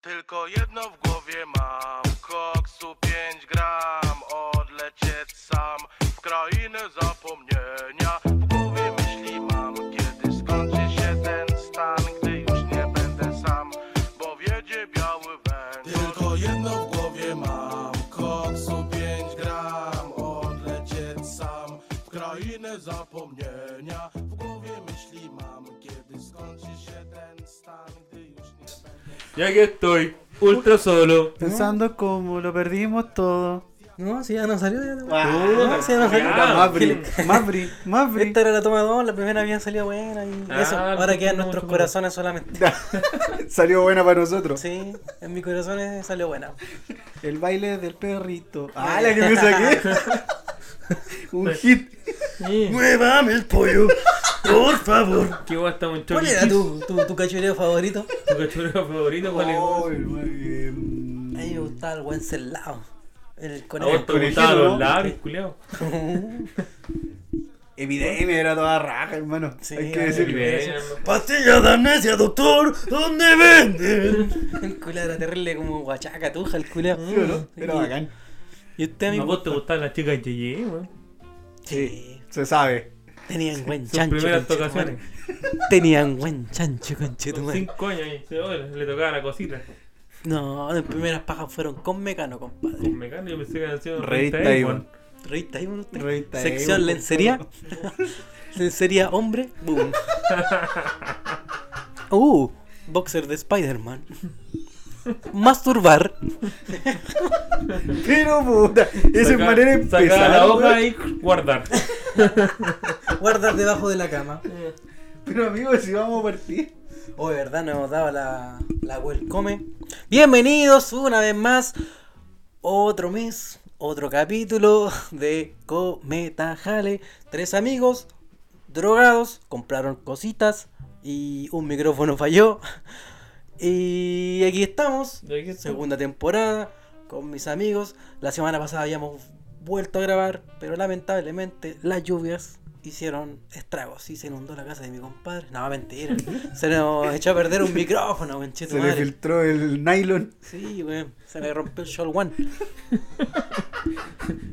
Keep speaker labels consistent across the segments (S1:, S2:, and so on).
S1: Tylko jedno w głowie mam Koksu 5 gram Odlecieć sam W krainę zapomnienia W głowie myśli mam Kiedy skończy się ten stan Gdy już nie będę sam Bo wiedzie biały węgiel Tylko jedno w głowie mam Koksu 5 gram Odlecieć sam W krainę zapomnienia W głowie myśli mam Kiedy skończy się ten stan Gdy już nie będę
S2: Y aquí estoy, ultra solo.
S3: Pensando cómo lo perdimos todo.
S4: No, si ya no salió, ya no.
S2: puta,
S4: no, si ya no salió.
S2: ya,
S4: Gil-
S3: Mabri, Mabri, Mabri.
S4: Esta era la toma 2, la primera había salido buena y
S2: Ah,
S4: eso. Ahora queda en
S2: no,
S4: nuestros
S2: chuta.
S4: corazones solamente.
S3: Salió buena para nosotros.
S4: Sí, en mi corazón eh, salió buena.
S3: El baile del perrito. Ah, la que me saqué. Un hit.
S4: ¡Muévame el pollo! ¡Por favor!
S2: ¿Qué guay estamos en
S4: ¿Cuál
S2: Chucky
S4: era
S2: Cheese?
S4: tu, tu, tu cachureo favorito?
S2: ¿Tu cachorro favorito? ¿Cuál es?
S4: Oh,
S3: Ay,
S4: A
S3: güey.
S4: mí me gustaba el buen celado. El
S2: ¿A vos te
S4: conejo.
S3: Conejero,
S2: gustaban
S3: ¿no?
S2: los labios, culiao?
S3: Epidemia era toda raja, hermano.
S4: Sí,
S3: Hay que
S4: era
S3: decirlo.
S2: Bien,
S4: ¡Pastilla de amnesia, doctor! ¿Dónde venden? El culeo era terrible como guachaca, tuja, el culeo.
S3: Sí, ¿o no? Era
S4: Y-
S3: bacán.
S4: ¿Y usted,
S2: ¿A
S4: amigo?
S2: vos te gustaban las chicas Yeye, weón?
S4: Sí.
S3: Se sabe.
S4: Tenían buen
S2: Sus
S4: chancho.
S2: primeras
S4: conchetumare.
S2: tocaciones.
S4: Tenían buen chancho,
S2: Con
S4: conchetumare.
S2: cinco años y se hola, le tocaba la cosita.
S4: No, las primeras pajas fueron con mecano, compadre.
S2: Con mecano yo pensé que había sido
S3: Revista
S2: Revista
S3: Avon.
S2: Avon.
S4: Revista Avon, usted.
S3: Revista
S4: Sección
S3: Avon,
S4: lencería. lencería hombre. Boom. Uh, boxer de Spider-Man. Masturbar.
S3: Pero puta, esa es
S2: Saca-
S3: manera de
S2: saca
S3: empezar.
S2: la
S3: güey.
S2: hoja y guardar.
S4: Guardar debajo de la cama.
S3: Pero amigo, si vamos a partir.
S4: Oh, de verdad, nos daba la, la welcome. Bienvenidos una vez más. Otro mes, otro capítulo de Cometa Jale. Tres amigos drogados compraron cositas y un micrófono falló. Y aquí estamos,
S2: Y aquí estamos.
S4: segunda temporada con mis amigos. La semana pasada habíamos vuelto a grabar, pero lamentablemente las lluvias hicieron estragos y se inundó la casa de mi compadre. No, mentira. Se nos echó a perder un micrófono,
S3: Se le
S4: conchetumadre.
S3: filtró el nylon.
S4: Sí, weón. Se me rompió el Show One.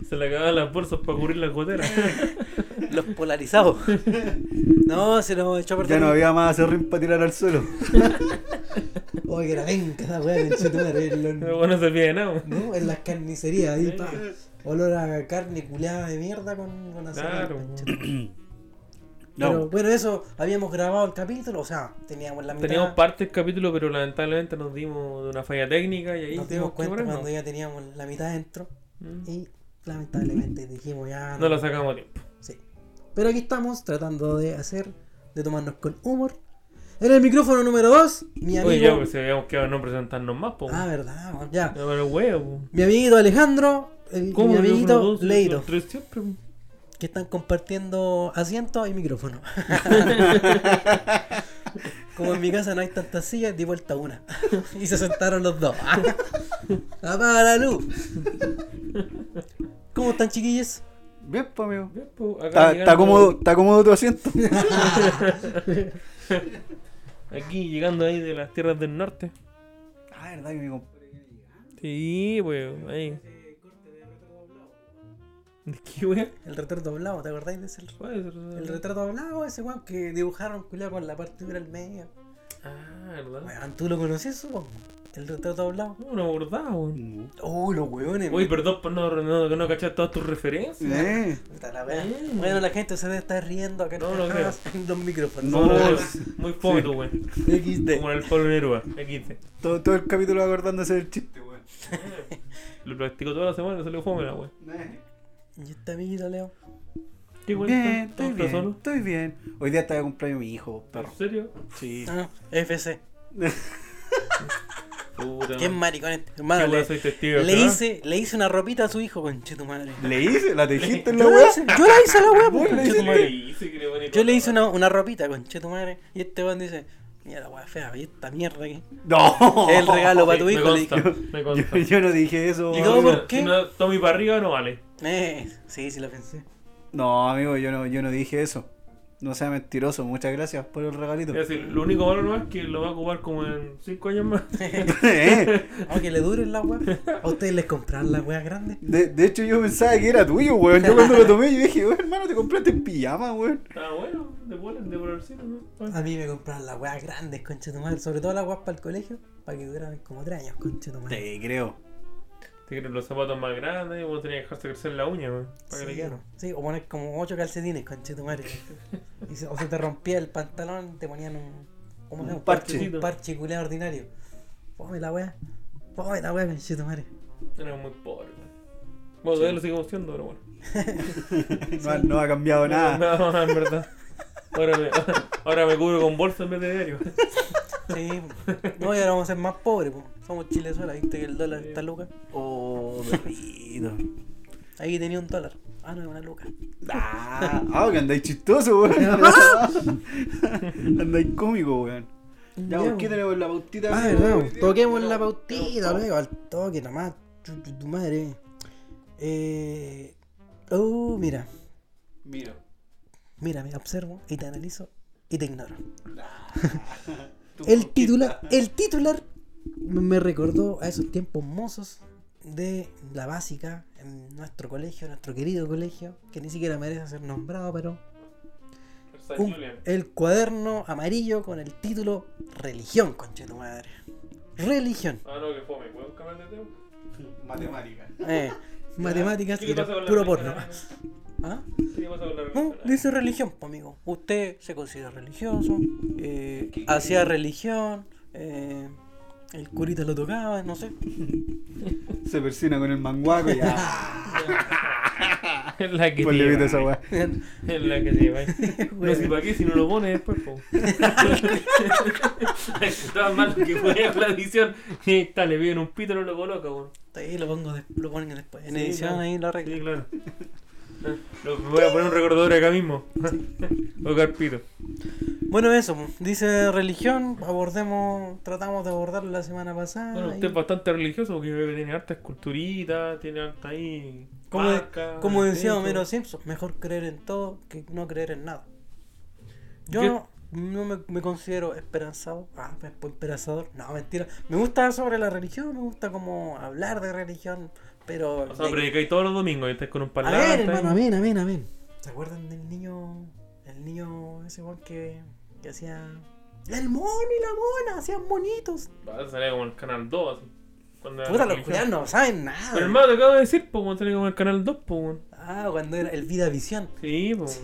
S2: Se le acababan las bolsas para cubrir las goteras.
S4: Los polarizados. No, se nos echó a perder.
S3: Ya no
S4: un-
S3: había más acerrín para tirar al suelo.
S4: Oye, que la venga esa weá, conchetumare, en
S2: Pero
S4: los-
S2: bueno, no servía de nada. weón.
S4: ¿No? En las carnicerías, ahí, pa. Olor a carne culeada de mierda con, con azar,
S2: Claro.
S4: conchetumare. Pero
S3: No.
S4: bueno, eso, habíamos grabado el capítulo, o sea, teníamos la mitad.
S2: Teníamos parte del capítulo, pero lamentablemente nos dimos de una falla técnica y ahí
S4: Nos dimos
S2: tuvimos que
S4: cuenta
S2: borrarnos.
S4: cuando ya teníamos la mitad dentro
S2: Mm.
S4: y lamentablemente dijimos ya.
S2: No lo sacamos a tiempo.
S4: Sí. Pero aquí estamos tratando de hacer, de tomarnos con humor. En el micrófono número 2, mi amigo.
S2: Oye, ya, porque si habíamos quedado en no presentarnos más, po.
S4: Ah, verdad, bueno, ya.
S2: No, pero huevo.
S4: Mi amiguito Alejandro, el- mi
S2: Yo uno,
S4: amiguito
S2: dos,
S4: Leiro,
S2: dos, tres siempre, po.
S4: que están compartiendo asiento y micrófono. Como en mi casa no hay tantas sillas, di vuelta una. y se sentaron los dos. ¡Apaga la luz! ¿Cómo están, chiquillos?
S3: Bien, pues, amigo.
S2: Ya, po, acá
S3: Está,
S2: llegando-
S3: está cómodo, está cómodo tu asiento.
S2: Aquí llegando ahí de las tierras del norte.
S3: Ah, verdad que me compré.
S2: Sí, weón, ahí. ¿De qué weón?
S4: El retrato hablado, ¿te acordáis de ese?
S2: ¿Cuál es el-
S4: El retrato hablado, ese weón que dibujaron culiao, con la partitura al medio.
S2: Ah, ¿verdad?
S4: Weón, ¿tú lo conocías, supongo? El retrato hablado.
S2: No, no abordaba, weón.
S4: Oh, los weones.
S2: Uy, perdón por no, no, no cachar todas tus referencias.
S3: Eh,
S4: Puta la wea. Bueno, la gente se debe estar riendo acá
S2: Mm. No, no creo.
S4: en los micrófonos.
S3: No.
S2: muy fome tú, weón. Como
S3: XD.
S2: en el Pablo Neruda, aquí dice.
S3: Todo, todo el capítulo acordándose del chiste, weón.
S2: Lo practico toda la semana y salió fome la weón.
S3: Eh.
S4: Y este amiguito, Leo.
S2: ¿Qué weón?
S3: Bien,
S2: ¿Todo- todo
S3: estoy bien,
S2: solo?
S3: estoy bien. Hoy día está de cumpleaños mi hijo, perro.
S2: ¿En serio?
S3: Sí.
S4: Ah, FC.
S2: Puta.
S4: Qué
S2: madre,
S4: maricón este. Hermano,
S2: weón, soy
S4: le,
S2: testigo.
S4: le
S2: ¿verdad?
S4: hice, le hice una ropita a su hijo, conche tu madre.
S3: ¿Le hice? ¿La tejiste en la
S4: Yo la
S3: weá?
S4: hice, yo la hice a la wea, po,
S3: Vos le
S4: conche tu
S3: hiciste.
S4: madre.
S2: Le hice, que le pone
S4: Yo le
S2: color.
S4: hice una, una ropita, conche tu madre. Y este weón dice, mira la wea fea, y esta mierda aquí.
S3: No.
S4: El regalo para tu
S2: Me
S4: hijo. le
S2: consta,
S4: dije.
S2: me consta.
S3: Yo, yo no dije eso.
S2: Y
S4: No,
S2: como
S3: amigo.
S4: ¿por
S2: si
S4: qué?
S2: si no, Tommy para arriba no vale.
S4: Eh, sí, sí lo pensé.
S3: No, amigo, yo no, yo no dije eso.
S5: No sea mentiroso, muchas gracias por el regalito.
S2: Es decir, lo único malo no es que lo va a ocupar como en 5 años más.
S5: Eh,
S4: Aunque le duren la weá. ¿A ustedes les compraron la weá grande?
S5: De, de hecho, yo pensaba que era tuyo, weón. Yo cuando lo tomé, yo dije, weón, hermano, te compraste en pijama, weón.
S2: Está bueno, de polen, de polarcito, ¿no?
S4: A mí me compraron las weas grandes, concha de tu madre. Sobre todo las weas para el colegio, para que duraran como tres años, concha de tu madre.
S5: Te creo.
S2: Te quieren los zapatos más grandes, vos tenías que dejarse crecer la uña, weón. Para
S4: Sí,
S2: que le quieran.
S4: sí, o poner como ocho calcetines, concha de tu madre. Y se- o se te rompía el pantalón, te ponían un. ¿Cómo se llama?
S5: Un parche.
S4: Un parche culeado ordinario. Fome la wea. Fome la wea, concha de tu madre.
S2: Era muy pobre, weón. Bueno, todavía lo sigo siendo, pero bueno.
S5: No, ha- no ha cambiado nada.
S2: No, no, en verdad. Ahora me, ahora me cubro con bolsa en vez de diario.
S4: Sí, no, y ahora vamos a ser más pobres, po. somos chilezuela, viste que el dólar está loca.
S5: Oh, perrito.
S4: Ahí tenía un dólar. Ah, no, es una luca.
S5: Ah, ah, que andáis chistoso, weón. andáis cómico, weón. Ya, ¿por qué tenemos la pautita?
S4: Ah,
S5: amigo?
S4: verdad, toquemos la pautita, luego, al toque nomás, tu, tu, tu madre. Eh. Oh, mira,
S5: Mira.
S4: mira, me observo y te analizo y te ignoro. El titular, el titular me recordó a esos tiempos mozos de la básica en nuestro colegio, nuestro querido colegio, que ni siquiera merece ser nombrado, pero
S2: Pues,
S4: un- el cuaderno amarillo con el título Religión, conche tu madre. Religión.
S2: Ah, no, que fome. ¿Puedo cambiar de tema?
S5: Matemática.
S4: Eh, matemáticas
S2: ¿Qué
S4: y
S2: le pasa con la
S4: puro porno.
S2: religión?
S4: ¿Ah?
S2: ¿Qué le pasa con la
S4: No,
S2: religión?
S4: dice religión, pues, amigo. Usted se considera religioso, eh, hacía religión, eh, el curita lo tocaba, no sé.
S5: Se persina con el manguaco y ah,
S2: Es la que
S5: ponle vete a
S2: te
S5: Pues
S2: lleva.
S5: esa weá.
S2: Es la que te lleva. No, si para qué, si no lo pones después, po. Estaba mal que ponía la edición. Y está, le piden un pito y no lo coloca, weón.
S4: Ahí lo pongo des- lo ponen después. En
S2: Sí,
S4: edición
S2: claro.
S4: ahí lo arreglo.
S2: Sí, claro. Lo- Me voy a poner un recordador acá mismo. Tocar pito.
S4: Bueno, eso, po. dice religión, abordemos, tratamos de abordarlo la semana pasada.
S2: Bueno, usted
S4: ahí.
S2: es bastante religioso porque veo que tiene harta esculturita, tiene harta ahí.
S4: Como, de-
S2: marca,
S4: como decía
S2: acento.
S4: Homero Simpson, mejor creer en todo que no creer en nada. Yo
S2: Yo-
S4: no, no me, me considero esperanzado. Ah, pe- pe- esperanzador. No, mentira. Me gusta sobre la religión, me gusta como hablar de religión, pero...
S2: O sea,
S4: de-
S2: predicáis todos los domingos y estás con un
S4: a
S2: parlante.
S4: ver, hermano, amén, amén, amén. ¿Se acuerdan del niño, el niño ese weón que, que hacía... El mono y la mona, hacían monitos.
S2: Va a salir como el canal 2. Así, cuando era
S4: Puta,
S2: la
S4: los
S2: televisión.
S4: culiados no saben nada.
S2: Pero hermano, te acabo de decir, pues, cuando salía como el canal 2, pues, weón.
S4: Ah, cuando era el Vida Visión.
S2: Sí,
S4: Oh.
S2: pues.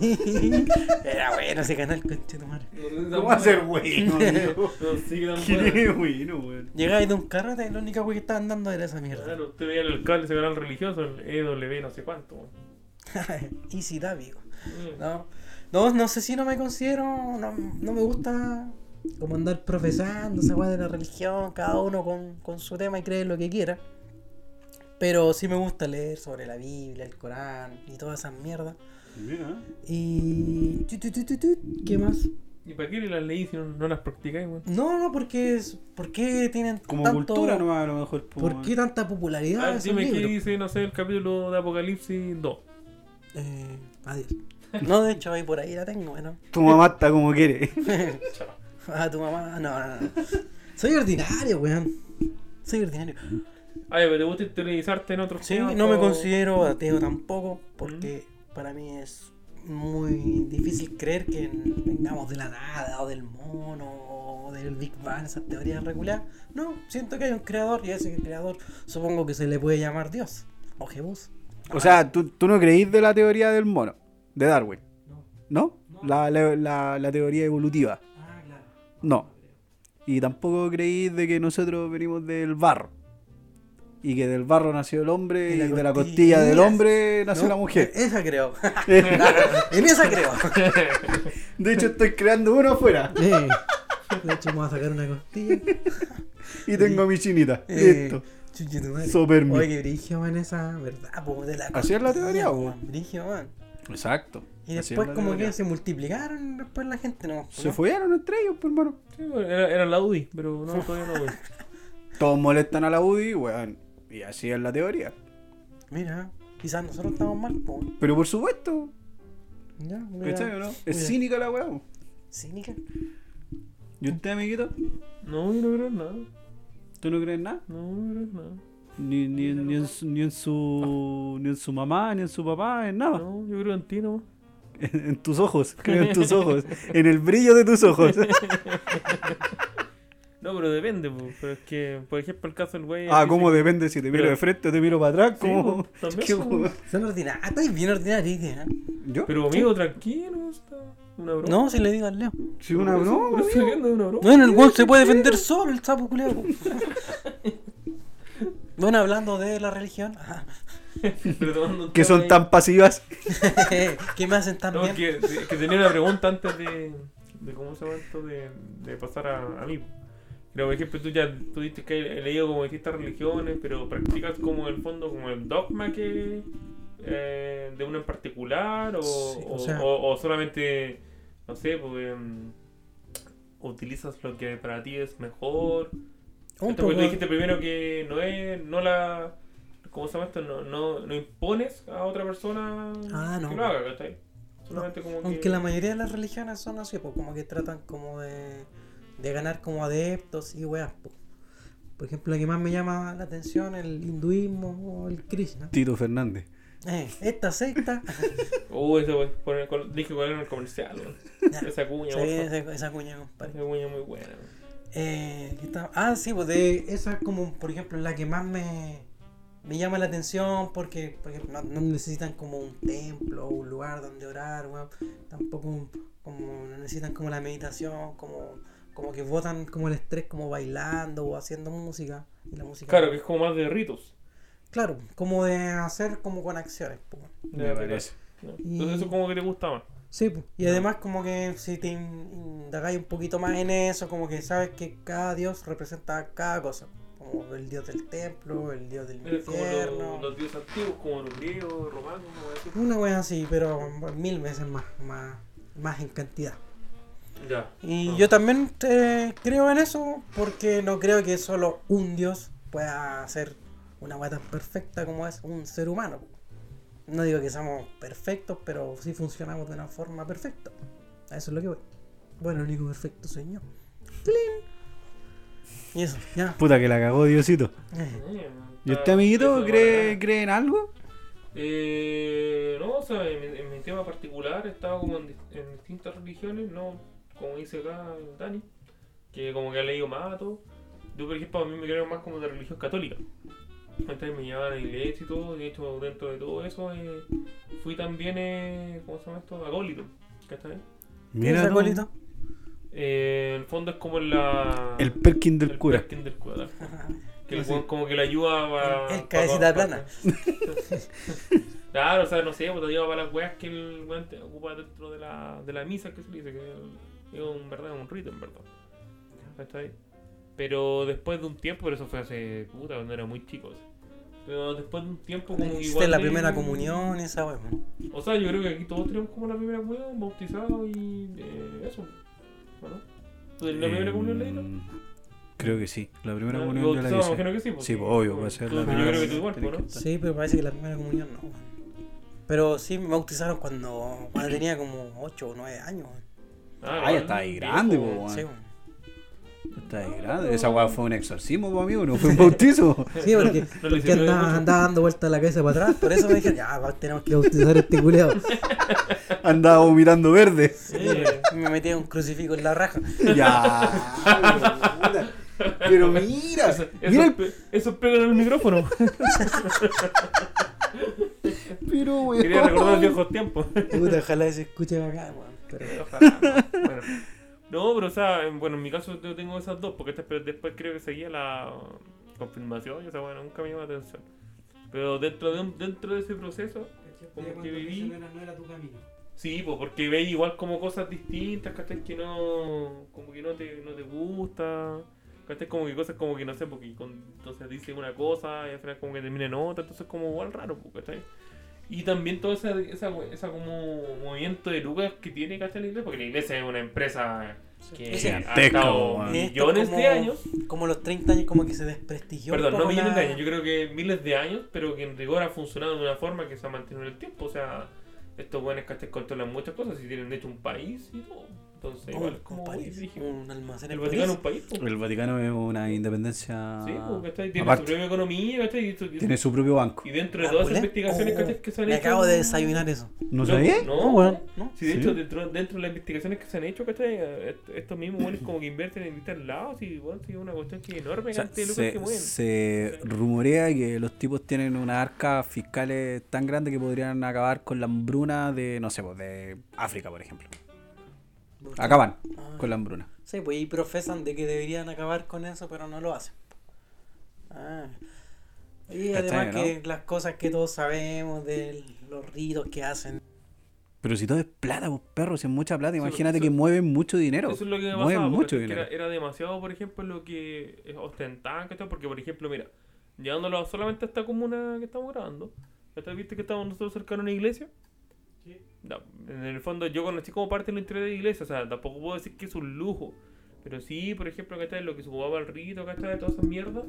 S4: Era bueno ese canal, conchetumare.
S5: ¿Cómo va a ser bueno, amigo?
S2: No, sí, que tan bueno.
S5: Qué bueno, weón.
S4: Llegabas de un carrete y la única wey que estaban dando era esa mierda.
S2: Claro, usted veía el alcalde, ese canal religioso, el EW, no sé cuánto, weón.
S4: Easy da, amigo.
S2: Mm.
S4: No, no, no sé si no me considero. No, no me gusta como andar profesando esa weá de la religión, cada uno con, con su tema y creer lo que quiera. Pero sí me gusta leer sobre la Biblia, el Corán y todas esas mierdas.
S5: Mira, ¿eh?
S4: Y. tu, tu, tu, tu, tu, ¿Qué más?
S2: ¿Y para qué las leí si no, no las practicáis, weón?
S4: No, no, porque. es- ¿Por qué tienen
S5: como
S4: tanto-
S5: cultura nomás a lo mejor. po,
S4: ¿Por
S5: weón.
S4: qué tanta
S2: Ah,
S4: popularidad? de esos
S2: dime qué
S4: libros?
S2: dice, no sé, el capítulo de Apocalipsis 2.
S4: Eh, adiós. No, de hecho, ahí por ahí la tengo, bueno.
S5: Tu mamá está como quiere.
S4: Ah, tu mamá. No, no, no. Soy ordinario, weón. Soy ordinario.
S2: Ay, pero te gusta interiorizarte en otros
S4: Sí,
S2: temas,
S4: no me
S2: o-
S4: considero ateo tampoco, porque para mí es muy difícil creer que vengamos de la nada, o del mono, o del Big Bang, esas teorías regulares. No, siento que hay un creador, y a ese creador supongo que se le puede llamar Dios, o Jebus.
S5: O sea, ¿tú, tú no creís de la teoría del mono, de Darwin. ¿No? La, la, la- la teoría evolutiva.
S4: Ah, claro.
S5: No. Y tampoco creís de que nosotros venimos del barro. Y que del barro nació el hombre
S4: Y
S5: y,
S4: la
S5: de la
S4: costilla.
S5: costilla del hombre nació
S4: No,
S5: la mujer.
S4: Esa creo. en esa creo.
S5: De hecho, estoy creando uno afuera.
S4: Eh, de hecho, vamos a sacar una costilla.
S5: Y tengo mi chinita.
S4: Eh,
S5: Listo.
S4: chuche tu madre.
S5: Sopermi.
S4: Oye, que brigio, man, esa verdad, po, de la
S5: Así es la
S4: costilla,
S5: teoría, po.
S4: man, brigio, man.
S5: Exacto.
S4: Y
S5: Así es
S4: después,
S5: la
S4: como
S5: teoría.
S4: que se multiplicaron después la gente, ¿no?
S5: Se
S4: ¿no?
S5: follaron entre ellos, pues, hermano.
S2: Sí, bueno, era, era la UDI, pero no, todavía no voy.
S5: Todos molestan a la UDI, weón. Y así es la teoría.
S4: Mira, quizás nosotros estamos mal, po.
S5: Pero por supuesto.
S4: Ya, mira.
S3: ¿Cachai o no? Es
S4: Mira.
S3: cínica la weá. po.
S4: ¿Cínica?
S3: ¿Y usted, amiguito?
S2: No, yo no creo en nada.
S3: ¿Tú no crees en nada?
S2: No, no creo en nada.
S3: Ni, ni, en- ni, en, su, ni, en, su, ni en su mamá, ni en su papá, en nada.
S2: No, yo creo en ti nomás.
S3: En, en tus ojos, creo en tus ojos. En el brillo de tus ojos.
S2: No, pero depende, po, pero es que, por ejemplo, el caso del güey.
S3: ah,
S2: dice
S3: ¿cómo
S2: que-
S3: depende si te miro
S2: Pero-
S3: de frente o te miro para atrás?
S2: Sí,
S3: ¿Cómo?
S2: pues, también,
S3: ¿Qué
S2: pues.
S3: weá?
S4: Son ordinarios. Ah, estoy bien ordinario, ¿eh?
S3: ¿Yo?
S2: Pero amigo, tranquilo, está una broma.
S4: No, si le digo al Leo.
S3: Sí, una
S2: Por eso-
S3: broma.
S2: por eso
S3: amigo.
S2: que anda de una broma.
S4: Bueno, el weón se puede defender solo, el sapo culeo. Bueno, hablando de la religión. Ajá.
S2: Pero tomando un
S3: Que
S2: tema
S3: son
S2: ahí.
S3: tan pasivas.
S4: ¿Qué me hacen tan
S2: No,
S4: bien?
S2: que, que tenía una pregunta antes de, de cómo se llama esto, de, de pasar a, a mí. Pero, por ejemplo, tú ya tuviste que he leído como distintas religiones, pero practicas como en el fondo, como el dogma que eh, de una en particular, o,
S4: Sí, o
S2: o,
S4: sea-
S2: o- o solamente, no sé, porque mm, utilizas lo que para ti es mejor.
S4: Un
S2: Esto, porque
S4: poco-
S2: tú dijiste primero que no es, no la, ¿cómo se llama esto? No, no, no impones a otra persona
S4: Ah, no.
S2: que lo haga, ¿cachai? Solamente como que...
S4: Aunque la mayoría de las religiones son así, pues como que tratan como de, de ganar como adeptos y weas. po. Por ejemplo, la que más me llama la atención el hinduismo o el Krishna.
S3: Tito Fernández.
S4: Eh, esta secta,
S2: Uh, ese wey, por el col- dije cuál era el comercial, weón. Esa cuña,
S4: se
S2: por
S4: ve
S2: favor.
S4: esa, esa cuña, compadre.
S2: Esa cuña muy buena. weón.
S4: Eh, que está- ah, sí, pues de esa es como, por ejemplo, la que más me, me llama la atención porque, por ejemplo, no, no necesitan como un templo o un lugar donde orar, weón. Tampoco un- como, no necesitan como la meditación, como, como que botan como el estrés como bailando o haciendo música. Y la música
S2: Claro, que es como más de ritos.
S4: Claro, como de hacer como con acciones, pues. weón.
S2: de
S3: Me
S2: la
S3: parece.
S2: ¿no? Entonces eso como que te gusta más.
S4: Sí, po. y además como que si te in- indagáis un poquito más en eso, como que sabes que cada dios representa cada cosa. Como el dios del templo, el dios del
S2: Es como
S4: infierno.
S2: los, los dioses antiguos, como los griegos, romanos, como eso.
S4: Una wea así, pero mil veces más, más, más en cantidad.
S2: Ya.
S4: Y
S3: Mm.
S2: Ah.
S4: yo también eh, creo en eso porque no creo que solo un dios pueda hacer una wea tan perfecta como es un ser humano. po. No digo que seamos perfectos, pero sí funcionamos de una forma perfecta. A eso es lo que voy. Bueno, el único perfecto soy yo. ¡Plin! Y eso, ya.
S3: Puta que la cagó Diosito.
S4: Eh,
S2: Eh,
S3: ¿Y
S2: está-
S3: usted, amiguito,
S2: está
S3: cree,
S2: bacana.
S3: cree en algo?
S2: Eh, no, o sea, en, mi- en mi tema particular estaba como en, dis- en distintas religiones, no como dice acá Dani, que como que ha leído más a todo. Yo, por ejemplo, a mí me creo más como de religión católica. Entonces me llevaban a la iglesia y todo, de hecho, dentro de todo eso, eh, fui también, eh, ¿cómo se llama esto? Acólito, ¿cachai?
S4: ¿tienes
S3: Mira, tú,
S4: abuelito?
S2: Eh, en el fondo es como la...
S3: el Perkin del
S2: el
S3: cura.
S2: Perkin del cura, tal cual. Que el
S3: Así.
S2: weón como que le ayuda a...
S4: Pues El cabecita plana.
S2: Claro, o sea, no sé, pues te lleva para las weas que el weón te ocupa dentro de la, de la misa que se dice, que el- es un verdad, un rito en verdad. ¿Cachai? Pero después de un tiempo, pero eso fue hace puta, cuando era muy chico. o sea. Pero después de un tiempo como que
S4: Hiciste la
S2: de-
S4: primera comunión, esa wea. ¿no?
S2: O sea, yo creo que aquí todos tenemos como la primera comunión, bautizado y eh, eso. Bueno. ¿Tú tenés la primera comunión leída?
S3: Mm, Creo que sí. La primera
S2: Ah,
S3: comunión yo la
S2: bautizado, imagino
S3: hice.
S2: que sí, pues,
S3: Sí,
S2: sí.
S3: pues, obvio,
S2: Bueno,
S3: va a ser
S2: tú-
S3: la
S2: yo
S3: primera
S2: creo que tú
S3: comunión,
S2: igual,
S3: tenés
S2: pues, ¿no?
S3: que estar.
S4: Sí, pero parece que la primera comunión no. weón. Pero sí me bautizaron cuando, cuando tenía como 8 o 9 años. weón.
S2: Ah,
S3: Ah, ya está ahí grande, po,
S2: pues.
S3: weón.
S4: Sí, weón.
S3: Está ahí grande. Esa weá fue un exorcismo, pues, amigo, no fue un bautizo.
S4: Sí, porque,
S2: lo
S4: porque
S2: hicieron
S4: andaba,
S2: mucho.
S4: andaba dando vueltas la cabeza para atrás. Por eso me dijeron, ya, va, tenemos que bautizar a este culeado.
S3: Andaba vomitando verde.
S4: Me metía un crucifijo en la raja.
S3: Ya. weón, puta. Pero mira, mira el-
S2: Eso, pe- eso pega en el micrófono.
S3: pero weón.
S2: Quería recordar los viejos tiempos.
S4: Puta, ojalá se escuche acá, weón. Pero
S2: Ojalá, no. Bueno. No, pero o sea, en- bueno, en mi caso yo tengo esas dos, porque esta- pero después creo que seguía la confirmación, y esa bueno, nunca me llamó la atención. Pero dentro de, un- dentro de ese proceso, como que viví... Sí, pues porque veis igual como cosas distintas, ¿cachai? Que no, como que no te, no te gusta, ¿cachai? Como que cosas como que no sé, porque con- entonces dice una cosa y al final como que termina en otra, entonces como igual raro, pues, ¿cachai? Y también todo ese esa, esa como movimiento de lucas que tiene, ¿cachai? La iglesia, porque la iglesia es una empresa que
S4: Sí.
S2: ha
S3: Gigantesca,
S2: estado
S3: weón.
S2: millones
S4: Esto
S2: de
S4: como-
S2: años,
S4: como los 30 años, como que se desprestigió. un
S2: perdón, no
S4: poco
S2: millones
S4: la-
S2: de años, yo creo que miles de años, pero que en rigor ha funcionado de una forma que se ha mantenido en el tiempo, o sea, estos buenos que controlan muchas cosas y tienen de hecho un país y todo. Entonces,
S4: Oh,
S2: igual es
S4: un
S2: como
S4: país,
S2: muy brígido.
S4: un almacén
S2: El
S4: en Ah.
S2: Vaticano es
S4: París.
S2: un país, po.
S3: El Vaticano es una independencia.
S2: Sí, po, ¿cachai? Tiene
S3: aparte.
S2: su propia economía, ¿cachai? Y, esto- y-
S3: Tiene su propio banco.
S2: y dentro de
S4: Ah,
S2: todas
S4: ¿pulé?
S2: las investigaciones,
S4: Oh,
S2: ¿cachai? Que se han
S4: Me
S2: hecho.
S4: acabo de desayunar eso.
S3: ¿No
S2: No,
S3: sabía?
S2: No,
S4: No, weón, no.
S2: Sí, de
S3: Sí.
S2: hecho, dentro, dentro de las investigaciones que se han hecho, ¿cachai? Est- Estos mismos buenos como que invierten en distintos lados y, bueno, sí, es una cuestión que es enorme,
S3: O sea,
S2: cantidad de lucas que
S3: se,
S2: mueven.
S3: se rumorea que los tipos tienen unas arcas fiscales tan grandes que podrían acabar con la hambruna de, no sé, pues, de África, por ejemplo. Acaban
S4: Ah.
S3: con la hambruna.
S4: Sí, pues ahí profesan de que deberían acabar con eso, pero no lo hacen. Ah. Y
S3: Está
S4: además
S3: bien,
S4: que las cosas que todos sabemos de los ritos que hacen.
S3: Pero si todo es plata, pues perro, si es mucha plata,
S2: Eso-
S3: imagínate
S2: eso-
S3: que mueven mucho dinero.
S2: Eso es lo que me
S3: mueven
S2: pasaba,
S3: mucho
S2: porque
S3: dinero.
S2: era, era demasiado, por ejemplo, lo que eh, ostentaban, ¿cachai? Porque, por ejemplo, mira, llevándolo solamente a esta comuna que estamos grabando, ¿cachai? ¿Viste que estamos nosotros cerca de una iglesia? No, en el fondo yo conocí como parte del interior de la iglesia, o sea, tampoco puedo decir que es un lujo. Pero sí, por ejemplo, ¿cachai? Lo que se jugaba el rito, ¿cachai? Todas esas mierdas.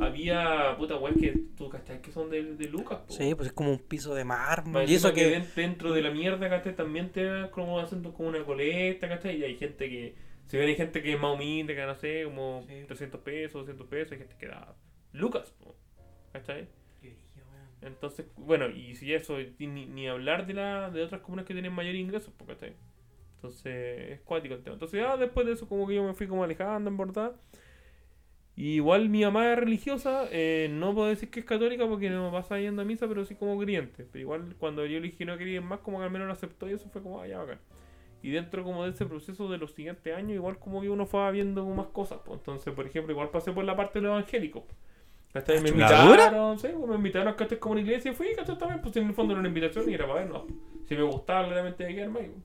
S2: Había, puta, weón, que tú, ¿cachai? Que son de, de Lucas, po.
S4: Sí, pues es como un piso de mármol.
S2: Más
S4: Y eso
S2: encima
S4: que.
S2: den- dentro de la mierda, ¿cachai? También te dan como haciendo como una colecta, ¿cachai? Y hay gente que, si bien hay gente que es más humilde, que no sé, como
S4: Sí.
S2: 300 pesos, 200 pesos, hay gente que da lucas, po, ¿cachai? Entonces, bueno, y si eso, y ni, ni hablar de la de otras comunas que tienen mayor ingresos, po, ¿cachai? Entonces, es cuático el tema. Entonces, ya después de eso, como que yo me fui como alejando, en verdad. Y Igual mi mamá es religiosa, eh, no puedo decir que es católica porque no pasa yendo a misa, pero sí como creyente. Pero igual cuando yo le dije que no quería ir más, como que al menos lo aceptó y eso fue como, ah, ya bacán. Y dentro como de ese proceso de los siguientes años, igual como que uno fue viendo más cosas. po. Entonces, por ejemplo, igual pasé por la parte de los evangélicos. Hasta me
S3: ¿La dura?
S2: invitaron, sí, pues, me invitaron a que como una iglesia y fui, ¿cachai? También, pues en el fondo era una invitación y era para vernos. Si me gustaba, claramente de quedarme ahí. po.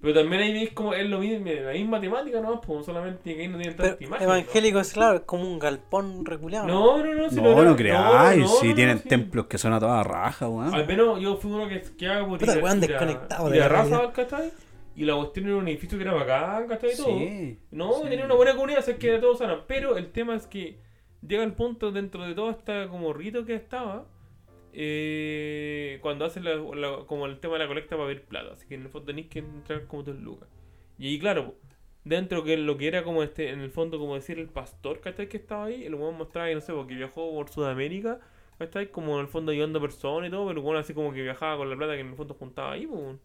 S2: Pero también ahí veis como es lo mismo, la misma temática, ¿no? Pues solamente que ahí no tienen
S4: Pero
S2: tanta imagen. ¿no?
S4: evangélico es claro, es como un galpón reculeado. ¿no?
S2: No, no, no. si
S3: No,
S2: era-
S3: no creáis,
S2: no, no,
S3: si
S2: no,
S3: tienen
S2: sí.
S3: templos que son a toda raja, weón.
S2: Al menos yo fui uno que, que haga por
S4: Puta,
S2: ir a-
S4: weón,
S2: ir a-
S4: desconectado de
S2: ir a
S4: la
S2: Rafa,
S4: realidad.
S2: ¿cachai? Y la cuestión era un edificio que era bacán, ¿cachai? Y todo.
S3: Sí.
S2: No, tenía una buena comunidad, sé que era todo sana. Pero el tema es que llega el punto dentro de todo esta como rito que estaba. eh, cuando hacen la- la- como el tema de la colecta para ver plata. Así que en el fondo tenéis que entrar como dos lucas. Y ahí, claro, po, dentro que lo que era como este, en el fondo, como decir el pastor, ¿cachai? Que estaba ahí, el weón mostraba que no sé, porque viajó por Sudamérica, ¿cachai? Como en el fondo ayudando a personas y todo, pero el weón así como que viajaba con la plata que en el fondo juntaba ahí, pues. weón.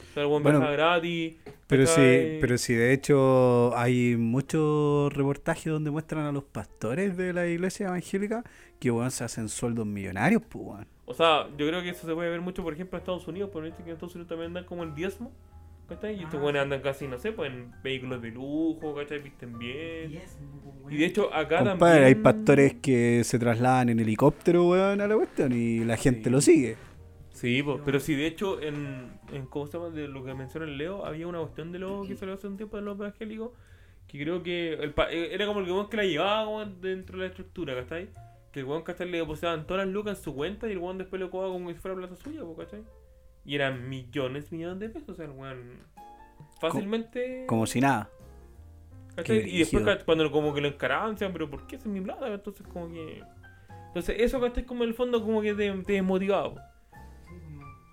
S2: O sea, el weón
S3: Bueno,
S2: viajaba gratis.
S3: Pero sí,
S2: ¿cachai?
S3: pero sí, de hecho hay muchos reportajes donde muestran a los pastores de la iglesia evangélica que weón se hacen sueldos millonarios, pues weón.
S2: O sea, yo creo que eso se puede ver mucho, por ejemplo, en Estados Unidos, porque viste que en Estados Unidos también andan como el diezmo, ¿cachai? Y estos buenos andan casi, no sé, pues en vehículos de lujo, ¿cachai? Visten bien. Y de hecho, acá
S3: Compadre,
S2: también...
S3: hay pastores que se trasladan en helicóptero, weón, a la cuestión y la gente lo sigue.
S2: Sí, po, pero sí, de hecho, en, en ¿cómo se llama? De lo que menciona el Leo, había una cuestión de lo que salió hace un tiempo de los evangélicos, que creo que el pa- eh, era como el weón que la llevaba como dentro de la estructura, ¿cachai? Que el weón, ¿cachai? Le depositaban todas las lucas en su cuenta y el weón después lo cobraba como si fuera plata suya, po, ¿cachai? Y eran millones, millones de pesos, o sea, el weón fácilmente...
S3: Como si nada.
S2: ¿Cachai?
S3: Qué
S2: Y después
S3: brígido.
S2: ca- cuando como que lo encaraban, decían, pero ¿por qué esa es mi plata? Entonces como que... Entonces eso, ¿cachai? Como en el fondo como que te, te desmotivaba. po.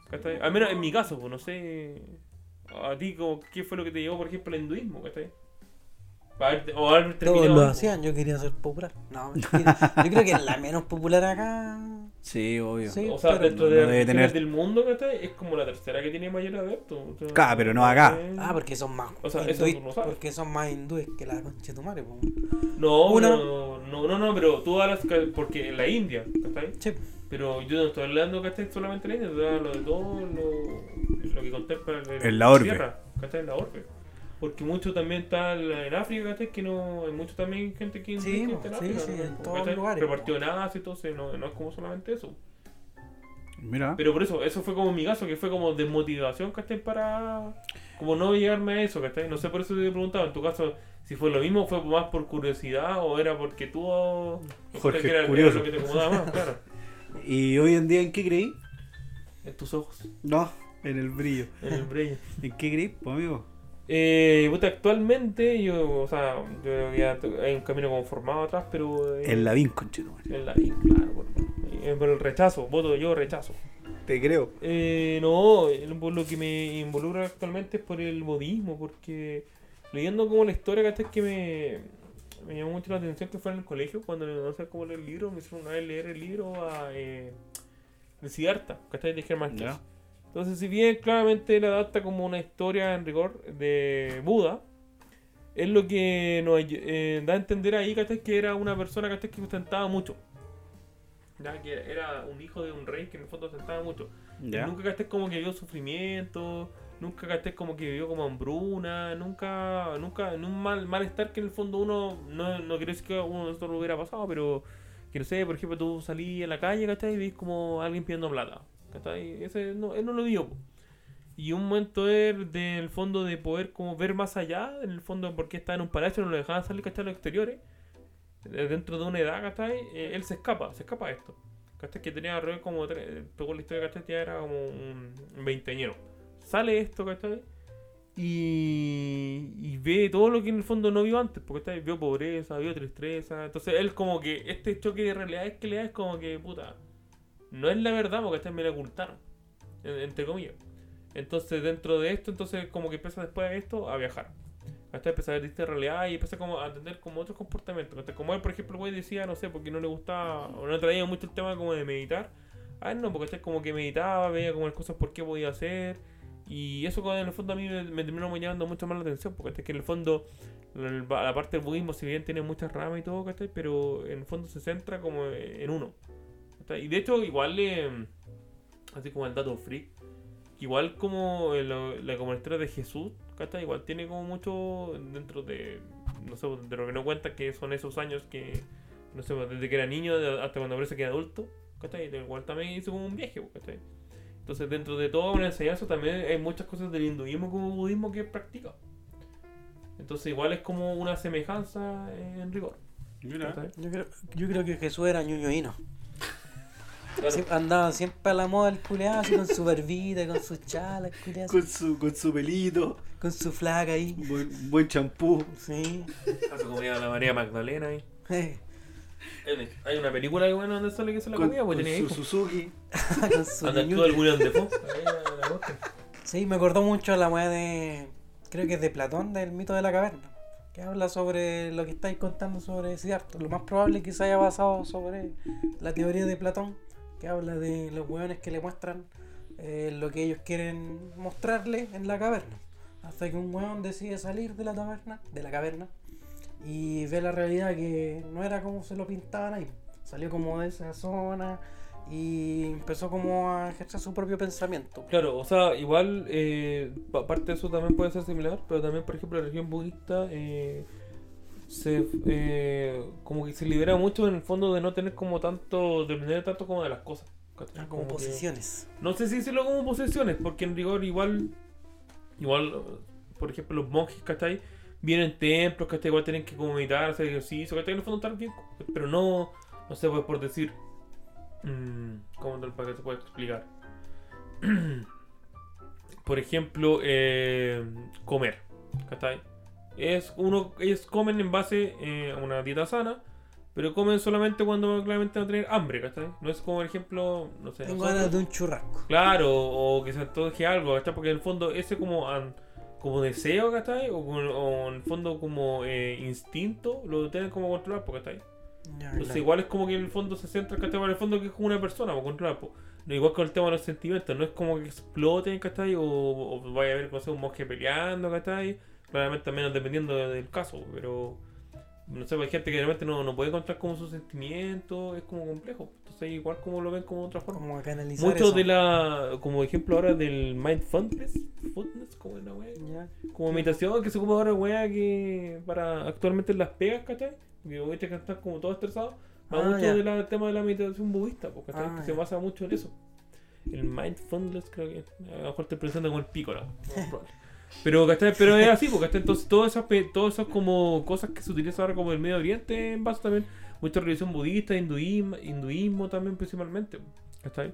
S2: ¿Cachai? Al menos en mi caso, pues no sé... A ti, como, ¿qué fue lo que te llevó, por ejemplo, al hinduismo? ¿Cachai? Para haber- O haber
S4: Todos
S2: terminado...
S4: lo hacían, yo quería ser popular. No, mentira. Yo creo que es la menos popular acá.
S3: Sí, obvio.
S4: Sí.
S2: O sea,
S4: pero
S2: dentro
S3: no- no
S2: de las
S3: debe
S2: religiones
S3: tener-
S2: del mundo, ¿cachai? Es como la tercera que tiene mayor adepto. o sea,
S3: Claro, pero no acá.
S2: ¿cachai?
S4: Ah, porque son más
S2: O sea, eso
S4: hindúes-
S2: tú lo sabes.
S4: porque son más hindúes que la concha de tu madre, po.
S2: No,
S4: Una-
S2: no, no, no, no, pero tú hablas ca- porque en la India, ¿cachai?
S4: Sí.
S2: Pero yo no estoy hablando, ¿cachai? Solamente la India, estoy hablando de todo lo, lo que contempla el-
S3: En la orbe.
S2: Tierra, ¿cachai? En la orbe. Porque mucho también está en en África, ¿cachai? Que no, hay mucho también gente que que
S4: Sí, mo, sí, sí, en todos lugares, pues.
S2: Repartió
S4: mo.
S2: nada, entonces no, no es como solamente eso.
S3: Mira.
S2: Pero por eso, eso fue como mi caso, que fue como desmotivación, ¿cachai? Para como no llegarme a eso, ¿cachai? No sé por eso te preguntaba, en tu caso, si fue lo mismo, fue más por curiosidad o era porque tú... ¿cachai?
S3: Jorge,
S2: Que era- era
S3: curioso.
S2: lo que te acomodaba más, claro.
S3: ¿Y hoy en día en qué creí?
S2: En tus ojos,
S3: No, en el brillo.
S2: en el brain.
S3: ¿En qué creí, pues, amigo?
S2: Eh, puta, actualmente yo, o sea, yo creo que ya tu- hay un camino como formado atrás, pero... eh,
S3: En la vinconchetumare.
S2: en la- y claro, bueno, y- eh, pero el rechazo, voto yo rechazo.
S5: Te creo.
S2: Eh, no, el- por lo que me involucra actualmente es por el budismo, porque leyendo como la historia, ¿cachai? Que me, me llamó mucho la atención que fue en el colegio, cuando me no sé cómo leer el libro, me hicieron una vez leer el libro a, eh, de Siddhartha, ¿cachai? De Germán Hesse.
S3: Ya.
S2: Entonces, si bien claramente él adapta como una historia en rigor de Buda, es lo que nos ay- eh, da a entender ahí, ¿cachai? Que era una persona, ¿cachai? Que ostentaba mucho. Ya, que era un hijo de un rey que en el fondo ostentaba mucho.
S3: Ya.
S2: Nunca gasté como que vio sufrimiento, nunca gasté como que vio como hambruna, nunca, nunca, en un mal, malestar que en el fondo uno, no, no quiero decir que a uno de nosotros lo hubiera pasado, pero que no sé, por ejemplo, tú salí a la calle, ¿cachai? Y ves como alguien pidiendo plata, ¿cachai? Ese no, él no lo vio. po. Y un momento él, del fondo de poder como ver más allá, en el fondo porque estaba en un palacio, no lo dejaban salir, ¿cachai? A los exteriores, eh, dentro de una edad, ¿cachai? Eh, Él se escapa, se escapa de esto. ¿Cachai? Que tenía alrededor como tres, pegó la historia, ¿cachai? Ya era como un veinteañero. Sale esto, ¿cachai? Y, y ve todo lo que en el fondo no vio antes, porque ¿cachai? vio pobreza, vio tristeza. Entonces él como que este choque de realidades que le da es como que, puta, no es la verdad, porque ¿cachai? me la ocultaron, en- entre comillas. Entonces dentro de esto, entonces como que empieza después de esto a viajar. Hasta empieza a ver distintas realidades y empieza como a entender como otros comportamientos. ¿cachai? Como él, por ejemplo, el güey decía, no sé, porque no le gustaba, o no traía mucho el tema como de meditar. Ah, no, porque este como que meditaba, veía como las cosas por qué podía hacer. Y eso como en el fondo a mí me, me terminó llamando mucho más la atención, porque este que en el fondo la, la parte del budismo, si bien tiene muchas ramas y todo, ¿cachai? Pero en el fondo se centra como en uno. ¿cachai? Y de hecho, igual, eh, así como el dato freak, igual como el- la, como la historia de Jesús, ¿cachai? Igual tiene como mucho dentro de, no sé, de lo que no cuenta que son esos años que, no sé, desde que era niño de- hasta cuando parece que era adulto, ¿cachai? Del cual también hizo como un viaje, ¿cachai? Entonces dentro de toda una enseñanza también hay muchas cosas del hinduismo como budismo que practica. Entonces igual es como una semejanza en rigor. ¿cachai?
S4: Yo creo, yo creo que Jesús era ñoñoíno.
S2: Claro.
S4: Sie- Andaba siempre a la moda el culeado, así con su barbita, con sus chalas, culeado,
S5: Con su, con su pelito,
S4: con su flaca ahí.
S5: un buen, un buen champú.
S4: Sí.
S2: Hace comida de la María Magdalena ahí.
S4: Eh,
S2: Hay una película que bueno donde sale que se la
S5: Con,
S2: comida, pues
S5: con
S2: tenía
S5: su
S2: hijos.
S5: Suzuki.
S4: con su
S2: Anda
S4: ñoño.
S2: actúa el William Defoe. Ahí la- la busca.
S4: Sí, me acordó mucho la weá de. Creo que es de Platón, del mito de la caverna. Que habla sobre lo que estáis contando sobre Siddhartha. Lo más probable es que se haya basado sobre la teoría de Platón, que habla de los weones que le muestran eh, lo que ellos quieren mostrarle en la caverna. Hasta que un weón decide salir de la taberna, de la caverna, y ve la realidad que no era como se lo pintaban ahí. Salió como de esa zona y empezó como a ejercer su propio pensamiento.
S2: Claro, o sea, igual, eh, pa- parte de eso también puede ser similar, pero también, por ejemplo, la religión budista eh, se, eh, como que se libera mucho en el fondo de no tener como tanto, de depender tanto como de las cosas. ¿cachai?
S4: Ah, como
S2: que-
S4: posiciones.
S2: no sé si decirlo como posesiones, porque en rigor igual, igual, por ejemplo, los monjes, ¿cachai? Vienen templos, ¿cachai? Igual tienen que como meditar, hacer ejercicio, ¿cachai? En el fondo estar bien, pero no, no sé, pues por decir, mm, ¿cómo tal para que se pueda explicar? por ejemplo, eh, comer, ¿cachai? Es uno, ellos comen en base eh, a una dieta sana, pero comen solamente cuando claramente no tienen hambre, ¿cachai? No es como, por ejemplo, no sé.
S4: Tengo
S2: nosotros-
S4: ganas de un churrasco.
S2: Claro, o que se antoje algo, ¿cachai? Porque en el fondo ese como, an- como deseo, ¿cachai? O, con- o en el fondo como eh, instinto, lo tienen como controlar, pues, ¿cachai? Entonces
S4: Ya, Ah, claro.
S2: igual es como que en el fondo se centra, ¿cachai? En el fondo que es como una persona, pues, controlar, pues. No, igual con el tema de los sentimientos, no es como que exploten, ¿cachai? O, o vaya a haber, no sé, un monje peleando, ¿cachai? Claramente también dependiendo de- del caso, pero... No sé, pues, hay gente que realmente no, no puede controlar como sus sentimientos, es como complejo. Entonces igual como lo ven como otra forma.
S4: Como a canalizar
S2: Mucho
S4: eso.
S2: de la, como ejemplo ahora del mindfulness, Footness, como una wea,
S4: Ya.
S2: como meditación que se ocupa ahora wea que para actualmente en las pegas, ¿cachai? Que viste que están como todos estresados, va
S4: Ah,
S2: mucho
S4: ya.
S2: del tema de la meditación budista, pues, porque
S4: Ah,
S2: se
S4: ya.
S2: basa mucho en eso. El mindfulness creo que a lo mejor estoy pensando como el pico, ¿no? Como probable. Pero, ¿cachai? Pero es así, porque entonces todas esas, pe- todas esas como cosas que se utilizan ahora como el Medio Oriente en base también, mucha religión budista, hinduismo, hinduismo también principalmente. ¿Cachai?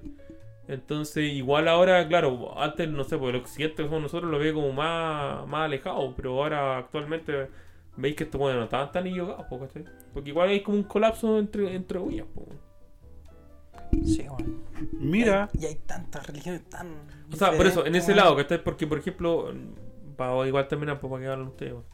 S2: Entonces, igual ahora, claro, antes, no sé, porque el occidente como nosotros lo ve como más, más alejado, pero ahora actualmente veis que esto, bueno, no estaban tan yogados, po, ¿cachai? Porque igual hay como un colapso entre, entre huellas,
S4: Sí, bueno.
S6: Mira,
S4: Y hay tantas religiones tan.
S2: O sea, por eso, en
S4: diferentes,
S2: ese
S4: weón.
S2: lado, ¿cachai? Porque, por ejemplo, para igual terminar, pues, para que hablen ustedes, weón.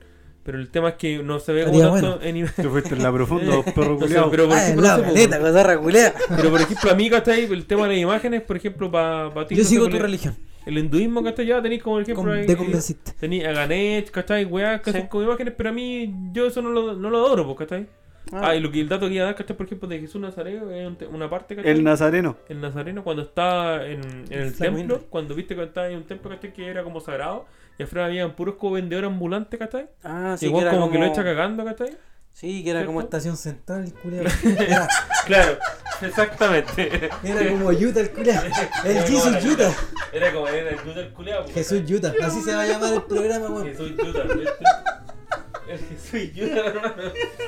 S2: Pero el tema es que no se ve como
S4: Estaría
S2: tanto en
S6: te
S2: imagen.
S6: fuiste en la profunda, perro
S2: Entonces,
S6: culiao.
S2: pero, por
S4: Ah, el
S2: ejemplo,
S4: lado,
S2: no sé,
S4: caleta,
S2: pues,
S4: cosa raculea.
S2: pero, por ejemplo, a mí, ¿cachai? El tema de las imágenes, por ejemplo, para ti.
S4: Yo
S2: no sé,
S4: sigo
S2: por
S4: tu
S2: el-
S4: religión.
S2: El hinduismo, ¿cachai? Ya tenéis como, por ejemplo,
S4: Con-
S2: ahí,
S4: te
S2: eh,
S4: convenciste.
S2: Tenía a Ganesh, ¿cachai? Weá, que hacen con imágenes, pero a mí yo eso no lo, no lo adoro, pues, ¿cachai? Ah. y lo que el dato que iba a dar, ¿cachai? Por ejemplo, de Jesús Nazareno, es un te- una parte, ¿cachai?
S5: El nazareno.
S2: el Nazareno cuando está en, en el
S4: Flaco
S2: templo,
S4: indio.
S2: cuando viste que estaba en un templo, ¿cachai? Que era como sagrado, y afuera habían puros como vendedores ambulantes, ¿cachai?
S4: Ah, sí,
S2: Igual
S4: que era
S2: como,
S4: como,
S2: que lo echa cagando, ¿cachai?
S4: Sí, que era como
S2: ¿Cierto?
S4: estación central, el culiao. Era,
S2: Claro, exactamente.
S4: era como Utah, el culiao. El
S2: Era como la
S4: Jesus Utah.
S2: Era como era el Judas el culeado.
S4: Jesús Utah. Así se va a llamar el programa, weón.
S2: Jesús Judas, ¿viste? El Jesús Judas, hermano.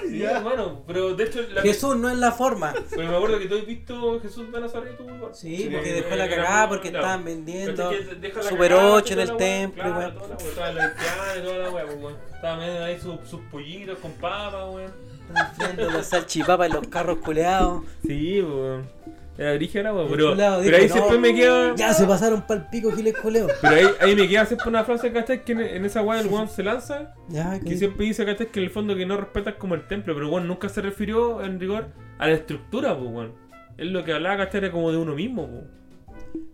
S2: Sí, hermano, pero de hecho la
S4: Jesús no es la forma.
S2: Pero me acuerdo que tú has visto Jesús de Nazaret, tú, weón.
S4: Sí, porque
S2: eh,
S4: dejó la
S2: era
S4: cagada
S2: muy-
S4: porque
S2: no.
S4: estaban vendiendo
S2: Pero es que deja la
S4: Super
S2: cagada,
S4: 8 en
S2: toda
S4: el
S2: la weá,
S4: templo,
S2: claro,
S4: weón.
S2: toda la weá, toda la lesbiana y toda la weá, pues, weón. Estaban vendiendo ahí sus, sus pollitos con papas, weón.
S4: Estaban friendo las salchipapas en los carros culeados.
S2: Sí, weón. Era brígida, weón.
S4: El
S2: Pero,
S4: culado
S2: pero ahí
S4: dijo,
S2: siempre
S4: "No,
S2: me queda.
S4: Ya se pasaron pa'l pico, giles culeos.
S2: Pero ahí, ahí me queda siempre una frase, ¿cachai? Que en, en esa weá el weón se lanza.
S4: Ya,
S2: Que
S4: que.
S2: siempre dice, ¿cachai? Que en el fondo que no respetas como el templo. Pero weón nunca se refirió en rigor a la estructura, pues, weón. Él lo que hablaba, ¿cachai? Era como de uno mismo, pues.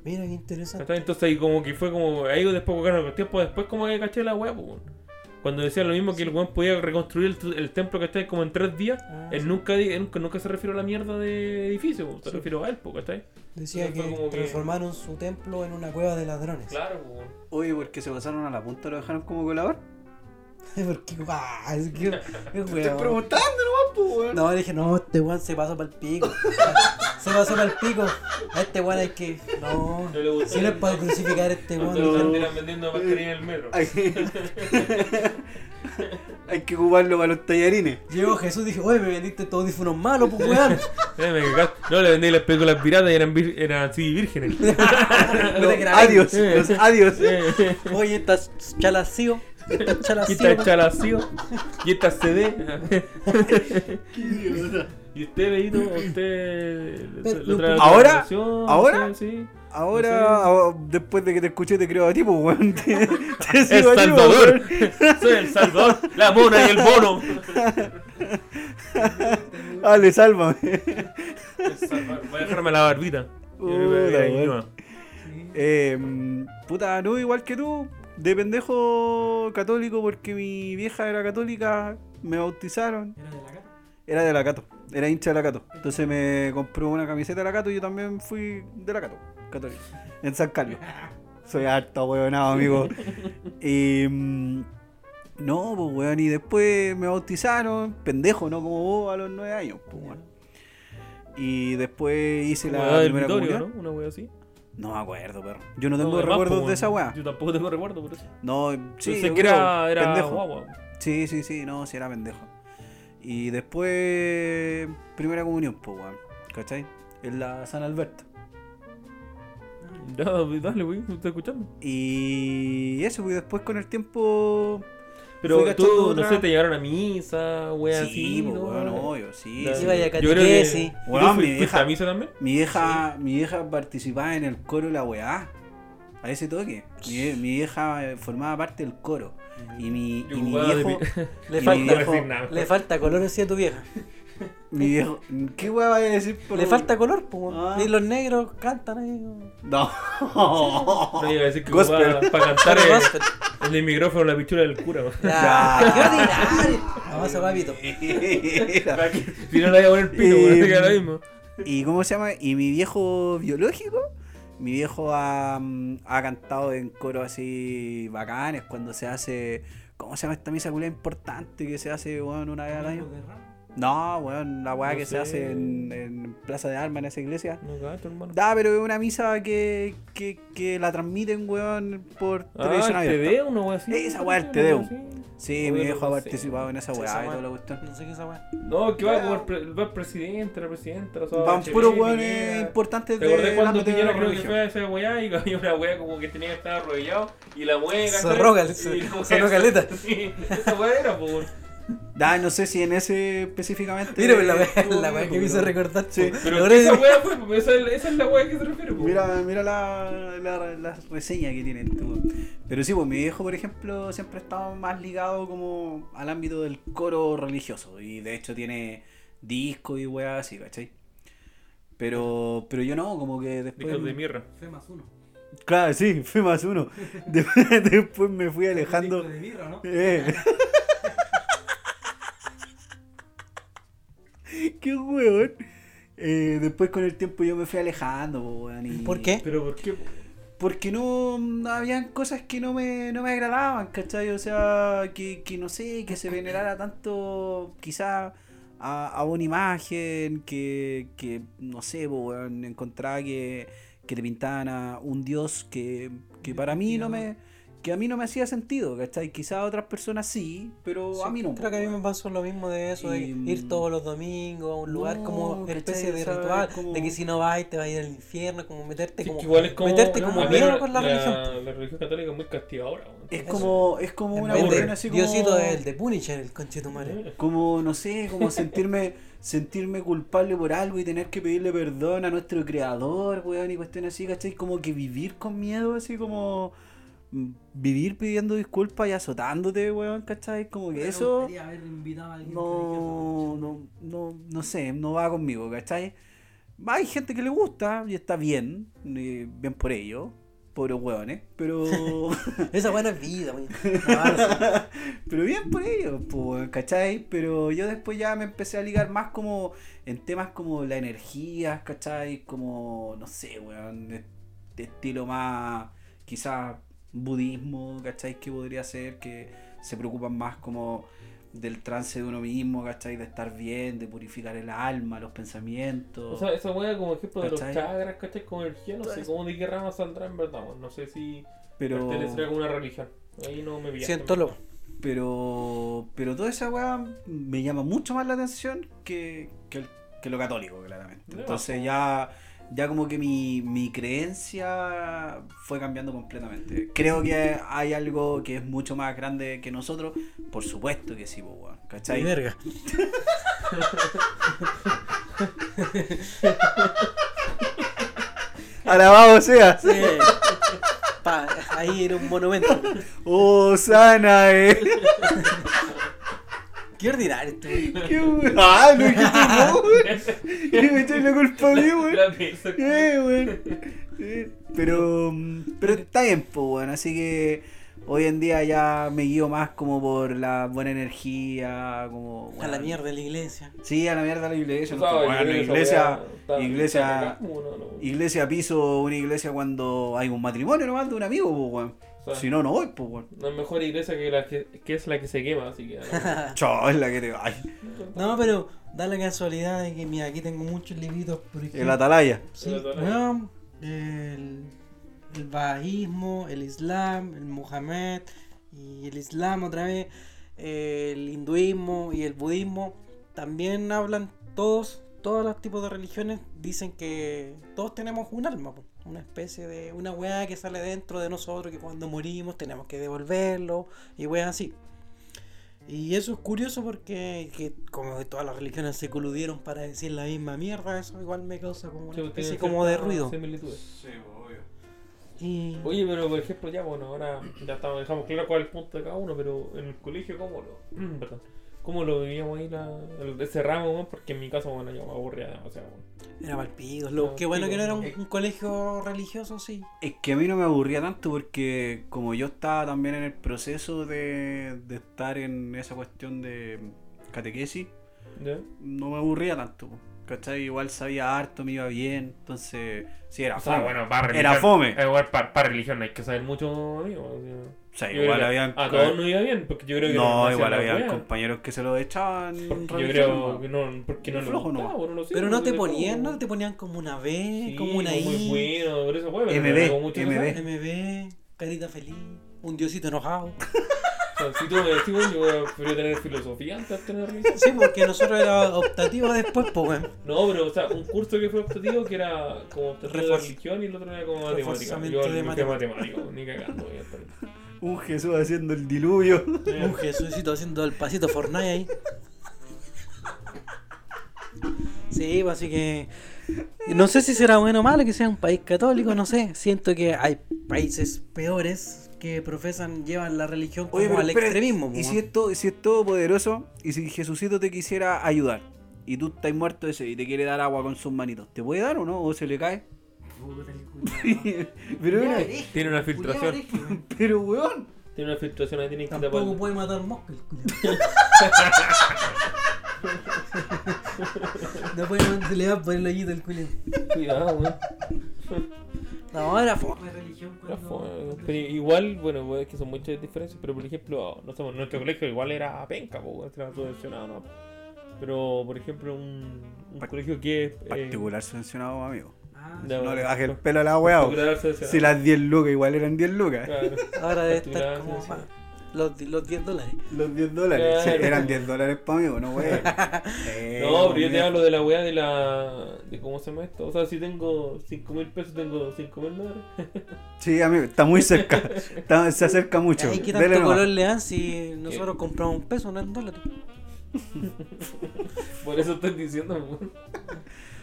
S4: Mira qué interesante.
S2: ¿Cachai? Entonces ahí como que fue como, ahí después con tiempo después como que caché la weá, po, weón. Cuando decía lo mismo que el weón podía reconstruir el, tu- el templo que está como en tres días,
S4: Ah,
S2: él
S4: sí.
S2: nunca, di- él nunca, nunca se refirió a la mierda de edificio, po, se refirió a él, po, ¿cachai?
S4: Decía
S2: Fue
S4: que
S2: como que-
S4: transformaron su templo en una cueva de ladrones.
S2: Claro, po, weón.
S5: Oye, porque se pasaron a la punta, lo dejaron como colador.
S4: ¿Por qué? guau, es que- qué
S5: Estoy
S4: weón.
S5: preguntando nomás, pues, weón.
S4: No, le dije, no, este weón se pasó para el pico. Se pasó para el pico. A este weón hay que. No.
S2: No le gustó
S4: Si no es para crucificar a este
S2: Cuando
S4: weón.
S2: andan vendiendo mascarilla en el metro.
S5: Hay... Hay que ocuparlo para los tallarines.
S4: Llegó Jesús y dije, oye, me vendiste estos audífonos malos, pues weón.
S2: Eh, me cagaste. No, le vendí las películas piratas y eran, vir- eran así vírgenes.
S4: Puta que la
S5: Adiós,
S2: Eh.
S5: los adiós.
S2: Eh,
S4: ven. Oye, estas chalas sigo. Estas chalas
S2: y
S4: sigo.
S2: está chalacío. Y esta CD. ¿Y usted, Benito? ¿Usted
S4: Pero,
S2: lo trae a la
S5: ¿Ahora?
S2: conversación?
S5: ¿Ahora?
S2: Sí, sí.
S5: Ahora, ahora, después de que te escuché, te creo a ti, pues, weón. Te, te
S2: ¡El
S5: sigo a ti, pues,
S2: Salvador!
S5: weón.
S2: ¡Soy el Salvador! ¡La mona y el bono!
S5: Ale, sálvame.
S2: El Salvador. Voy a dejarme la barbita.
S5: Puta,
S2: Ahí
S5: weón.
S2: nomás.
S5: Eh, puta, no, igual que tú, de pendejo católico, porque mi vieja era católica, me bautizaron. Era de la Cato, era hincha de la Cato. Entonces me compró una camiseta de la Cato y yo también fui de la Cato, católico, en San Carlos. Soy harto, huevonado, amigo. Y. mm, no, pues, weón, y después me bautizaron, pendejo, ¿no? Como vos a los nueve años, pues, weón. Y después hice
S2: Como
S5: la
S2: edad del
S5: primera
S2: Vittorio,
S5: comunión.
S2: ¿no? Una wea así.
S5: No me acuerdo, perro. Yo no tengo
S2: además,
S5: recuerdos
S2: pues,
S5: de esa weá.
S2: Yo tampoco tengo recuerdo por eso.
S5: No, sí,
S2: Pensé
S5: yo
S2: que
S5: creo,
S2: era, era
S5: pendejo.
S2: guagua.
S5: Sí, sí, sí, no, sí era pendejo. Y después, primera comunión, pues, weón. ¿Cachai? En la San Alberto.
S2: Ya, pues, dale, wey, te estoy escuchando.
S5: Y eso, pues, y después con el tiempo.
S2: Pero
S5: Fui cachando
S2: tú, no
S5: otra-
S2: sé, te llevaron a misa, wea así.
S5: sí, pues,
S2: ¿no?
S5: weón, obvio, sí.
S2: Ya,
S5: sí.
S4: Iba ya-
S2: Yo creo que-
S4: catequesis.
S2: ¿Y tú
S5: Weón, mi
S2: fuiste- fuiste
S5: hija.
S2: a misa también?
S5: Mi vieja, mi vieja participaba en el coro de la weá. A ese toque. Mi, mi vieja eh, formaba parte del coro. Y mi,
S2: Yo
S5: y mi
S2: jugaba de
S5: viejo.
S4: Le
S5: Y
S4: falta,
S5: no
S2: voy a decir nada.
S4: le falta color así a tu vieja.
S5: Mi viejo. ¿Qué weá vas a decir? por-
S4: Le falta color, pues.
S5: Ah.
S4: Y los negros cantan ahí.
S5: No.
S2: No iba a decir que
S5: Gospel.
S2: para, cantar
S4: Pero
S2: el,
S4: gospel.
S2: el del micrófono la pichula del cura. weón.
S4: Ya. ¡Qué ordinario! Vamos a papito.
S2: Si no la voy a poner pino,
S5: Eh,
S2: weón, así que ahora mismo.
S5: ¿Y cómo se llama? ¿Y mi viejo biológico? Mi viejo ha, mm, ha cantado en coros así bacanes cuando se hace. ¿Cómo se llama esta misa culea importante que se hace, weón, una vez al año? No, weón, la weá
S2: No
S5: que
S2: sé.
S5: se hace en, en Plaza de Armas, en esa iglesia.
S2: No gato, hermano.
S5: Da, pero es una misa que, que, que la transmiten, weón, por
S2: Ah,
S5: televisión
S2: el
S5: abierta.
S2: Tedeum, una wea así.
S5: Esa wea, el
S2: Una
S5: Tedeum.
S2: así.
S5: Sí,
S2: Obvio,
S5: mi
S2: no
S5: viejo ha
S2: sé.
S5: participado en esa
S4: Sí,
S5: weá
S4: esa
S5: y
S4: weá.
S5: toda la cuestión.
S4: No sé qué es esa weá.
S2: No, que va, como el, pre- va el presidente, la presidenta. o sea,
S5: Van
S2: Bachelet,
S5: puros
S2: Piñera.
S5: weones importantes
S2: ¿Te acordás
S5: del
S2: cuando
S5: ámbito de
S2: Piñera
S5: la
S2: creo que
S5: religión.
S2: fue a esa weá y había una weá como que tenía que estar arrodillado y la weá
S4: Zorrogal, zorrogaleta.
S2: Sí, esa weá era, po. weón.
S5: Ah, no sé si en ese específicamente.
S4: Mira, pues, la wea,
S5: estuvo
S4: la wea
S5: rico,
S4: que me hizo
S5: pero-
S4: recordar.
S5: Sí.
S4: pues.
S2: Pero
S4: Ahora-
S2: esa weá fue, pues, esa, es- esa es la weá que se refiere. pues.
S5: Mira, mira la, la, la reseña que tiene este weón. Pero sí, pues mi viejo, por ejemplo, siempre ha estado más ligado como al ámbito del coro religioso. Y de hecho tiene discos y weá así, ¿cachai? Pero, pero yo no, como que después.
S2: Discos de mierda.
S7: Fue más uno.
S5: Claro, sí, fui más uno. De- después me fui alejando.
S7: Un disco de birra, ¿no?
S5: Eh. Qué weón. Eh, después con el tiempo yo me fui alejando, po, weón. y-
S4: ¿Por qué?
S2: Pero ¿por qué?
S5: Porque no, no habían cosas que no me, no me agradaban, ¿cachai? O sea, que, que no sé, que se venerara tanto quizá a, a una imagen, que, que no sé, po, weón, encontraba que, que le pintaban a un dios que, que para mí no me... Que a mí no me hacía sentido, ¿cachai? Quizá a otras personas sí, pero
S4: Sí,
S5: a mí no.
S4: Creo que a mí
S5: po,
S4: me pasó lo mismo de eso, de
S5: Y, mm,
S4: ir todos los domingos a un lugar
S5: no,
S4: como
S5: ¿cachai?
S4: especie de
S5: O sea,
S4: ritual,
S5: es como-
S4: de que si no vas te vas a ir al infierno, como meterte
S2: Sí,
S4: como...
S2: que igual es como,
S4: meterte como
S2: la-
S4: miedo con la
S2: La,
S4: religión.
S2: religión católica es muy castigadora. weón.
S5: Es
S4: Eso.
S5: como, es como
S4: En
S5: una
S4: vez de
S5: cuestión así como.
S4: Diosito es el de Punisher, el conchetumare.
S5: Como, no sé, como sentirme, sentirme culpable por algo y tener que pedirle perdón a nuestro creador, weón, y cuestiones así, ¿cachai? Como que vivir con miedo, así como. mm, Vivir pidiendo disculpas y azotándote, weón, ¿cachai? Como que
S7: Me
S5: eso.
S7: gustaría haber invitado a alguien
S5: No,
S7: religioso,
S5: no, no, no sé, no va conmigo, ¿cachai? Hay gente que le gusta y está bien, eh, bien por ello, pobres weones, pero.
S4: Esa buena vida, wey. Lavarse.
S5: Pero bien por ello, pues, ¿cachai? Pero yo después ya me empecé a ligar más como en temas como la energía, ¿cachai? Como, no sé, weón, de, de estilo más, quizás budismo, ¿cachai? Que podría ser, que se preocupan más como del trance de uno mismo, ¿cachai? De estar bien, de purificar el alma, los pensamientos.
S2: O sea, esa weá como ejemplo de los
S5: ¿Cachai?
S2: chakras, ¿cachai? Con energía, no sé cómo de qué rama saldrá en verdad, weón. No sé si
S5: pero...
S2: pertenecerá a una religión. Ahí no me vi.
S4: Cientólogo.
S5: Pero, pero toda esa weá me llama mucho más la atención que, que, el- que lo católico, claramente.
S2: Ya,
S5: Entonces ya, ya como que mi, mi creencia fue cambiando completamente. Creo que hay algo que es mucho más grande que nosotros. Por supuesto que sí, po, weón.
S4: Mi
S5: ¿Cachai?
S4: verga.
S5: Alabado seas.
S4: Sí. Pa, ahí era un monumento.
S5: Oh, sana, eh.
S4: Qué ordinario esto, wey.
S5: Qué weón. Ah, lo dijiste tú, weón. Y me echáis la culpa a mí, weón.
S2: La pieza.
S5: Eh, weón. Eh, Pero, mm, pero está bien, pues, weón. Así que hoy en día ya me guío más como por la buena energía, como...
S4: A
S5: weón.
S4: la mierda de la iglesia.
S5: Sí, a la mierda la iglesia.
S2: Tú
S5: no,
S2: sabes,
S5: weón,
S2: yo creo
S5: la
S2: que esa
S5: iglesia,
S2: weá está-
S5: iglesia-
S2: está acá, como no, no, weón.
S5: iglesia piso, una iglesia cuando hay un matrimonio nomás de un amigo, pues, weón.
S2: O sea,
S5: Si no, no voy, pues, weón.
S2: No es mejor iglesia que, la que, que es la que se quema, así que. no.
S4: Ah.
S5: Chao, es la que te... Ay,
S4: No, pero da la casualidad de que, mira, aquí tengo muchos libritos, por ejemplo.
S5: el atalaya.
S4: Sí,
S2: Pero todo
S4: weón, el, el bahaísmo, el islam, el Mohamed y el islam otra vez, el hinduismo y el budismo, también hablan todos, todos los tipos de religiones dicen que todos tenemos un alma, po, una especie de, una weá que sale dentro de nosotros, que cuando morimos tenemos que devolverlo y weá así. Y eso es curioso porque que como que todas las religiones se coludieron para decir la misma mierda, eso igual me causa como
S2: Sí,
S4: una especie
S2: tiene
S4: como de
S2: ciertas
S4: ruido.
S2: similitudes.
S4: Y
S2: Oye, pero por ejemplo, ya bueno, ahora ya estamos, dejamos claro cuál es el punto de cada uno, pero en el colegio, ¿cómo lo, perdón, ¿cómo lo vivíamos ahí la, el- ese ramo, weón? Porque en mi caso, bueno, yo me aburría demasiado, weón.
S4: era palpigo, lo qué bueno que no era un, un colegio religioso, sí.
S5: Es que a mí no me aburría tanto porque como yo estaba también en el proceso de, de estar en esa cuestión de catequesis,
S2: ¿Ya?
S5: no me aburría tanto. po, ¿Cachai? Igual sabía harto, me iba bien. Entonces, sí, era
S2: O sea,
S5: fome.
S2: bueno, para religión.
S5: era fome.
S2: eh, igual para, para religión no hay que saber mucho, amigo. o sea,
S5: O sea,
S2: yo creo
S5: igual
S2: que
S5: habían.
S2: A todos no iba bien, porque yo creo que.
S5: no,
S2: hacían
S5: igual
S2: la
S5: habían
S2: wea.
S5: compañeros que se lo echaban.
S2: Porque yo
S5: religión,
S2: creo
S5: po.
S2: que no, porque no le
S5: Flojo, no.
S2: gustaba, no lo sé.
S4: Pero no te
S2: sé
S4: ponían,
S2: cómo.
S4: no te ponían como una B,
S2: Sí,
S4: como una
S2: Muy
S4: I,
S2: bueno, por eso, weón. pero
S5: MB,
S2: me pegó mucho esa-
S5: MB.
S4: MB, carita feliz, un diosito enojado.
S2: O sea, si tú me decís, weón, yo weón, prefiero tener filosofía antes de tener religión.
S4: Sí, porque nosotros era optativo después, pues weón.
S2: No, pero, o sea, un curso que fue optativo que era como optativo de
S4: Refuerzo.
S2: religión y el otro era como matemática.
S4: Reforzamiento
S2: Yo
S4: de
S2: no fui
S4: matemática.
S2: matemático, ni cagando. voy a estar.
S5: Un Jesús haciendo el diluvio.
S4: Un Jesucito haciendo el pasito Fortnite ahí. Sí, pues, así que. No sé si será bueno o malo que sea un país católico, no sé. Siento que hay países peores que profesan, llevan la religión como al
S5: espérate,
S4: extremismo.
S5: ¿y
S4: po,
S5: si es, todo, si es todopoderoso? ¿Y si Jesucito te quisiera ayudar? Y tú estás muerto ese y te quiere dar agua con sus manitos. ¿Te puede dar o no? ¿O se le cae? pero, una-
S2: Tiene una filtración.
S5: pero, weón.
S2: Tiene una filtración ahí, tienen que tapar.
S4: eh. Tampoco puede matar mosca el culiao. Después se le va a poner el hoyito al culiao.
S2: Cuidado, weón.
S4: No, era fome religión.
S2: Era fome. Pero igual, bueno, weón, es que son muchas diferencias, pero por ejemplo, no somos, nuestro colegio igual era penca, po, weón, era subvencionado, ¿no? Pero, por ejemplo, un, un
S5: Par-
S2: colegio que es... eh,
S5: Particular sancionado, amigo.
S4: Ah,
S2: de-
S5: No le bajes el pelo a la weá. o-
S2: particular subvencionado.
S5: Si las 10 lucas igual eran 10 lucas.
S2: Claro.
S4: Ahora debe estar
S2: Particular,
S4: como
S2: sí,
S4: pa- los, los 10 dólares.
S5: Los 10 dólares.
S2: Claro.
S5: Sí, eran 10 dólares para mí, no weón. Eh,
S2: No, pero yo te
S5: mira.
S2: hablo de la weá de la... de cómo se llama esto. O sea, si tengo 5 mil pesos, tengo 5 mil dólares.
S5: Sí, amigo, está muy cerca. Está- se acerca mucho.
S4: Ay, ¿qué
S5: Dele
S4: tanto
S5: nomás.
S4: color le dan si nosotros compramos un peso, no en dólares?
S2: Por eso estoy diciendo, weón.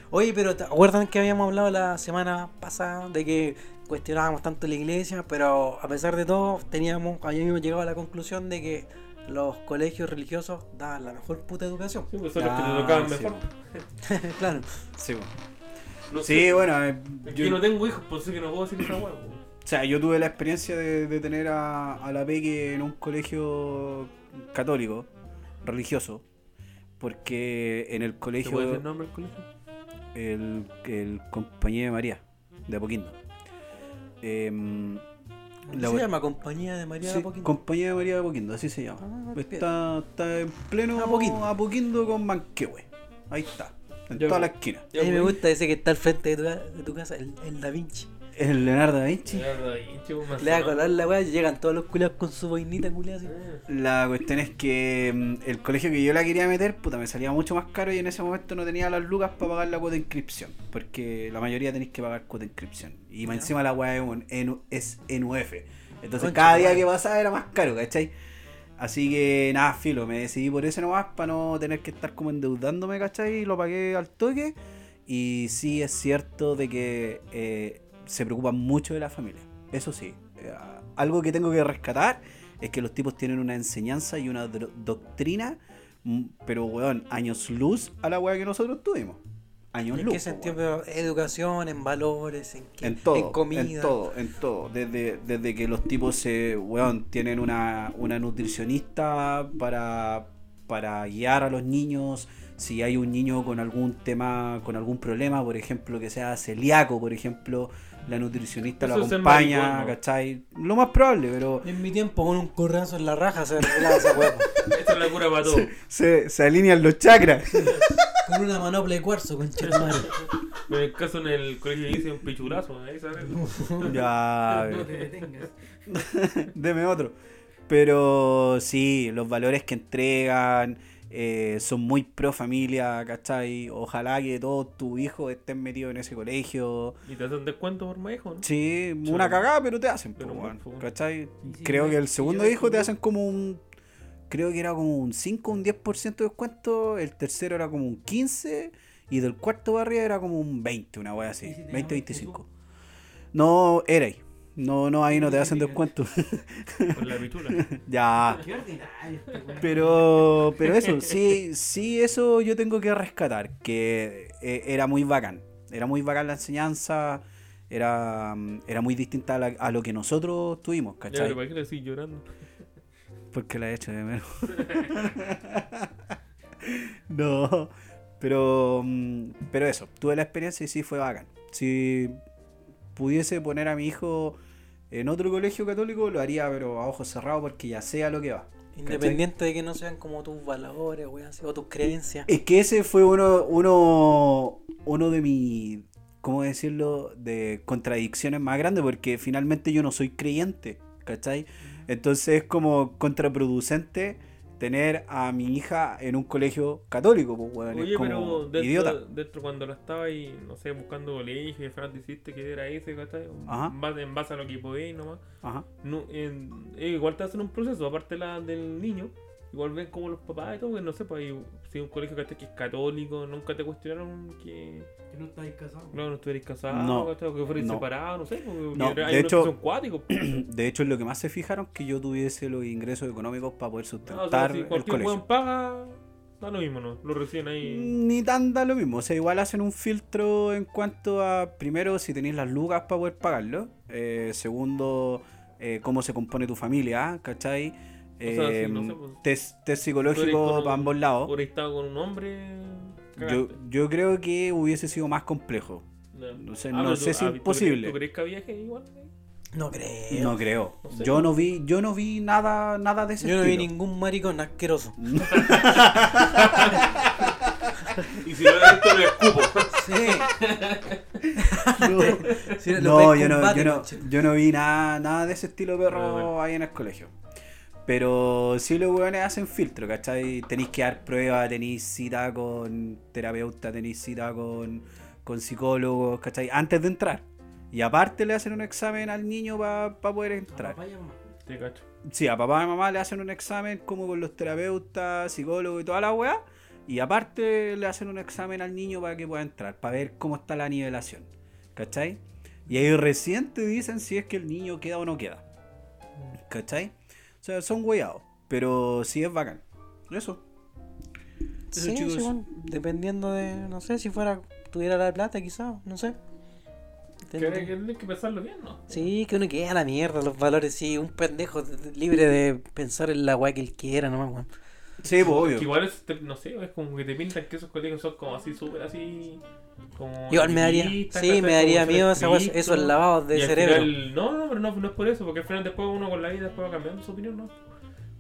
S4: Oye, pero ¿te acuerdan que habíamos hablado la semana pasada de que cuestionábamos tanto la iglesia, pero a pesar de todo, teníamos, habíamos llegado a la conclusión de que los colegios religiosos daban la mejor puta educación.
S2: Sí, pues son los que
S5: Ah,
S2: te tocaban
S5: sí,
S2: mejor.
S4: claro.
S5: Sí, bueno.
S2: No sé.
S5: Sí, bueno, eh,
S2: Es que
S5: yo,
S2: yo no tengo hijos, por eso que no puedo decir esa weá, weón.
S5: o sea, yo tuve la experiencia de, de tener a, a la Peque en un colegio católico, religioso, porque en el
S2: ¿Se puede decir
S5: colegio
S2: nombre al colegio?
S5: el, el compañía de María, de Apoquindo. Em,
S4: ¿Cómo
S5: La
S4: se
S5: bu-
S4: llama Compañía de María
S5: sí,
S4: de Apoquindo?
S5: compañía de María de Apoquindo, así se llama.
S4: Ah, al pie.
S5: Está, está en pleno
S4: Apoquindo.
S5: Apoquindo, con Manquehue. Ahí está, en
S2: Ya,
S5: toda la
S2: pues.
S5: esquina.
S4: A mí Eh, me gusta ese que está al frente de tu, ca- de tu casa, el, el Da Vinci.
S5: El Leonardo da Vinci.
S2: Leonardo da Vinci, weón, más
S4: Le da
S2: sonado.
S4: color la weá, llegan todos los culiados con su boinita culiada así.
S5: La cuestión es que mm, el colegio que yo la quería meter, puta, me salía mucho más caro y en ese momento no tenía las lucas para pagar la cuota de inscripción. Porque la mayoría tenéis que pagar cuota de inscripción. Y más
S4: Ya.
S5: encima la weá es, un- en- es en UF. Entonces
S4: Concha
S5: cada día
S4: madre.
S5: que pasaba era más caro, ¿cachai? Así que nada, filo, me decidí por eso nomás para no tener que estar como endeudándome, ¿cachai? Y lo pagué al toque. Y sí es cierto de que eh, se preocupan mucho de la familia. Eso sí. Eh, algo que tengo que rescatar es que los tipos tienen una enseñanza y una dro- doctrina, mm, pero weón, años luz a la weá que nosotros tuvimos. Años
S4: ¿En
S5: luz.
S4: qué
S5: po,
S4: sentido?
S5: weón.
S4: Pero Educación, en valores, en, qué?
S5: En todo, en,
S4: comida.
S5: todo, en todo. Desde, desde que los tipos se, weón, tienen una, una nutricionista para, para guiar a los niños. Si hay un niño con algún tema, con algún problema, por ejemplo, que sea celíaco, por ejemplo, la nutricionista lo
S2: Eso es ser
S5: acompaña,
S2: maricón, ¿no?
S5: ¿cachai? Lo más probable, pero
S4: En mi tiempo con un corrazo en la raja se arreglaba esa hueá. po.
S2: Esta es la cura para todo.
S5: se, se alinean los chakras.
S4: Con una manopla de cuarzo, con
S2: En el caso en el colegio hice un pichulazo, ahí sabes.
S5: ya, a ver. Deme otro. Pero sí, los valores que entregan eh, son muy pro familia, ¿cachai? Ojalá que todos tus hijos estén metidos en ese colegio.
S2: Y te hacen descuento por más hijo, ¿no?
S5: Sí,
S2: Sí.
S5: una cagada, pero te hacen, po,
S2: Pero,
S5: weón,
S2: por favor.
S5: ¿cachai?
S7: Y si
S5: Creo
S7: no-
S5: que el
S7: si
S5: segundo
S7: yo-
S5: hijo te hacen como un. Creo que era como un 5, un 10% de descuento. El tercero era como un 15. Y del cuarto para arriba era como un 20, una wea
S7: ¿Y
S5: así.
S7: si te
S5: 20,
S7: llamas
S5: 25. No, era ahí. No, no, ahí no te hacen descuento.
S2: Por la pichula.
S5: ya.
S7: Qué ordinario este weón.
S5: Pero, pero eso, sí, sí, eso yo tengo que rescatar, que eh, era muy bacán. Era muy bacán la enseñanza, era, mm, era muy distinta a, la- a lo que nosotros tuvimos,
S2: Ya, pero
S5: ¿cachai?
S2: ¿para qué le sigues llorando?
S5: Porque la he hecho de menos. no, pero, mm, pero eso, tuve la experiencia y sí fue bacán. Si pudiese poner a mi hijo en otro colegio católico, lo haría, pero a ojos cerrados, porque ya sé a lo que va.
S4: Independiente de que no sean como tus valores, weón, así, o tus creencias.
S5: Es que ese fue uno, uno, uno de mis, ¿cómo decirlo?, de contradicciones más grandes, porque finalmente yo no soy creyente, ¿cachai? Entonces es como contraproducente tener a mi hija en un colegio católico, pues, weón.
S2: Oye,
S5: es como
S2: pero dentro,
S5: idiota.
S2: dentro cuando la estaba ahí, no sé, buscando colegio, y al final decidiste que era ese, ¿cachai?
S5: Ajá.
S2: En base, en base a lo que podéis nomás.
S5: Ajá.
S2: No, en- eh, igual te hacen un proceso, aparte la del niño. Igual ven como los papás y todo, que no sé, pues ahí, si un colegio ¿cachai? que es católico, nunca te cuestionaron que
S7: Que no estáis casados.
S2: no, no estuvierais casados,
S5: No,
S2: ¿cachai? O que fuerais
S5: no.
S2: separados, no sé, porque
S5: No,
S2: hay
S5: de
S2: unos que
S5: hecho-
S2: son cuáticos. pues. po.
S5: De hecho, es lo que más se fijaron que yo tuviese los ingresos económicos para poder
S2: No, o
S5: sustentar
S2: sea, si
S5: el
S2: cualquier
S5: colegio.
S2: buen paga, da lo mismo, ¿no? Lo reciben ahí.
S5: Ni tan da lo mismo. O sea, igual hacen un filtro en cuanto a, primero, si tenéis las lucas para poder pagarlo. Eh, segundo, eh, cómo se compone tu familia, ¿cachai?
S2: sea, sí,
S5: Em,
S2: no sé, pues,
S5: test, test
S2: Tú eres
S5: psicológico
S2: con
S5: para
S2: un-
S5: ambos lados.
S2: Por ahí estaba con un hombre.
S5: Yo,
S2: cagaste.
S5: yo creo que hubiese sido más complejo. no sé- no
S2: pero
S5: sé si
S2: ah,
S5: es posible.
S2: ¿Tú crees que había gente igual? eh?
S4: No creo.
S5: No creo.
S2: No sé.
S5: Yo no vi, yo no vi nada, nada de ese
S4: Yo no vi
S5: estilo.
S4: ningún maricón asqueroso.
S2: Y si no lo he visto, lo escupo.
S4: Sí. Sí, lo
S5: No,
S4: veis
S5: yo no,
S4: combate,
S5: yo no,
S4: conche.
S5: yo no vi nada, nada de ese estilo
S2: Ah, bueno.
S5: perro ahí en el colegio. Pero sí los hueones hacen filtro, ¿cachai? Tenéis que dar pruebas, tenéis cita con terapeuta, tenéis cita con, con psicólogos, ¿cachai? Antes de entrar. Y aparte le hacen un examen al niño para poder entrar.
S2: Te cacho.
S5: Sí, a papá y mamá le hacen un examen como con los terapeutas, psicólogos y toda la weá. Y aparte le hacen un examen al niño para que pueda entrar, para ver cómo está la nivelación. ¿Cachai? Y ahí recién te dicen si es que el niño queda o no queda. ¿Cachai? O sea, son weados. Pero sí es bacán. Eso. Esos
S4: Sí,
S5: chicos-
S4: sí, bueno, dependiendo de, no sé, si fuera, tuviera la plata quizás, no sé. Tendría-
S2: Tienes que pensarlo bien, ¿no?
S4: Sí, que uno queda a la mierda los valores, sí, un pendejo de- de- libre de pensar en la weá que él quiera nomás, weón.
S5: Sí, pues,
S2: Que
S5: obvio.
S2: igual es, te- no sé, es como que te pintan que esos colegios son como así, súper así. Como
S4: Igual me daría,
S2: elitistas,
S4: sí,
S2: ¿cachai?
S4: me daría
S2: Como
S4: miedo
S2: súper
S4: esa weá,
S2: estrictos.
S4: esos lavados de
S2: Y al
S4: cerebro.
S2: final- no, no, pero no, no es por eso, porque al final después uno con la vida después va cambiando su opinión, ¿no?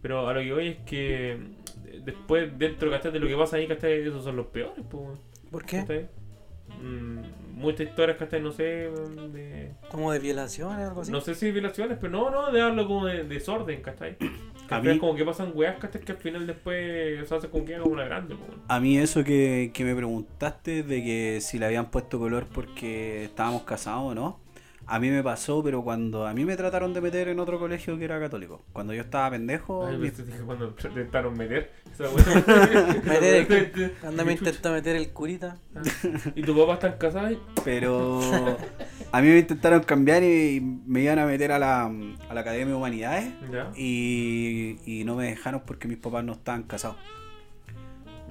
S2: Pero a lo que voy es que eh, después dentro ¿cachai? de lo que pasa ahí, ¿cachai? esos son los peores, pues.
S4: ¿Por qué?
S2: ¿cachai? Mm, muchas historias, ¿cachai? No sé, de,
S4: ¿Como de violaciones o algo así?
S2: no sé si violaciones, pero no, no, de hablo como de desorden, ¿cachai? Que
S5: A
S2: al final
S5: mí-
S2: como que pasan weas, ¿cachai? Que al final después se hace como que haga una grande, pues.
S5: A mí eso que, que me preguntaste de que si le habían puesto color porque estábamos casados o no, a mí me pasó, pero cuando a mí me trataron de meter en otro colegio que era católico, cuando yo estaba pendejo,
S4: Oh,
S2: Ay,
S5: mis-
S2: pues, dije cuando intentaron meter esa wea.
S4: Meter el- Anda, me intenta meter el curita.
S2: Y tu papá están casados y
S5: pero a mí me intentaron cambiar y me iban a meter a la, a la Academia de Humanidades
S2: ya.
S5: y, y no me dejaron porque mis papás no estaban casados.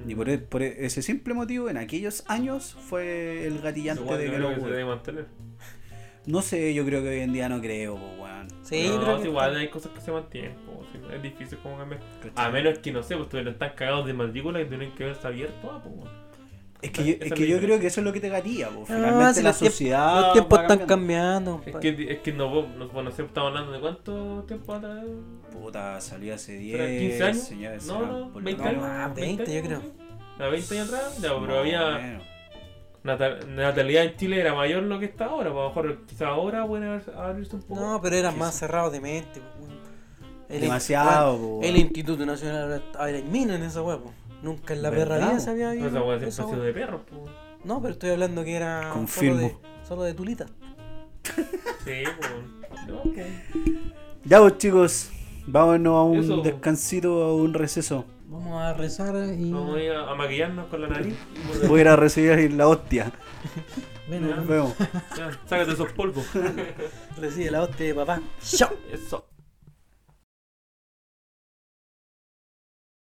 S5: Y por, e- por e- ese simple motivo, en aquellos años fue el gatillante
S2: Igual
S5: de
S2: yo
S5: que
S2: creo que
S5: no
S2: se
S5: pude.
S2: debe mantener.
S5: No sé, yo creo que hoy en día no creo, po, weón.
S4: Sí,
S2: no,
S4: creo
S2: sí,
S4: que
S2: igual
S4: está-
S2: hay cosas que se mantienen. po, sí, es difícil como cambiar.
S5: ¿Cachai?
S2: A menos que, no sé, pues tuvieran tan cagados de matrícula que tienen que verse abierto. ah, po, bueno.
S5: Es que, yo,
S2: Esa es
S5: es que
S2: la
S5: yo
S2: diferencia.
S5: creo que eso es lo que te gatilla, po.
S4: Ah,
S5: Finalmente
S4: si
S5: la
S4: los tiempos-
S5: sociedad.
S4: Ah, Los tiempos
S5: va
S4: están cambiando.
S2: Es
S4: pa-
S2: que, es que no, vos- no, bueno, no sé, estamos hablando de cuánto tiempo atrás.
S5: Puta, salí hace 10.
S2: ¿Será 15 años?
S5: señores,
S2: No,
S5: será
S2: no,
S5: por lo
S2: 20
S5: menos.
S2: años.
S4: Ah, 20 yo creo.
S2: A 20 años atrás, ya, pero
S5: No,
S2: había.
S5: bueno.
S2: natal- natalidad en Chile era mayor lo que está ahora. pues, A lo mejor quizás ahora pueden haber- abrirse un poco.
S4: No, pero eran más cerrados de mente. po, weón. El-
S5: Demasiado,
S4: weón,
S5: po,
S4: El
S5: weón.
S4: Instituto Nacional Aire Mina en esa hueá, po. Nunca en la
S5: ¿Verdad,
S4: perra vida
S5: po?
S4: se había
S2: Pero
S4: visto.
S2: esa weá siempre
S4: esa
S2: ha sido
S4: hueá.
S2: de perros, pues.
S4: No, pero estoy hablando que era
S5: Confirmo.
S4: solo de, solo de tulitas.
S2: Sí, pues. No, pues.
S5: Ya, pues, chicos. Vámonos a un
S2: Eso, po.
S5: descansito, a un receso.
S4: Vamos a rezar y.
S2: Vamos a ir a, a maquillarnos con la nariz. y-
S5: Voy a ir a recibir la hostia.
S4: Bueno,
S5: Nos vemos.
S2: Ya, sácate esos polvos.
S4: recibe la hostia de papá. ¡Chao!
S2: Eso.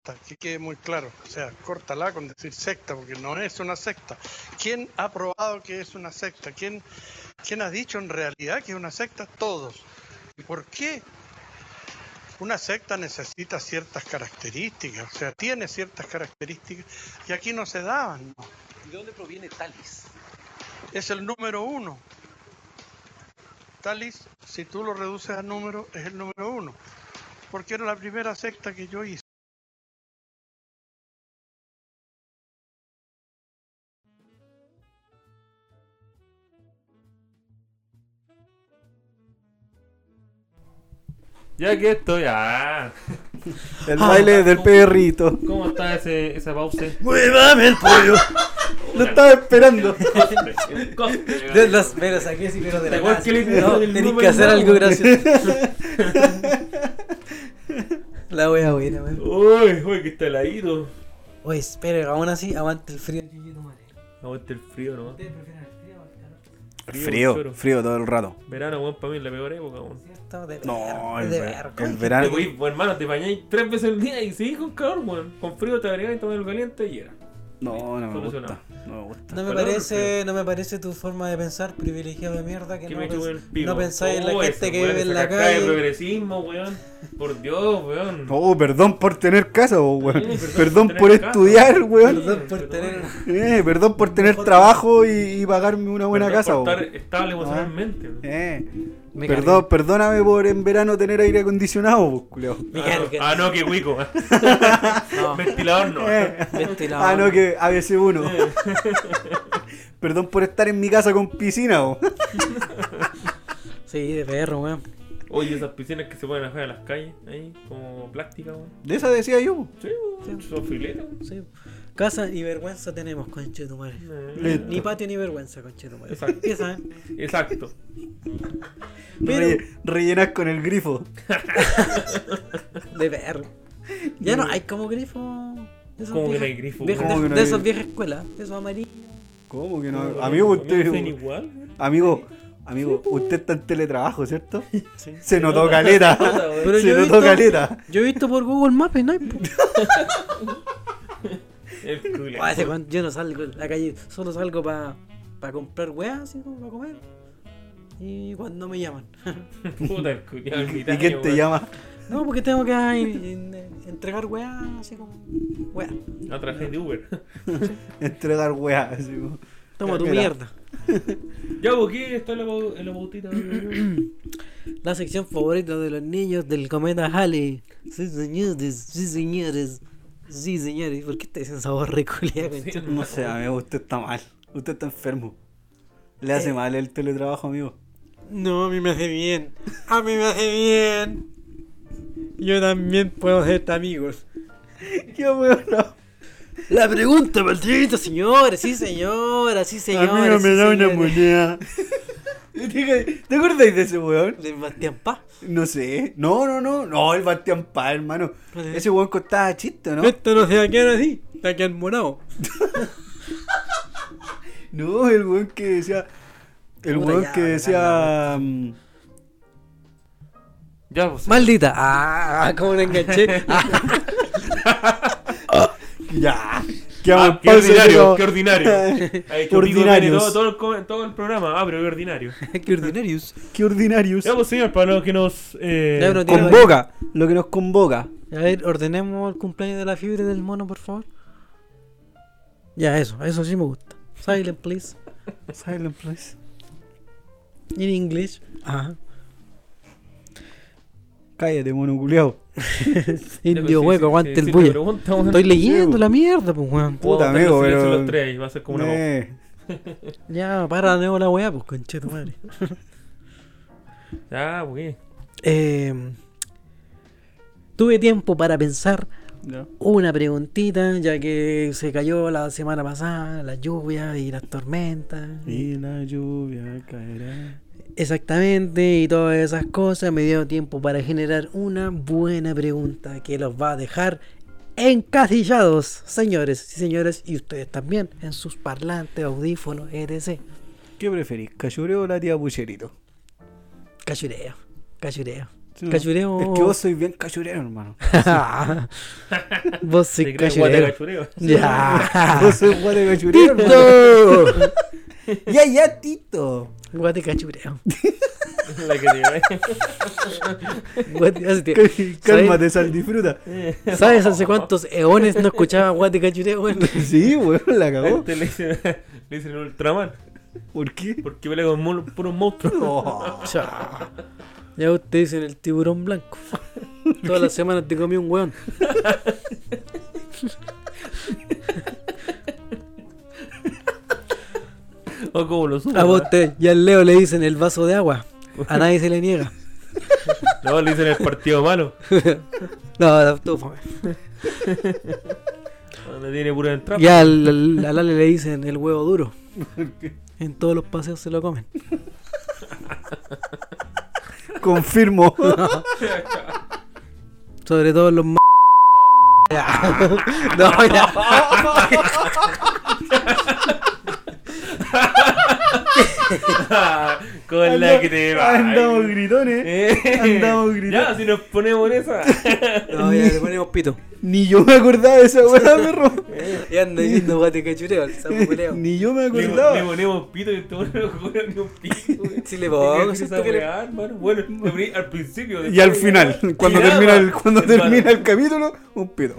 S8: secta, que quede muy claro. O sea, córtala con decir secta, porque no es una secta. ¿Quién ha probado que es una secta? ¿Quién, quién ha dicho en realidad que es una secta? Todos. ¿Y por qué? Una secta necesita ciertas características, o sea, tiene ciertas características, y aquí no se daban. ¿no?
S9: ¿De dónde proviene Talis?
S8: es el número uno. Talis, si tú lo reduces a número, es el número uno. Porque era la primera secta que yo hice.
S2: Ya que estoy. Ah.
S5: El baile del perrito.
S2: ¿Cómo está ese, esa pausa?
S5: ¡Muévame el pollo! Lo estaba esperando.
S4: Yo las- me lo saqué sí, pero de la
S2: Igual
S4: casa.
S2: que le dije
S4: No,
S2: del
S4: tenés que
S2: número,
S4: hacer
S2: no,
S4: algo
S2: güey.
S4: gracioso. La wea buena, weón.
S2: Uy, uy, que está heladito.
S4: Oye, espere, aún así aguante el frío.
S2: Aguanta el frío nomás.
S3: Frío,
S2: choro.
S3: frío todo el rato.
S2: Verano, weón, para mí es la peor época, weón.
S4: Esto de
S3: No,
S4: ver-
S3: el,
S4: de
S3: ver-
S4: ver-
S3: el
S2: Te
S3: verano.
S2: voy, bueno, hermano, te bañáis tres veces al día y seguís con calor, weón. Con frío te agregás y tomas el caliente y era.
S3: No, no me gusta.
S2: Solucionado.
S3: No me gusta.
S4: No me
S2: Calor,
S4: parece, no me parece tu forma de pensar privilegiado de mierda que
S2: Que
S4: no,
S2: me
S4: pens-
S2: chupa el pico.
S4: no pensáis en la
S2: Oh,
S4: gente
S2: esa
S4: que
S2: weá
S4: vive en la
S2: saca acá de
S4: calle.
S2: progresismo, weón. Por Dios, weón.
S5: Oh, perdón por tener casa, oh, weón.
S2: Sí,
S5: Perdón,
S2: tener
S5: por
S2: casa.
S5: estudiar, weón.
S4: Perdón por tener-
S5: Eh, perdón por tener trabajo y, y pagarme una buena
S2: Perdón
S5: casa,
S2: por
S5: weón. Ah.
S2: estar estable emocionalmente. weón.
S5: Eh,
S4: Me
S5: perdón, perdóname por en verano tener aire acondicionado, pues, culiao.
S4: Me
S2: Ah, no,
S4: carga.
S2: ah, no, que huico.
S4: No.
S2: Ventilador no.
S5: Eh,
S4: Ventilador.
S5: Ah, no, que ABC1. Perdón por estar en mi casa con piscina, vos.
S4: Sí, de perro, weón.
S2: Oye, esas piscinas que se ponen afuera de las calles, ahí, como plástica, weón.
S5: De esa decía yo. po.
S2: Sí, weón. Son filetes, weón.
S4: Sí. Casa y vergüenza tenemos, conchetumare.
S2: Eh,
S5: Listo.
S4: Ni patio ni vergüenza, conchetumare.
S2: Exacto.
S4: ¿Qué saben?
S2: Eh, Exacto.
S4: Pero-
S5: Relle- rellenas con el grifo.
S4: De ver. Ya no hay como grifo. de esos
S2: ¿Cómo que no hay
S4: viejos-
S2: grifo?
S4: viejas-
S5: ¿Cómo que
S4: de,
S5: no
S4: de
S5: hay-
S4: esas viejas escuelas, de esos amarillos.
S5: ¿Cómo que no? Amigo, usted.
S2: ¿Son igual? weón?
S5: Amigo, amigo, usted está en teletrabajo, ¿cierto? Se notó caleta.
S4: Pero
S5: Se
S4: yo he
S5: notó
S4: visto-
S5: caleta.
S4: Yo he visto por Google Maps, ¿no? hay, po.
S2: El culo.
S4: Ah, ese weón, yo no salgo a la calle, solo salgo para pa comprar weas, así como para comer. Y cuando me llaman.
S2: Puta, el culo.
S5: ¿Y quién te llama?
S4: No, porque tengo que ah, en- en- entregar weas, así como. Wea.
S2: A través de Uber.
S5: Entregar weá. así, po.
S4: Toma tu
S5: Mira.
S4: mierda.
S2: Ya, ¿por qué está en la, bau- en la bautita? weón?
S4: La sección favorita de los niños del cometa Halley. Sí, señores, sí, señores. Sí, señores. ¿Por qué te dicen sabor reculia,
S2: Sí,
S5: No sé, amigo, usted está mal. Usted está enfermo. Le hace mal el teletrabajo, amigo.
S4: No, a mí me hace bien. A mí me hace bien. Yo también puedo ser amigos.
S5: Qué weón, no.
S4: La pregunta, maldito, señores. Sí, señora, sí, señores.
S5: Amigo, me
S4: sí,
S5: da una
S4: señores.
S5: moneda. ¿Te te acordáis de ese weón?
S4: De Bastián Paz.
S5: No sé. No, no, no. No, el Bastián Paz, hermano.
S4: ¿Cuál es?
S5: Ese weón costaba chiste, ¿no?
S4: Esto no se va a quedar así. Se va a quedar morado.
S5: No, el weón que decía. El
S4: Puta,
S5: weón
S4: ya,
S5: que
S4: me
S5: decía. mm,
S2: Ya, pues.
S4: Maldita. Ah, cómo la enganché. Ah,
S5: Ya. Que
S2: Ah, qué ordinario, qué ordinario. Ha hecho pico de pene
S5: Ordinarios.
S2: todo, todo el, co- todo el programa. Ah, pero qué ordinario.
S4: qué ordinarios.
S5: Qué ordinarios.
S2: Ya, pues, señor, para los que nos. Eh,
S4: Ya, pero tiene-
S5: Convoca. Lo que nos convoca.
S4: A ver, ordenemos el cumpleaños de la fiebre del mono, por favor. Ya, eso, eso sí me gusta. Silent, please.
S5: Silent, please.
S4: In English. Ah, Ajá.
S5: Cállate, mono culiao.
S2: pues,
S4: Indio hueco, aguante el
S2: bulle.
S4: bulla. Estoy leyendo la mierda, pues, weón.
S5: Puta, amigo, pero.
S2: Los tres, y va a ser como una bomba.
S5: Eh,
S4: Ya, para de nuevo la weá, pues, concheto madre.
S2: Ya, pues.
S4: Eh, tuve tiempo para pensar
S5: Ya.
S4: una preguntita, ya que se cayó la semana pasada, las lluvias y las tormentas.
S5: Y la lluvia caerá.
S4: Exactamente, y todas esas cosas me dio tiempo para generar una buena pregunta que los va a dejar encasillados, señores y señores, y ustedes también, en sus parlantes, audífonos, E etc.
S5: ¿Qué preferís, cachureo o la tía Pucherito?
S4: Cachureo, cachureo.
S5: Sí, ¿no?
S4: Cachureo.
S5: Es que vos sois bien cachurero, hermano.
S4: Vos
S2: Te
S4: sois
S2: crees guata
S4: cachureo.
S2: cachureo.
S4: Ya.
S5: Vos sois guate cachurero, hermano.
S4: ¡Tito!
S5: Ya, ya, Tito.
S4: Guate cachureo.
S2: La que te
S4: Guate- hace tiempo.
S5: C- Cálmate, sal, disfruta.
S4: ¿Sabes, ¿Sabes hace cuántos eones no escuchaba guate cachureo? Bueno,
S5: Sí, weón, la cagó.
S2: Este le dicen, le dicen el Ultraman.
S5: ¿Por qué?
S2: Porque pelea con mon- puros monstruos.
S5: Oh,
S4: Chao. Ya usted dicen el tiburón blanco. Todas las semanas te comí un weón.
S2: O como lo supo.
S4: A vos te, y al Leo le dicen el vaso de agua. A nadie se le niega.
S2: No, le dicen el partido malo.
S4: No, no, tú, fome.
S2: Donde tiene pura entrada.
S4: Ya al, al- al Ale le dicen el huevo duro. En todos los paseos se lo comen.
S5: Confirmo.
S4: Sobre todo los m- Ya. No, ya.
S2: Con la que te va.
S5: Andamos gritones.
S2: Eh.
S5: andamos gritando.
S2: Ya, si nos ponemos en esa.
S4: No, ya le ponemos pito.
S5: Ni yo me acordaba de esa weá, perro.
S4: Y anda diciendo guate cachureo, el sapo culeo.
S5: Ni yo me
S2: Le, le
S5: acordaba.
S2: ponemos un pito y todo no juega ni un pito. güey.
S4: Sí, le pongo,
S2: ¿Qué crees
S4: si
S2: esa
S4: tú quieres.
S2: weá, hermano? Bueno, le poní al principio.
S5: Y al
S2: después,
S5: final,
S2: güey,
S5: cuando
S2: tiraba.
S5: termina el, cuando
S2: Hermano,
S5: termina el capítulo, un pito.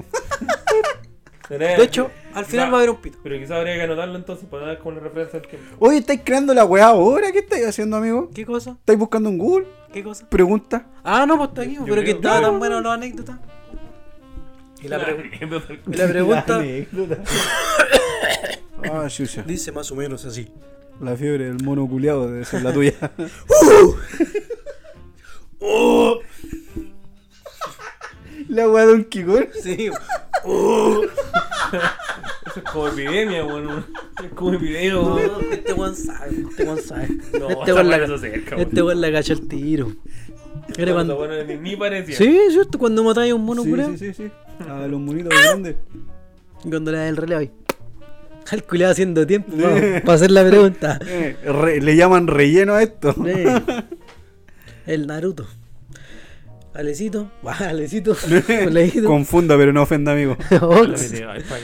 S2: será-
S4: De hecho, al final va a haber un pito.
S2: Pero quizás habría que anotarlo entonces para dar como una referencia al tiempo.
S5: Oye, ¿estáis creando la weá ahora? ¿Qué estáis haciendo, amigo?
S4: ¿Qué cosa?
S5: ¿Estáis buscando en Google?
S4: ¿Qué cosa?
S5: Pregunta.
S4: Ah, no, pues está aquí. Pero
S2: creo
S4: que
S2: que-
S4: estaba tan buena la anécdota. Y la, pregu- y la pregunta
S5: Ah, chucha.
S4: dice más o menos así.
S5: La fiebre del mono culiado debe ser la tuya.
S4: Uh.
S5: La weá de un Kikor.
S4: Sí.
S2: Eso es como epidemia, bueno. Es como epidemia,
S4: No,
S2: güey.
S4: este weón sabe, este weón sabe.
S2: No,
S4: este
S2: esa
S4: weón la,
S2: weá no se acerca, weón.
S4: este weón la cacha el tiro. Era
S2: Cuando,
S4: cuando-
S2: bueno, ni, ni parecía.
S4: Sí, es cierto, cuando matáis a un mono Ah.
S5: Sí,
S4: curado.
S5: sí, sí, sí. A los monitos grandes.
S4: Cuando le das el relevo ahí. Al culiao haciendo tiempo vamos, para hacer la pregunta.
S5: Eh, re- le llaman relleno a esto.
S4: Sí. El Naruto. Alecito. Buah, Alecito. Leído.
S5: Confunda, pero no ofenda, amigo.
S4: Ox.
S2: Ay, ay, ay.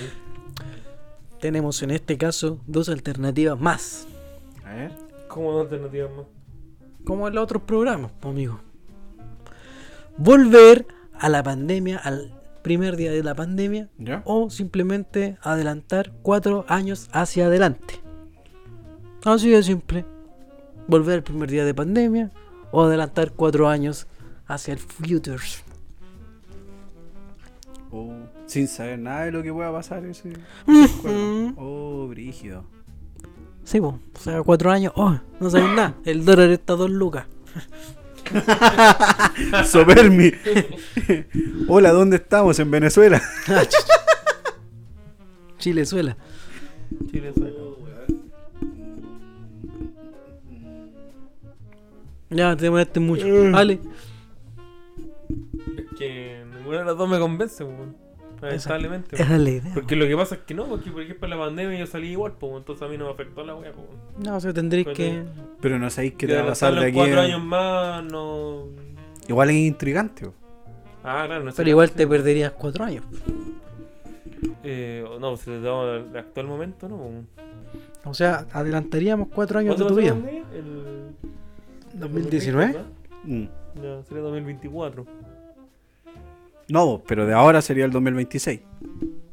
S4: Tenemos en este caso dos alternativas más.
S2: ¿Cómo dos alternativas más?
S4: Como en los otros programas, po, amigo. Volver a la pandemia, al primer día de la pandemia.
S5: ¿Ya?
S4: O simplemente adelantar cuatro años hacia adelante. Así de simple. Volver al primer día de pandemia o adelantar cuatro años hacia el future.
S5: Oh, sin saber nada de lo que pueda pasar ese.
S4: Mm,
S5: Oh, brígido.
S4: Sí, po. o sea, cuatro años. Oh, no sabes nada. El dólar está a dos lucas.
S5: Sobermi. Hola, ¿dónde estamos? En Venezuela.
S4: Chilezuela.
S2: Chile suena.
S4: Ya, te demoraste mucho.
S2: Mm.
S4: Vale.
S2: Es que ninguna de las dos me convence, weón. Lamentablemente.
S4: Esa es la idea.
S2: Porque lo que pasa es que no, porque por ejemplo en la pandemia yo salí igual, pues entonces a mí no me afectó la wea, pues.
S4: No, o sea, tendréis que.
S5: Pero no sabéis
S2: Que
S5: qué te va a pasar
S2: adelantarlo
S5: de
S2: en
S5: aquí.
S2: cuatro
S5: a-
S2: años más no.
S5: Igual es intrigante. bo.
S2: Ah, claro, no sé.
S4: Pero igual te perderías cuatro años.
S2: Eh, no, si te damos el actual momento, no. pues.
S4: O sea, adelantaríamos cuatro años de
S2: ¿Cuándo
S4: tu
S2: pasó la
S4: vida.
S2: pandemia? El
S4: 2019?
S5: Mm.
S2: ¿no? Ya, sería 2024.
S5: No, bo, pero de ahora sería el 2026.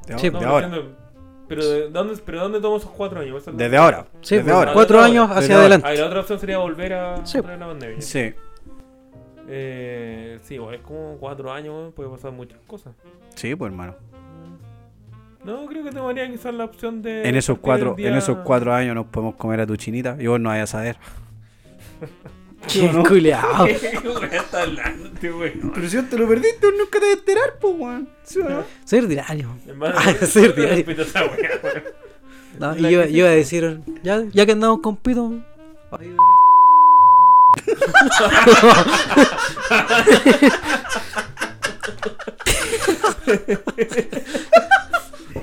S5: De,
S4: Sí,
S5: de
S2: No, no
S5: ahora.
S2: entiendo. Pero ¿de dónde, pero ¿dónde tomo esos cuatro años? Esa es la-
S5: Desde ahora.
S4: Sí,
S5: desde
S4: pues,
S5: ahora.
S4: cuatro
S2: Desde
S4: años
S2: ahora.
S4: hacia
S5: Desde
S4: adelante.
S2: Ah, y la otra opción sería volver a
S4: Sí.
S2: otra vez la pandemia.
S5: Sí,
S2: Eh, sí, igual es como cuatro años, weón, puede pasar muchas cosas.
S5: sí, pues hermano.
S2: No, creo que tomaría quizás la opción de.
S5: En esos
S2: partir
S5: cuatro,
S2: el día-
S5: en esos cuatro años nos podemos comer a tu chinita y vos no vayas a saber.
S4: Qué culiao.
S2: ¿Qué wea está hablando este weón?
S5: Pero si te lo perdiste, nunca te vas a enterar, pues, weón.
S4: Ser diario.
S2: Hermano,
S4: Ah,
S2: yo-
S4: sí,
S2: yo
S4: tío.
S2: respeto esa wea, weón.
S4: No, y
S2: La
S4: yo,
S2: que-
S4: yo iba a decir, ya, ya que andamos con pito.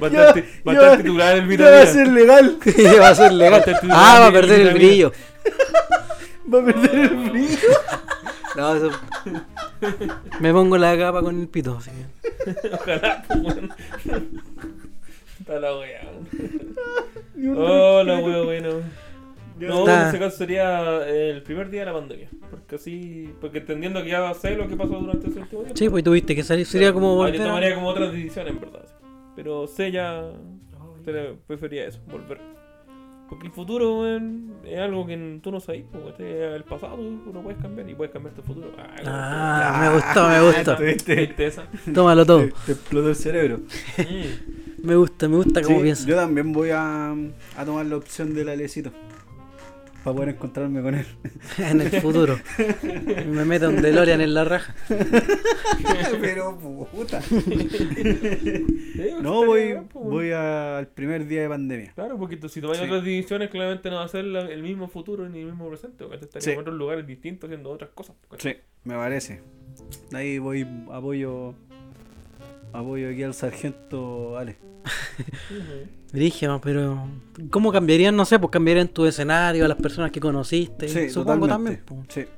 S2: Bastante,
S5: Yo-
S2: bastante
S5: yo-
S2: titular el video.
S5: va a
S2: mira.
S5: ser legal.
S4: va a ser legal.
S2: Te- te- te-
S4: Ah, va
S2: te-
S4: a
S2: te-
S4: perder
S2: te-
S4: el
S2: te-
S4: brillo.
S5: Va a perder el brillo.
S4: No, eso. Me pongo la capa con el pito. así.
S2: Ojalá, pues, weón. Está la wea. weón. Oh, la wea, bueno. No, en
S4: Está.
S2: ese caso sería el primer día de la pandemia. Porque así, porque entendiendo que ya sé lo que pasó durante ese último día.
S4: Sí, pues tuviste que salir. Sería como
S2: Ah, yo
S4: volver.
S2: tomaría
S4: a-
S2: como otras decisiones, en verdad. Pero sé ya. te- Prefería eso, volver. Porque el futuro, weón, es algo que tú no sabes. Porque este es el pasado tú lo puedes cambiar y puedes cambiar tu futuro. Ah,
S4: Ah, me gustó, me gustó.
S2: qué tristeza.
S4: Tómalo todo.
S5: Te explotó el cerebro.
S2: Mm.
S4: Me gusta, me gusta cómo
S5: Sí,
S4: piensas.
S5: yo también voy a, a tomar la opción del alecito. para poder encontrarme con él.
S4: en el futuro. Me meto un DeLorean en la raja.
S5: Pero puta.
S2: Eh,
S5: No,
S2: está
S5: voy,
S2: bien, pues.
S5: voy a- al primer día de pandemia.
S2: Claro, porque tú- si tomas
S5: Sí.
S2: otras decisiones, claramente no va a ser la- el mismo futuro ni el mismo presente. Porque estarías
S5: Sí.
S2: en otros lugares distintos haciendo otras cosas. ¿cachai?
S5: Sí, me parece. Ahí voy, apoyo. Apoyo aquí al sargento Ale.
S4: Brígido, pero. ¿Cómo cambiarían? No sé, pues cambiarían tu escenario, a las personas que conociste.
S5: Sí,
S4: Supongo
S5: totalmente.
S4: también. pues.
S5: Sí.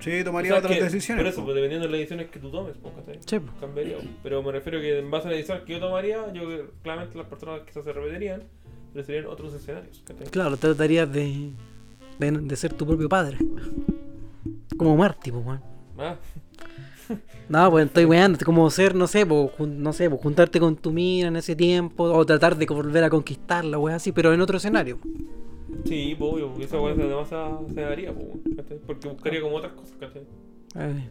S5: Sí,
S2: O
S5: tomaría
S2: sea,
S5: otras
S2: que-
S5: decisiones.
S2: Por eso,
S5: po.
S2: pues, dependiendo de las decisiones que tú tomes, pues, ¿cachai?
S4: Sí, pues.
S2: Cambiaría. pues. Pero me refiero que en base a las decisiones que yo tomaría, yo claramente las personas quizás se repetirían, pero serían otros escenarios. ¿cachai?
S4: Claro, tratarías de, de, de ser tu propio padre. Como Marty, pues, weón.
S2: Ah,
S4: No, pues estoy weando, como ser, no sé, pues, jun- no sé, pues, juntarte con tu mina en ese tiempo, o tratar de volver a conquistarla, weón, así, pero en otro escenario. pues.
S2: sí, pues, obvio, porque esa weá además se, se daría, pues, weón, ¿cachai? Porque buscaría como otras cosas, ¿cachai?
S4: Eh,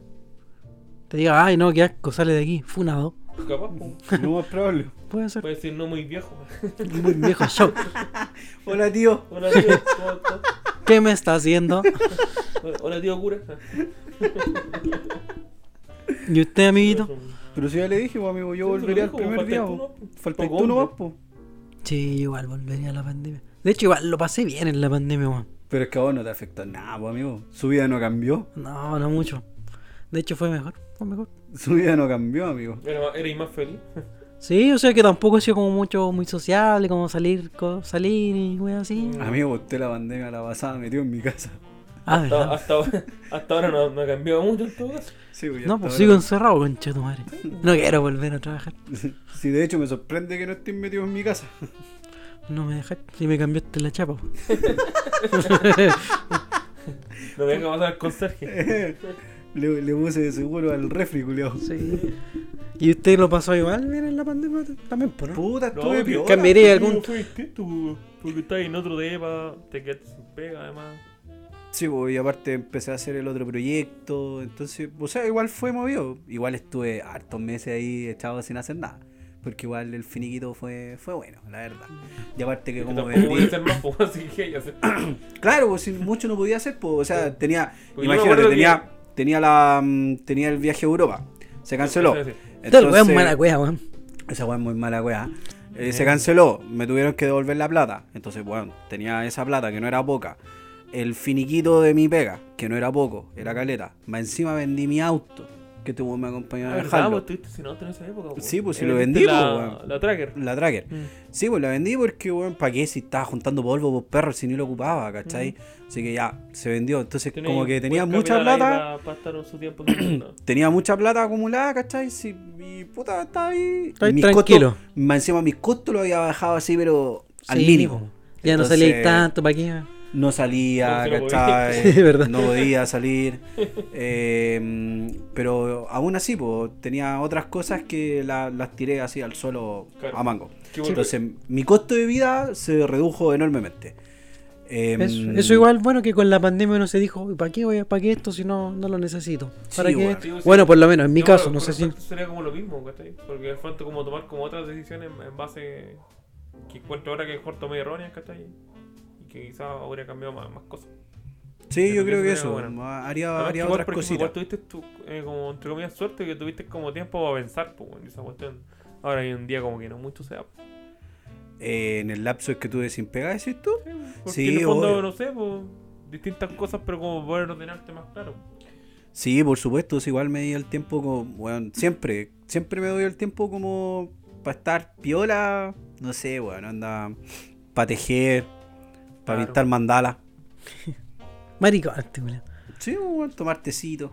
S4: Te diga, ay, no, qué asco, sale de aquí, funado.
S2: Capaz, pues,
S5: Lo más probable.
S4: Puede ser
S2: puede decir no muy viejo.
S4: muy viejo show.
S5: Hola, tío.
S2: Hola, tío, ¿cómo estás?
S4: ¿Qué me está haciendo?
S2: Hola- Hola, tío cura.
S4: ¿Y usted, amiguito?
S5: Pero si ya le dije, pues, amigo, yo
S2: Sí, se lo
S5: volvería al
S2: dijo, pues,
S5: primer
S2: falta
S5: día.
S2: tú,
S5: po.
S2: ¿no?
S5: Falta
S2: Poco
S5: tú nomás,
S2: hombre.
S5: po.
S4: Sí, igual volvería a la pandemia. De hecho, igual lo pasé bien en la pandemia, weón.
S5: Pero es que a vos no te afectó nada, pues, amigo. Su vida no cambió.
S4: No, no mucho. De hecho, fue mejor, fue mejor.
S5: Su vida no cambió, amigo.
S2: Era, más- erais más feliz.
S4: Sí, o sea que tampoco he sido como mucho, muy sociable, como salir, co- salir y weón así.
S5: Amigo, usted la pandemia la pasada metido en mi casa.
S4: Ah,
S2: Hasta,
S4: verdad.
S2: hasta, ahora- hasta ahora no, no ha cambiado mucho en todo caso.
S5: Sí, pues, ya
S4: No,
S5: hasta
S4: pues
S5: ahora-
S4: sigo encerrado, concha tu madre. No quiero volver a trabajar.
S5: Sí, de hecho me sorprende que no estés metido en mi casa.
S4: No me dejaste, si me cambiaste la chapa. weón.
S2: No me deja pasar al conserje.
S5: Le, le puse de seguro al refri, culiao.
S4: Sí. ¿Y usted lo pasó igual bien en la pandemia también, por no?
S5: Puta,
S2: No,
S5: estuve
S2: que-
S5: piola.
S4: Cambiaría algún-
S2: Fue distinto, po, porque estás en otro depa, te quedaste sin pega además.
S5: Sí, pues, y aparte empecé a hacer el otro proyecto. Entonces, o sea, igual fue movido. Igual estuve hartos meses ahí echado sin hacer nada. Porque igual el finiquito fue, fue bueno, la verdad. Y aparte que
S2: Que
S5: como
S2: Tampoco
S5: vendí...
S2: podía hacer más, po, así que ya sé.
S5: Claro, pues si mucho no podía hacer, pues, o sea, tenía...
S2: Pues yo me
S5: imagínate,
S2: acuerdo
S5: tenía, tenía, la, mm, tenía el viaje a Europa. Se canceló.
S2: Eso es decir,
S4: Usted el weón
S5: Entonces-
S4: mala wea, weón.
S5: Esa weá es muy mala weá. Eh, se canceló, me tuvieron que devolver la plata. Entonces, bueno, tenía esa plata que no era poca. El finiquito de mi pega, que no era poco, era caleta. Más encima vendí mi auto, que tuvo me acompañó a
S2: Ah, ¿verdad? Vos
S5: dejarlo.
S2: estuviste sin auto en esa época, po.
S5: Sí, pues, si
S2: Eh,
S5: lo vendí,
S2: viste
S5: po,
S2: la,
S5: weón.
S2: la tracker.
S5: La tracker.
S2: Mm.
S5: Sí, pues la vendí porque, weón, ¿para qué si estaba juntando polvo por perros si ni lo ocupaba, ¿cachai? Así que ya, se vendió. Entonces,
S2: Mm. Tenía
S5: como
S2: ahí
S5: que tenía
S2: buen
S5: mucha
S2: capital ahí
S5: plata.
S2: Para, para estar en su tiempo en el mundo.
S5: tenía mucha plata acumulada, ¿cachai? Sí, y puta, estaba ahí.
S4: Está ahí
S5: Mis
S4: tranquilo.
S5: costos- más encima mis costos lo había bajado así, pero al
S4: Sí,
S5: mínimo.
S4: po. Ya no
S5: Entonces,
S4: salí tanto, ¿para qué? weón?
S5: No salía,
S2: Entonces no
S5: ¿cachai?
S4: podía. Sí, verdad.
S5: No podía salir. Eh, pero aún así, po, tenía otras cosas que la- las tiré así al suelo
S2: Claro.
S5: a mango.
S2: Qué bueno.
S4: pues.
S5: Entonces, mi costo de vida se redujo enormemente. Eh,
S4: Eso, eso igual, bueno, que con la pandemia uno se dijo, ¿para qué, weón? ¿Para qué esto si no, no lo necesito?
S5: Sí,
S4: ¿Para qué?
S5: weón.
S2: Sí, sí.
S4: Bueno, por lo menos, en mi
S2: No,
S4: caso,
S2: pero-
S4: no
S2: pero
S4: sé si...
S2: esto Sería como lo mismo, ¿cachai? Porque es falta como tomar como otras decisiones en- en base que encuentro ahora que mejor tomé erróneas, ¿cachai? Y que quizás habría cambiado más, más cosas.
S5: Sí, yo
S2: Pero
S5: creo que
S2: que
S5: eso.
S2: bueno.
S5: Haría,
S2: Además, que
S5: Ah, haría
S2: igual,
S5: otras
S2: por ejemplo,
S5: cositas.
S2: igual tuviste tu, eh, como, entre comillas, suerte que tuviste como tiempo para pensar, pues, en esa cuestión. Ahora hay un día como que no mucho se da. pues.
S5: Eh, en el lapso que tuve sin pegar, decís tú.
S2: Porque
S5: Sí,
S2: en el fondo,
S5: obvio.
S2: no sé, pues, distintas cosas, pero como poder ordenarte más claro.
S5: Sí, por supuesto, sí, igual me di el tiempo como, bueno, siempre, siempre me doy el tiempo como para estar piola, no sé, bueno, anda, para tejer, para
S2: Claro.
S5: pintar mandala.
S4: Maricón, este weón.
S5: Sí, bueno, tomar tecito.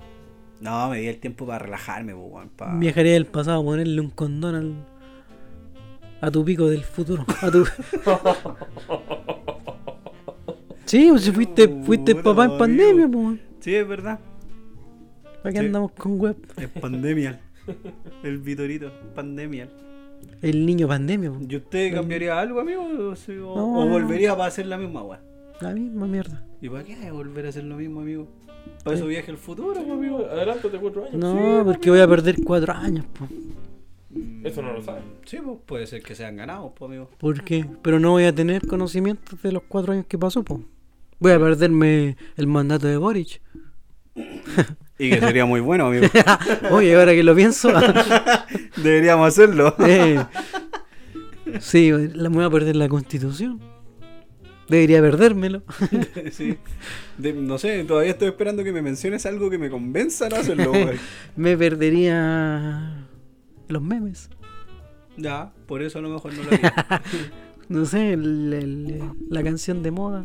S5: No, me di el tiempo para relajarme, pues, bueno, para...
S4: Viajaría del pasado a ponerle un condón al... A tu pico del futuro. A tu... sí, pues si fuiste, fuiste
S5: Puta,
S4: papá en
S5: amigo.
S4: pandemia, pues.
S5: Sí, es verdad,
S4: ¿Para qué
S5: Sí.
S4: andamos con web?
S5: es pandemial. el Vitorito, pandemial.
S4: El niño pandemia, pues.
S5: ¿Y usted cambiaría algo, amigo? O, sea, o-
S4: No,
S5: o
S4: no,
S5: volvería para hacer la misma, weón.
S4: La misma mierda.
S5: ¿Y para qué volver a hacer lo mismo, amigo? ¿Para eso viaje al futuro, pues, amigo?
S2: Adelántate cuatro años.
S4: No, porque voy a perder cuatro años, pues.
S5: Mm.
S2: Eso no lo sabes.
S5: Sí, pues puede ser que sean ganados, pues, amigo.
S4: ¿Por qué? Pero no voy a tener conocimientos de los cuatro años que pasó, pues. Voy a perderme el mandato de Boric.
S5: Y que sería muy bueno, amigo.
S4: Oye, ahora que lo pienso.
S5: Deberíamos hacerlo.
S4: eh, sí, la me voy a perder la constitución. Debería perdérmelo.
S5: Sí. De- no sé, todavía estoy esperando que me menciones algo que me convenza a no hacerlo, güey.
S4: Me perdería los memes.
S5: Ya, por eso a lo mejor no lo haría.
S4: No sé, el- el- la canción de moda.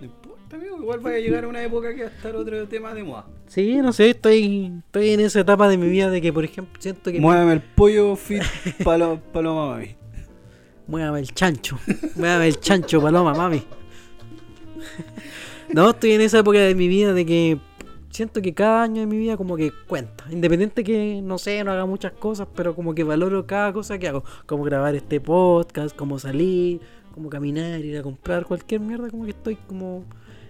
S5: No importa, amigo, igual vaya a llegar a una época que va a estar otro tema de moda.
S4: Sí, no sé, estoy, estoy en esa etapa de mi vida de que, por ejemplo, siento que...
S5: Muéveme el pollo fit palo, paloma mami.
S4: Muévame el chancho. Muévame el chancho, paloma, mami. No, estoy en esa época de mi vida de que siento que cada año de mi vida como que cuenta. Independiente que, no sé, no haga muchas cosas, pero como que valoro cada cosa que hago. Como grabar este podcast, como salir, como caminar, ir a comprar, cualquier mierda. Como que estoy como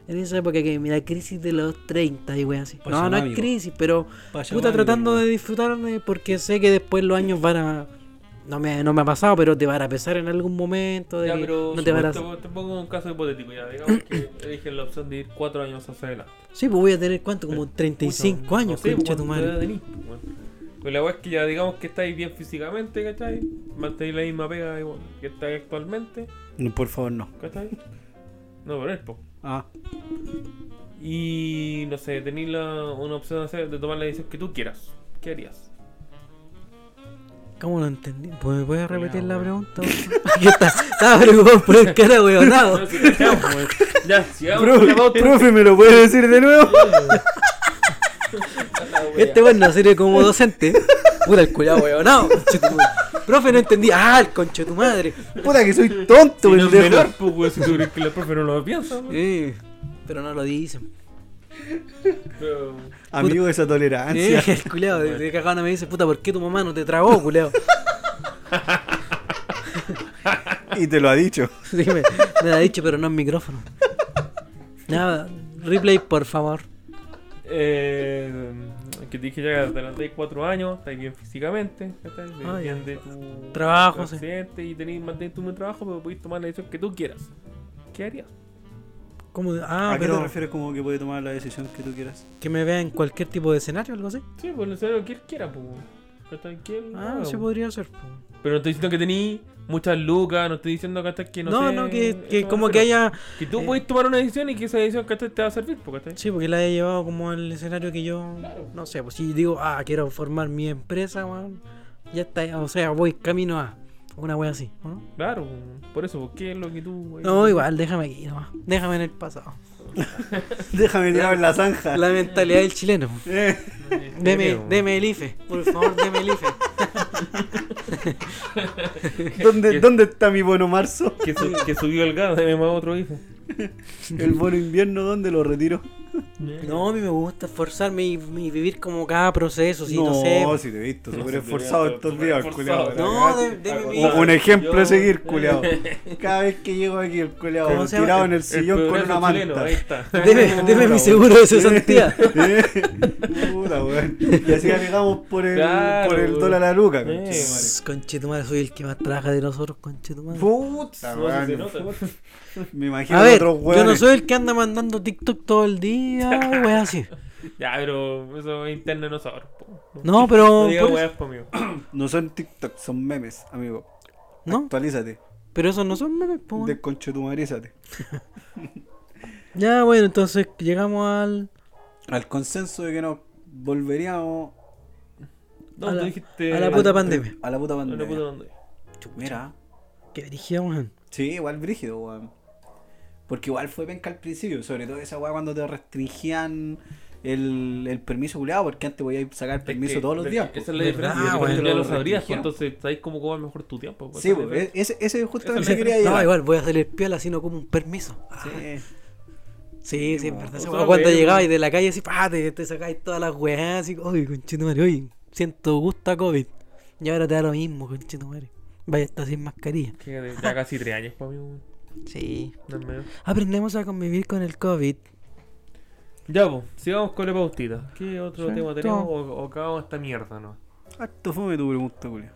S4: en esa época que mira, crisis de los 30 y wey así.
S5: Pasa,
S4: No, no es
S5: amigo.
S4: crisis, pero
S5: Pasa,
S4: puta
S5: amigo.
S4: tratando de disfrutarme porque sé que después los años van a... No me, no me ha pasado, pero te van a pesar en algún momento. De
S2: Ya,
S4: que
S2: pero
S4: no te van a...
S2: supuesto- te pongo un caso hipotético ya, digamos que eligen la opción de ir cuatro años hacia adelante.
S4: Sí, pues voy a tener cuánto, como 35
S2: Puta, Eh,
S4: años,
S2: no sé,
S4: concha
S2: pues,
S4: tu
S2: ¿cuánta edad
S4: madre.
S2: tenís, pues, weón? Pues la weá es que ya digamos que estáis bien físicamente, ¿cachai? Mantenéis la misma pega igual que estáis actualmente,
S5: No, por favor, no.
S2: ¿cachai? No, pero es po.
S5: Ah,
S2: Y no sé, tenéis la- una opción de, hacer, de tomar la decisión que tú quieras. ¿Qué harías?
S4: ¿Cómo no entendí? ¿Puedes, puedes repetir la
S2: weón.
S4: pregunta? por favor? Yo estaba, estaba preocupado por el cara, weonado.
S2: No, si cachamos, weón. Ya, sigamos con la pauta.
S5: profe, ¿me lo puede decir de nuevo?
S4: Este bueno sirve como docente. Pura el culiao, weonado. concha tu madre. Profe, no entendí. Ah, el concho tu madre.
S5: Puta que soy tonto,
S2: Si no es
S5: pendejo.
S2: menor, pues, weón, si tú crees que la profe no lo piensa, weón.
S4: Eh, pero no lo dicen.
S2: Pero-
S5: Amigo de esa
S4: Eh,
S5: tolerancia.
S4: el culiao de, de cagada me dice, puta, ¿por qué tu mamá no te tragó, culiao?
S5: Y te lo ha dicho.
S4: Sí, me, me la ha dicho, pero no en micrófono. Nada, replay, por favor.
S2: Eh, que te dije ya de los 34 años, estáis bien físicamente, ¿cachai? Bien
S4: Ah, ya.
S2: de tu
S4: Trabajo,
S2: tu
S4: sí.
S2: accidente y tenéis mantener tu mismo trabajo, pero podéis tomar la decisión que tú quieras. ¿Qué harías?
S4: ¿Cómo? de- Ah,
S5: ¿A qué te
S4: pero
S5: refieres como que puede tomar la decisión que tú quieras?
S4: que me vea en cualquier tipo de escenario o algo así.
S2: Sí, pues no sé lo que él quiera, pues. ¿cachai? Que él
S4: Ah,
S2: haga,
S4: sí
S2: pues.
S4: podría ser. po.
S2: Pero no estoy diciendo que tenéis muchas lucas, no estoy diciendo que que no
S4: No, no,
S2: sé,
S4: que, que
S2: eso,
S4: como
S2: pero
S4: que haya.
S2: Que tú
S4: eh,
S2: podéis tomar una decisión y que esa decisión ¿cachai? te va a servir, pues, ¿cachai?
S4: Sí, porque la haya llevado como al escenario que yo. No sé, pues si digo, ah, quiero formar mi empresa, weón. Ya está, o sea, voy camino a una wea así, ¿o ¿no?
S2: Claro, pues, por eso, porque es lo que tú.
S4: No, igual, déjame aquí nomás. Déjame en el pasado.
S5: Déjame tirar en la zanja.
S4: La mentalidad del chileno.
S5: Eh,
S4: Deme, deme el IFE, por favor, deme el E. IFE.
S5: ¿dónde, ¿Dónde está mi bono marzo?
S2: Que, su- que subió el gas, dame más otro hijo.
S5: ¿El bono invierno dónde lo retiro?
S4: No, a mí me gusta esforzarme y, y vivir como cada proceso, si no, sé.
S5: no si te he visto, súper esforzado estos días, culiao.
S4: No, de- deme mi
S5: O-
S4: IFE.
S5: un ejemplo
S2: Yo-
S5: a seguir, culiao. Cada vez que llego aquí, el culiao
S4: ¿Cómo se llama?
S5: tirado en el
S2: El
S5: sillón con
S2: progreso
S5: una manta.
S2: chileno, ahí está.
S4: Deme, deme mi seguro de cesantía.
S5: Eh, Puta, weón. Y así alegamos por el,
S2: Claro,
S5: por el
S2: weón.
S5: dólar a la luca,
S2: Eh,
S5: conche.
S4: Conchetumar, soy el que más trabaja de nosotros, conchetumar.
S5: Puta,
S2: No sé si se
S5: weón.
S2: nota.
S5: Me imagino
S4: A ver,
S5: otros
S4: yo no
S5: weones.
S4: soy el que anda mandando TikTok todo el día, y weas así.
S2: Ya, pero eso es interno de nosotros. po.
S4: No, pues. pero.
S2: No digas
S4: por eso-
S2: weas, po, amigo.
S5: No son TikTok, son memes, amigo.
S4: no,
S5: Actualízate.
S4: pero eso no son memes, po.
S5: Desconchetumarízate.
S4: Ya, bueno, entonces llegamos al.
S5: Al consenso de que nos volveríamos
S2: No,
S4: a,
S2: tú
S4: la,
S2: dijiste.
S4: a la puta pandemia.
S5: a la puta
S2: A la
S5: pandemia.
S2: puta pandemia.
S5: Mira.
S4: Que dirigíamos weón.
S5: Sí, igual brígido, weón. Porque igual fue penca al principio, sobre todo esa weá cuando te restringían el, el permiso culiado, porque antes voy a sacar permiso
S2: que-
S5: todos los
S2: es-
S5: días.
S2: Esa
S5: po.
S2: es la diferencia.
S4: Verdad,
S2: Ah,
S4: weón.
S2: bueno, ya lo sabrías,
S5: Restringieron.
S2: pues, entonces sabéis cómo cobrar mejor tu tiempo. pues,
S5: Sí,
S2: esa es
S5: po, e-,
S2: la diferencia.
S5: ese, ese
S2: Esa
S5: justamente
S2: es la
S5: quería
S4: No,
S5: llegar.
S4: igual, voy a salir piola si no como un permiso. Ah,
S5: Sí.
S4: Sí, sí, en
S5: po.
S4: verdad.
S2: O
S4: esa
S2: sea,
S4: wea, cuando
S2: weón.
S4: llegabas y de la calle así, pa, te, te sacáis todas las weas, así, uy, conchetumare, uy, siento gusto a COVID. Y ahora te da lo mismo, conchetumare. Vaya, estás sin mascarilla.
S2: Fíjate, Ya casi tres años, pues, amigo.
S4: Sí.
S2: No es menos.
S4: Aprendemos a convivir con el COVID.
S2: Ya, pues, sigamos con la pautita. ¿Qué otro
S5: Sí,
S2: tema
S5: todo.
S2: tenemos? O, o acabamos esta mierda, ¿no?
S5: Harto fome tu pregunta, culiado.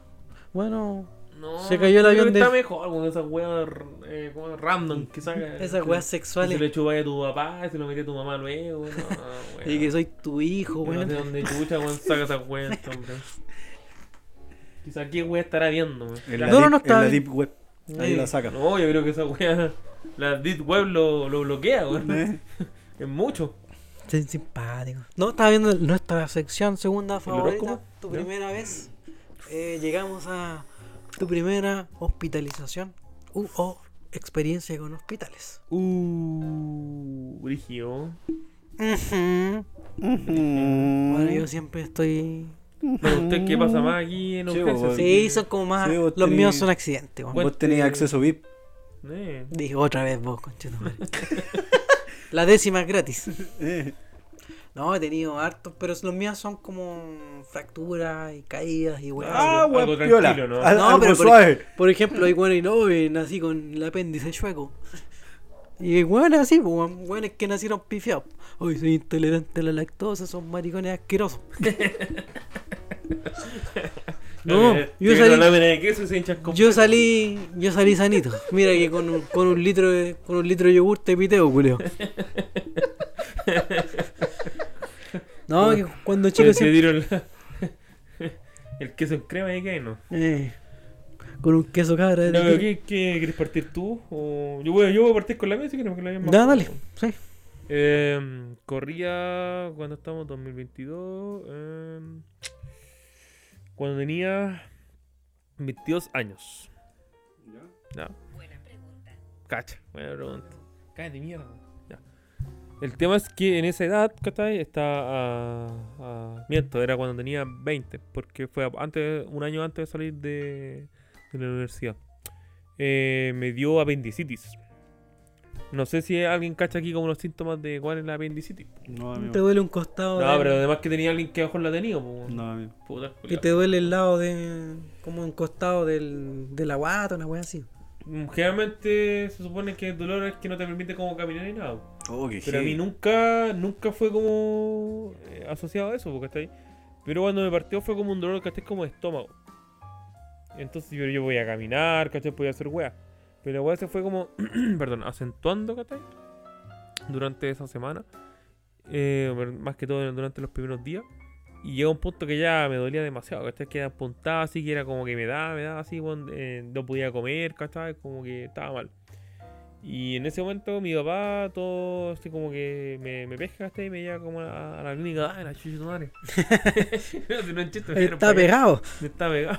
S4: Bueno,
S2: No,
S4: Se cayó el
S2: yo creo
S4: avión
S2: que
S4: de-
S2: Está mejor con esas weas eh, como random que saca.
S4: Esas weas
S2: Que Se
S4: sexuales.
S2: lo chupáis a tu papá, se lo metí a tu mamá luego. No, weón.
S4: Y que soy tu hijo,
S2: Yo
S4: weón.
S2: No sé dónde chucha, weón, saca esa weón, este hombre. Quizá qué weón estará viendo, weón.
S3: En la
S2: La-
S4: No,
S3: deep,
S4: no, no está
S3: en la
S4: bien.
S3: deep web. Ahí
S4: Ahí.
S3: la sacan.
S5: ¿Eh?
S2: No, yo creo que esa weá, la Deep Web lo, lo bloquea, weón.
S3: Eh,
S2: Es mucho.
S4: Soy simpático. No, estaba viendo nuestra sección segunda favorita.
S2: horóscopo?
S4: Tu
S2: ¿Ya?
S4: primera vez. Eh, llegamos a tu primera hospitalización. U o experiencia con hospitales.
S2: Uh, Brigio.
S4: Bueno, yo siempre estoy.
S2: Bueno, ¿usted qué pasa más aquí en
S3: Sí, pues,
S2: urgencias?
S3: weón.
S2: Porque-
S4: Sí, son como más.
S3: Sí, vos
S4: los
S3: tenés-
S4: míos son accidentes, weón.
S2: Bueno.
S3: Vos tenías acceso VIP.
S2: Eh,
S4: Dije otra vez vos, conchetumare. La décima es gratis.
S3: Eh,
S4: No, he tenido hartos, pero los míos son como fracturas y caídas y weón.
S3: Ah,
S2: algo
S3: weón,
S2: tranquilo,
S3: piola.
S2: ¿no?
S3: Al-
S4: No,
S3: algo
S4: pero por-
S3: suave.
S4: Por ejemplo, hay weones y no, eh, nací con el apéndice chueco. Y hay weones así, pues, weón- weones que nacieron pifiados. Hoy soy intolerante a la lactosa, son maricones asquerosos. no,
S2: eh,
S4: yo
S2: tiene una
S4: salí,
S2: lámina de queso y se hincha el copo.
S4: yo salí, yo salí sanito. Mira que con un, con un litro de, con un litro de yogur te piteo, culeo. No, que cuando
S2: Pero
S4: chicos
S2: se dieron la- el queso en crema y qué, ¿no?
S4: eh, con un queso cabra de
S2: No, pero ¿qué, qué quieres partir tú? O... Yo, voy, yo voy a partir con la mía, si queremos que la mía es más
S4: Ya, dale,
S2: corta.
S4: sí.
S2: Eh, corría cuando estamos 2022. eh, cuando tenía 22 años. ¿Ya? Cacha, buena pregunta. Cállate mierda. Ya. El tema es que en esa edad, ¿cachai? Está a, miento, era cuando tenía 20, porque fue antes, un año antes de salir de, de la universidad. Eh, me dio apendicitis. No sé si alguien cacha aquí como los síntomas de cuál es la apendicitis.
S5: No,
S4: Te
S5: amigo.
S4: duele un costado.
S2: No,
S4: del-
S2: pero además que tenía alguien que a lo mejor la tenía, po.
S5: No, amigo.
S2: Puta,
S4: Que te duele el lado de. como un costado del, de la guata, una wea así.
S2: Mm, Generalmente se supone que el dolor es que no te permite como caminar ni nada. po.
S3: Oh, qué
S2: Pero a mí
S3: heavy.
S2: nunca, nunca fue como eh, asociado a eso, porque está ahí. Pero cuando me partió fue como un dolor, ¿cachai? Como de estómago. Entonces yo, yo voy a caminar, ¿cachai? Podía hacer wea. Pero la wea se fue como, perdón, acentuando, ¿cachai? Durante esa semana. Eh, bueno, más que todo durante los primeros días. Y llega un punto que ya me dolía demasiado, ¿cachai? Que era puntada así, que era como que me daba, me daba así, weón, eh, no podía comer, ¿cachai? Como que estaba mal. Y en ese momento mi papá, todo así como que me, me pesca, ¿cachai? Y me lleva como a, a la clínica, ¡ay, la chucha de tu madre! no, si no es chiste, me dieron
S4: Está
S2: pa' allá.
S4: pegado.
S2: Me está pegado.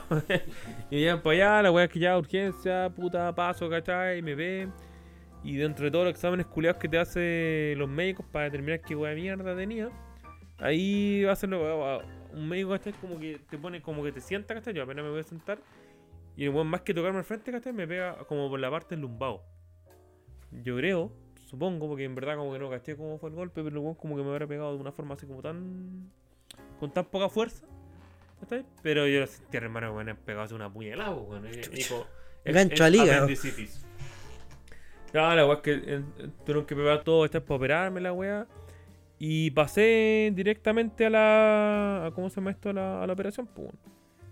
S2: y llegan para allá, la weá que ya urgencia, puta paso, ¿cachai? Me ve. Y dentro de todos los exámenes culiados que te hacen los médicos para determinar qué weá de mierda tenía, ahí hacen lo weá- un médico, ¿cachai? Como que te pone, como que te sienta, ¿cachai? Yo apenas me voy a sentar. Y el weón, más que tocarme al frente, ¿cachai? Me pega como por la parte del lumbago. Yo creo, supongo, porque en verdad como que no caché cómo fue el golpe, pero el weón como que me habrá pegado de una forma así como tan. con tan poca fuerza. ¿cachai? Pero yo lo sentí, hermano, bueno, pegado hace una puñalada, pues, weón. y- y dijo, es-
S4: Gancho
S2: es
S4: al hígado.
S2: apendicitis. Ya, la weá es que eh, eh, tuvieron que preparar todo esto para operarme, la weá. Y pasé directamente a la. A, ¿Cómo se llama esto? A la, a la operación, pues. weón.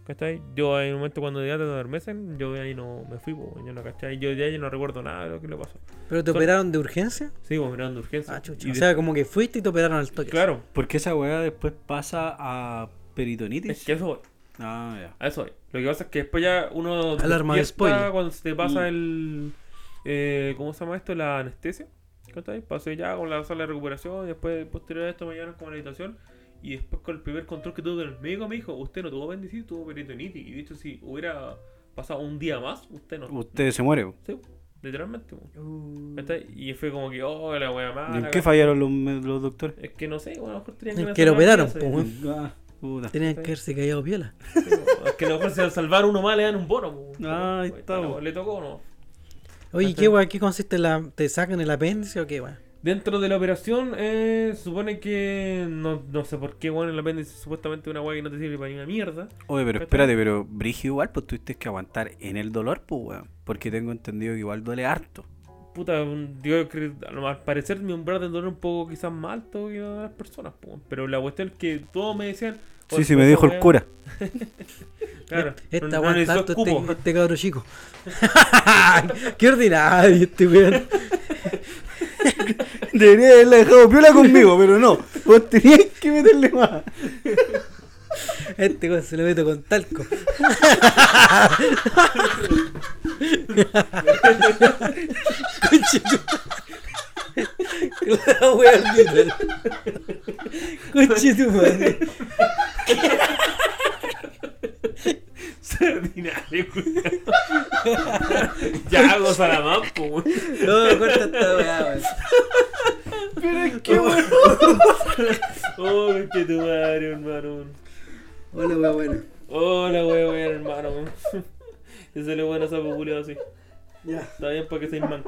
S2: ¿Cachai? Yo en un momento cuando ya te adormecen, yo de ahí no me fui, pues, weón, yo no cachai. Yo de ahí no recuerdo nada de lo que le pasó.
S4: ¿Pero te
S2: Son-
S4: operaron de urgencia?
S2: Sigo mirando urgencia.
S4: Ah, chucha.
S2: Y
S4: O
S2: de-
S4: sea, como que fuiste y te operaron al toque.
S2: claro,
S5: Porque esa weá después pasa a
S2: es
S5: peritonitis.
S2: que eso voy,
S5: Ah, ya.
S2: a eso voy. Lo que pasa es que después ya uno.
S4: Alarma de
S2: despierta
S4: spoiler. Mm.
S2: Cuando se te pasa el. eh, ¿Cómo se llama esto? La anestesia. ¿Cachai? Pasé ya con la sala de recuperación. Después, posterior a esto, me llevaron como a la habitación. Y después, con el primer control que tuve con el médico, me dijo: Usted no tuvo apendicitis, tuvo peritonitis. Y de hecho, si hubiera pasado un día más, usted no.
S5: Usted se muere.
S2: Sí, literalmente. po.
S4: Uh.
S2: ¿Cachai? Y fue como que, oh, la wea
S5: ¿Y
S2: mala.
S5: ¿En qué fallaron los, me- los doctores?
S2: Es que no sé, bueno, a lo mejor tenían
S4: Es que
S2: hacer
S4: lo
S2: la
S4: operaron, pues,
S2: clase.
S4: po, weón.
S5: Ah, puta.
S4: Tenían que haberse callado piola.
S2: Sí, po. Es que a lo mejor si al salvar uno más le dan un bono. po.
S5: Ah, ahí
S2: Pero,
S5: está, po.
S2: Le tocó o no.
S4: Oye,
S2: Hasta-
S4: ¿qué wea? ¿Qué consiste la. ¿Te sacan el apéndice o qué wea?
S2: Dentro de la operación, eh, supone que. No, no sé por qué, bueno, el apéndice es supuestamente una weá que no te sirve para ni una mierda.
S5: Oye, pero espérate, pero Brigio igual, pues tuviste que aguantar en el dolor, pues weón. Porque tengo entendido que igual duele harto.
S2: Puta, un- yo creo que a lo- al parecer mi umbral de dolor un poco quizás más alto que las
S5: Pues,
S2: personas, po. pero la cuestión es que todos me decían.
S5: Sí, sí, me dijo el
S2: cura
S5: cura.
S2: Claro.
S4: Esta
S2: no- no
S4: aguanta
S2: necesito
S4: harto
S2: cupo.
S4: este, este cabro chico. Qué ordinario este weón.
S5: Debería haberla dejado piola conmigo, pero no. Vos tenías que meterle más.
S4: Este weón se lo meto con talco. Conchito. La wea al Little. Conchito, madre.
S2: Ordinario, culiao. Ya hago salamampo, weón.
S4: No, corta esta weá, weón.
S2: Oh, que tu madre, hermano.
S4: Hola, weá, bueno.
S2: Hola, weón, hermano. Ese le bueno a sapo culiao así.
S4: Ya.
S2: Está bien para que seas man.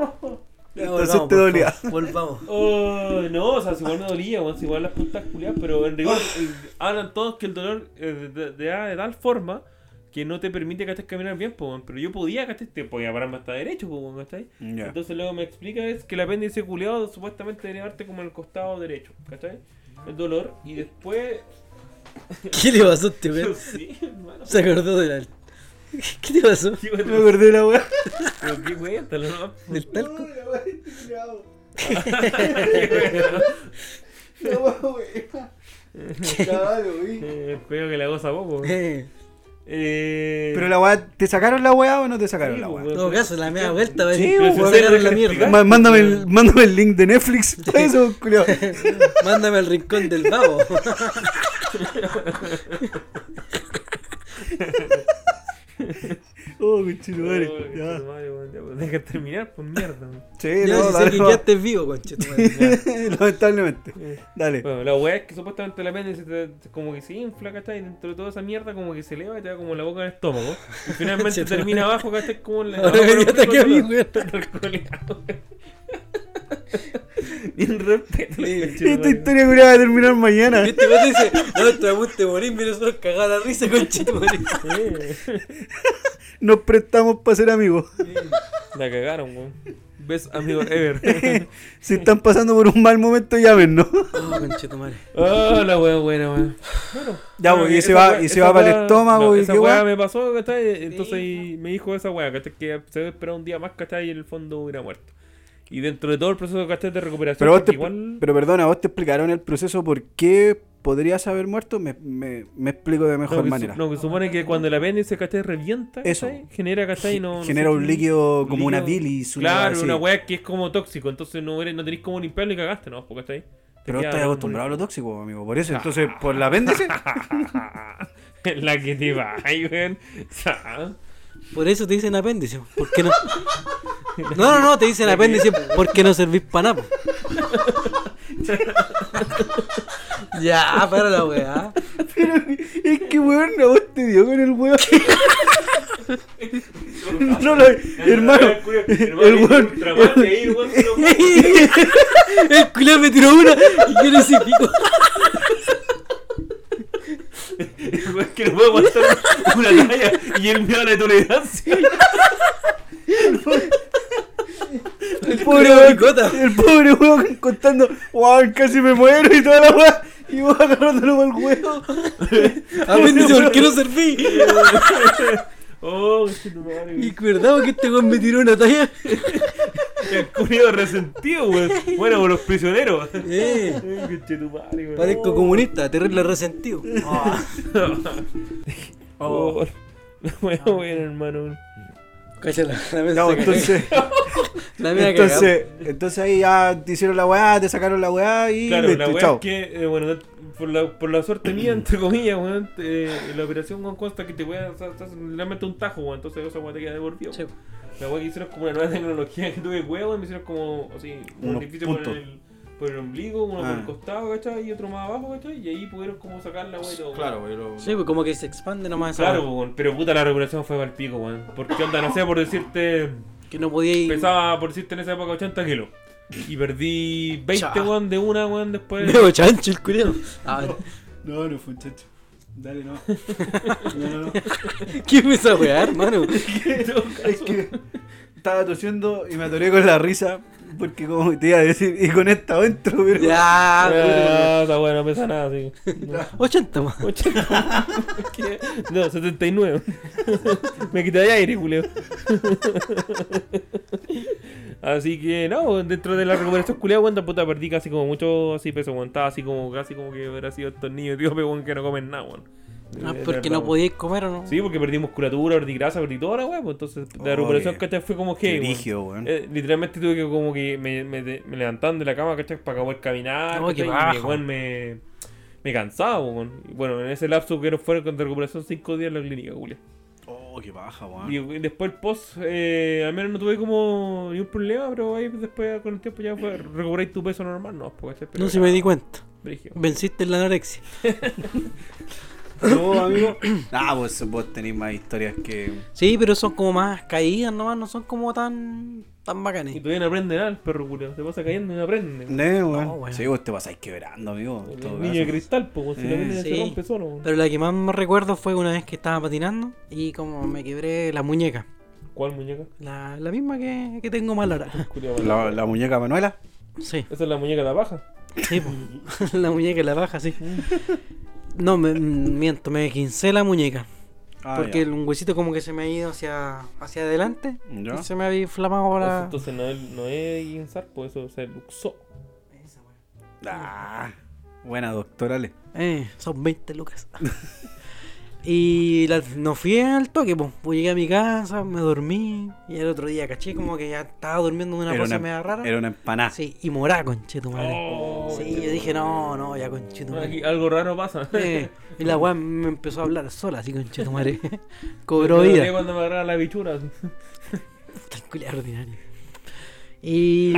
S4: Ya,
S5: Entonces
S4: volvamos,
S5: te
S4: por
S5: dolía.
S4: favor, Volvamos.
S2: Oh, no, o sea, si igual me dolía, weón, si igual las puntas culiadas, pero en rigor eh, hablan todos que el dolor eh, de, de- de- de tal forma que no te permite que caminar bien, po, weón, pero yo podía que te podía pararme hasta derecho, po, weón, ¿cachai? Entonces luego me explica es que el apéndice culiado supuestamente debería darte como en el costado derecho, ¿cachai? El dolor y después...
S4: ¿Qué le pasó a este weón?
S2: sí, hermano.
S4: Se acordó de la. ¿Qué te pasó?
S2: Sí, bueno,
S5: Me acordé de la weá.
S2: pero qué weón, tal vez, ¿no?
S4: ¿Del talco?
S2: Eh, cuidado que la goza poco. weón.
S4: Eh,
S2: Eh...
S5: Pero la weá, ¿te sacaron la weá o no te sacaron
S2: sí,
S5: la
S2: po,
S5: weá?
S4: en
S2: weón,
S4: todo caso, la media vuelta, weón.
S5: Sí,
S4: Me
S5: weón.
S4: sacaron la
S2: Sí,
S4: mierda.
S5: Ma- Mándame el, mándame el link de Netflix para eso, culiao.
S4: Mándame al rincón del babo.
S5: Oh, cochino,
S2: Oh,
S5: madre.
S2: qué
S5: Ya.
S2: puta madre, weón, ya, pues, Deja terminar, pues mierda. weón.
S5: Sí,
S4: Ya,
S5: no,
S4: si sé
S5: dale,
S4: que
S5: no.
S4: quedaste vivo, conchetumare.
S5: Lamentablemente. Dale.
S2: Bueno, la weá es que supuestamente la pene se te- como que se infla, ¿cachai? Y dentro de toda esa mierda como que se eleva y te da como la boca en el estómago. Y finalmente
S4: Conchetumare.
S2: termina abajo, ¿cachai? Como en la...
S4: Ahora venía hasta aquí a mí, weón.
S2: Bien respeto,
S4: Sí,
S5: Esta
S2: conchetumare.
S5: historia culiao va a terminar mañana.
S4: Este weón dice, no, te vamos a morir, mira, nosotros cagados la risa, conchetumare.
S5: Nos prestamos para ser amigos.
S2: La cagaron, weón. Best amigo ever.
S5: Si están pasando por un mal momento, llámenos.
S4: Oh, conchetumare.
S2: Oh, la weá buena, weón.
S5: Ya,
S2: Bueno,
S5: pues, y se
S2: esa
S5: va,
S2: weá-
S5: y se
S2: esa
S5: va para el
S2: weá-
S5: estómago
S2: no,
S5: y
S2: esa
S5: qué
S2: weá
S5: weá.
S2: me pasó, ¿cachai? Entonces y me dijo esa weá, ¿cachai? Que se debe esperar un día más, ¿cachai? Y en el fondo hubiera muerto. Y dentro de todo el proceso, ¿cachai? De recuperación,
S5: Pero, vos
S2: porque
S5: te,
S2: igual...
S5: pero perdona, vos te explicaron el proceso por qué podrías haber muerto. Me, me, me explico de
S2: no,
S5: mejor
S2: que su-
S5: manera.
S2: no, que supone que cuando el apéndice, ¿cachai? Revienta,
S5: Eso.
S2: ¿cachai? Genera, ¿cachai? No, no
S5: Genera
S2: sé
S5: un
S2: qué-
S5: líquido como una
S2: líquido.
S5: bilis. una weá
S2: Claro,
S5: así.
S2: una weá que es como tóxico, entonces no, eres- no tenés como limpiarlo y cagaste, ¿no? Pues, Porque está ahí.
S5: Pero vos estás acostumbrado a lo tóxico, amigo. Por eso, entonces, por la apéndice.
S2: La que te va, ay, weón. O sea,
S4: Por eso te dicen apéndice, porque no. No, no, no, te dicen apéndice porque no servís para nada. po. ya, para la weá.
S5: Pero es que weón, a vos te dio con el weón. No lo hermano, el weón,
S2: Ultraman, ahí, weón, se lo-
S4: El culo me tiró una y yo no sé pico.
S2: Weón, que no puedo aguantar una talla y él me da la tolerancia.
S5: el pobre weón, el pobre weón contando, weón, casi me muero y toda la weá, y vos agarrándolo por el weón.
S4: Apéndice porque no serví.
S2: Oh, qué madre,
S4: Y verdad que este weón me tiró una talla.
S2: El culiado resentido, weón. Bueno, por los prisioneros.
S4: Eh,
S2: Conchetumare, weón.
S4: parezco comunista, terrible resentido.
S2: Oh. Bueno, bueno, hermano.
S4: Cállala, la mesa.
S5: No,
S4: se cagó.
S5: entonces,
S4: la mía cagó.
S5: entonces, entonces ahí ya te hicieron la weá, te sacaron la weá y
S2: Claro,
S5: listo,
S2: la weá
S5: chao.
S2: es que, eh, bueno, por la, por la suerte mía, entre comillas, weón, eh, la operación weón, consta que te voy a realmente un tajo, weón, entonces esa weá te queda devolvido.
S4: Sí.
S2: La weá que hicieron es como una nueva tecnología que tuve huevo y me hicieron como así, un
S5: Unos
S2: edificio por
S5: puntos.
S2: el, por el ombligo, uno por
S5: Ah.
S2: el costado, ¿cachai? Y otro más abajo, ¿cachai? Y ahí pudieron como sacar la weá y todo. weón.
S4: Sí, pues como que se expande nomás esa
S2: Claro,
S4: weá.
S2: weón, pero puta la recuperación fue para el pico, weón. Porque onda, no sé, por decirte.
S4: Que no podía ir.
S2: Pesaba, por decirte, en esa época 80 kilos. Y perdí 20
S4: Cha.
S2: weón de una, weón, después.
S4: Veo chancho el culiao. A ver,
S5: No, no fue chacho. Dale, no. no, no,
S4: ¿qué es esa weá, hermano?
S2: En todo caso,
S5: Es que Estaba tosiendo y me atoré con la risa. Porque como te iba a decir, y con esta adentro, pero.
S4: Ya,
S2: Ah, está bueno, no pesa nada, sí. No.
S4: 80 más.
S2: 80. ¿Qué? No, 79. Me quité de aire, Julio. Así que, no, dentro de la recuperación culea, weón, puta perdí casi como mucho así peso, weón. Estaba así como, casi como que hubiera sido estos niños, tío, weón, que no comen nada, weón.
S4: Ah,
S2: De
S4: porque
S2: verdad,
S4: no
S2: weón.
S4: podíais comer o no.
S2: Eh, Sí, porque perdí musculatura, perdí grasa, perdí toda la weón. Entonces, la
S5: Oh,
S2: recuperación,
S5: qué-
S2: ¿cachai? Fue como
S5: Qué
S2: que.
S5: rígido, weón.
S2: Eh, literalmente tuve que como que me, me, me levantaban de la cama, ¿cachai? Para poder caminar.
S4: No, qué
S2: ¿cachai? y me,
S4: bajo.
S2: weón, me, me cansaba, pues, weón. Y Bueno, en ese lapso que no fueron con recuperación cinco días en la clínica, Julia.
S5: Oh, qué baja,
S2: Y,
S5: weón.
S2: y después el post, eh, al menos no tuve como ningún problema, pero ahí después con el tiempo ya fue recuperar tu peso normal, no, pues, porque ese
S4: No, si me di cuenta.
S2: brígido.
S4: Venciste en la anorexia.
S5: No, amigo. Ah, vos, vos tenés más historias que.
S4: Sí, pero son como más caídas nomás, no son como tan tan
S2: Y
S4: bacanes.
S2: todavía no aprende nada el perro, Julio. Se pasa cayendo y no aprende.
S5: No,
S2: weón.
S5: weón.
S4: No, weón.
S5: Sí, vos te pasáis quebrando, amigo. en
S2: El
S5: todo
S2: niño
S5: caso.
S2: de cristal, pues, si la
S5: Eh.
S2: mina
S4: Sí.
S2: se rompe solo, weón.
S4: Pero la que más me recuerdo fue una vez que estaba patinando y como me quebré la muñeca.
S2: ¿Cuál muñeca?
S4: La, la misma que, que tengo mal ahora.
S2: Julio,
S5: La, la muñeca Manuela.
S4: Sí,
S2: Esa es la muñeca de la paja.
S4: sí, po. la muñeca la baja, sí. No, me, miento, me quincé la muñeca.
S5: Ah,
S4: porque
S5: ya.
S4: el un huesito como que se me ha ido hacia, hacia adelante
S5: Ya.
S4: y se me había inflamado
S2: Eso
S4: la...
S2: Entonces no es, no es guinzar, pues eso se luxó.
S5: Ah, buena, doctorale.
S4: Eh, son 20 lucas. y la- no fui al toque, pues. Llegué a mi casa, me dormí. Y el otro día caché como que ya estaba durmiendo de una
S5: Era
S4: cosa
S5: una-
S4: media rara.
S5: Era una empanada.
S4: Sí, y morá, conchetumare. sí, yo dije, no, no, ya
S2: Oh, Aquí
S4: conchetumare.
S2: algo raro pasa.
S4: Eh, y la weá me empezó a hablar sola, así conchetumare.
S2: Yo
S4: Cobró vida.
S2: noté cuando me agarraba la bichura. así.
S4: Tan culiao ordinario. Y.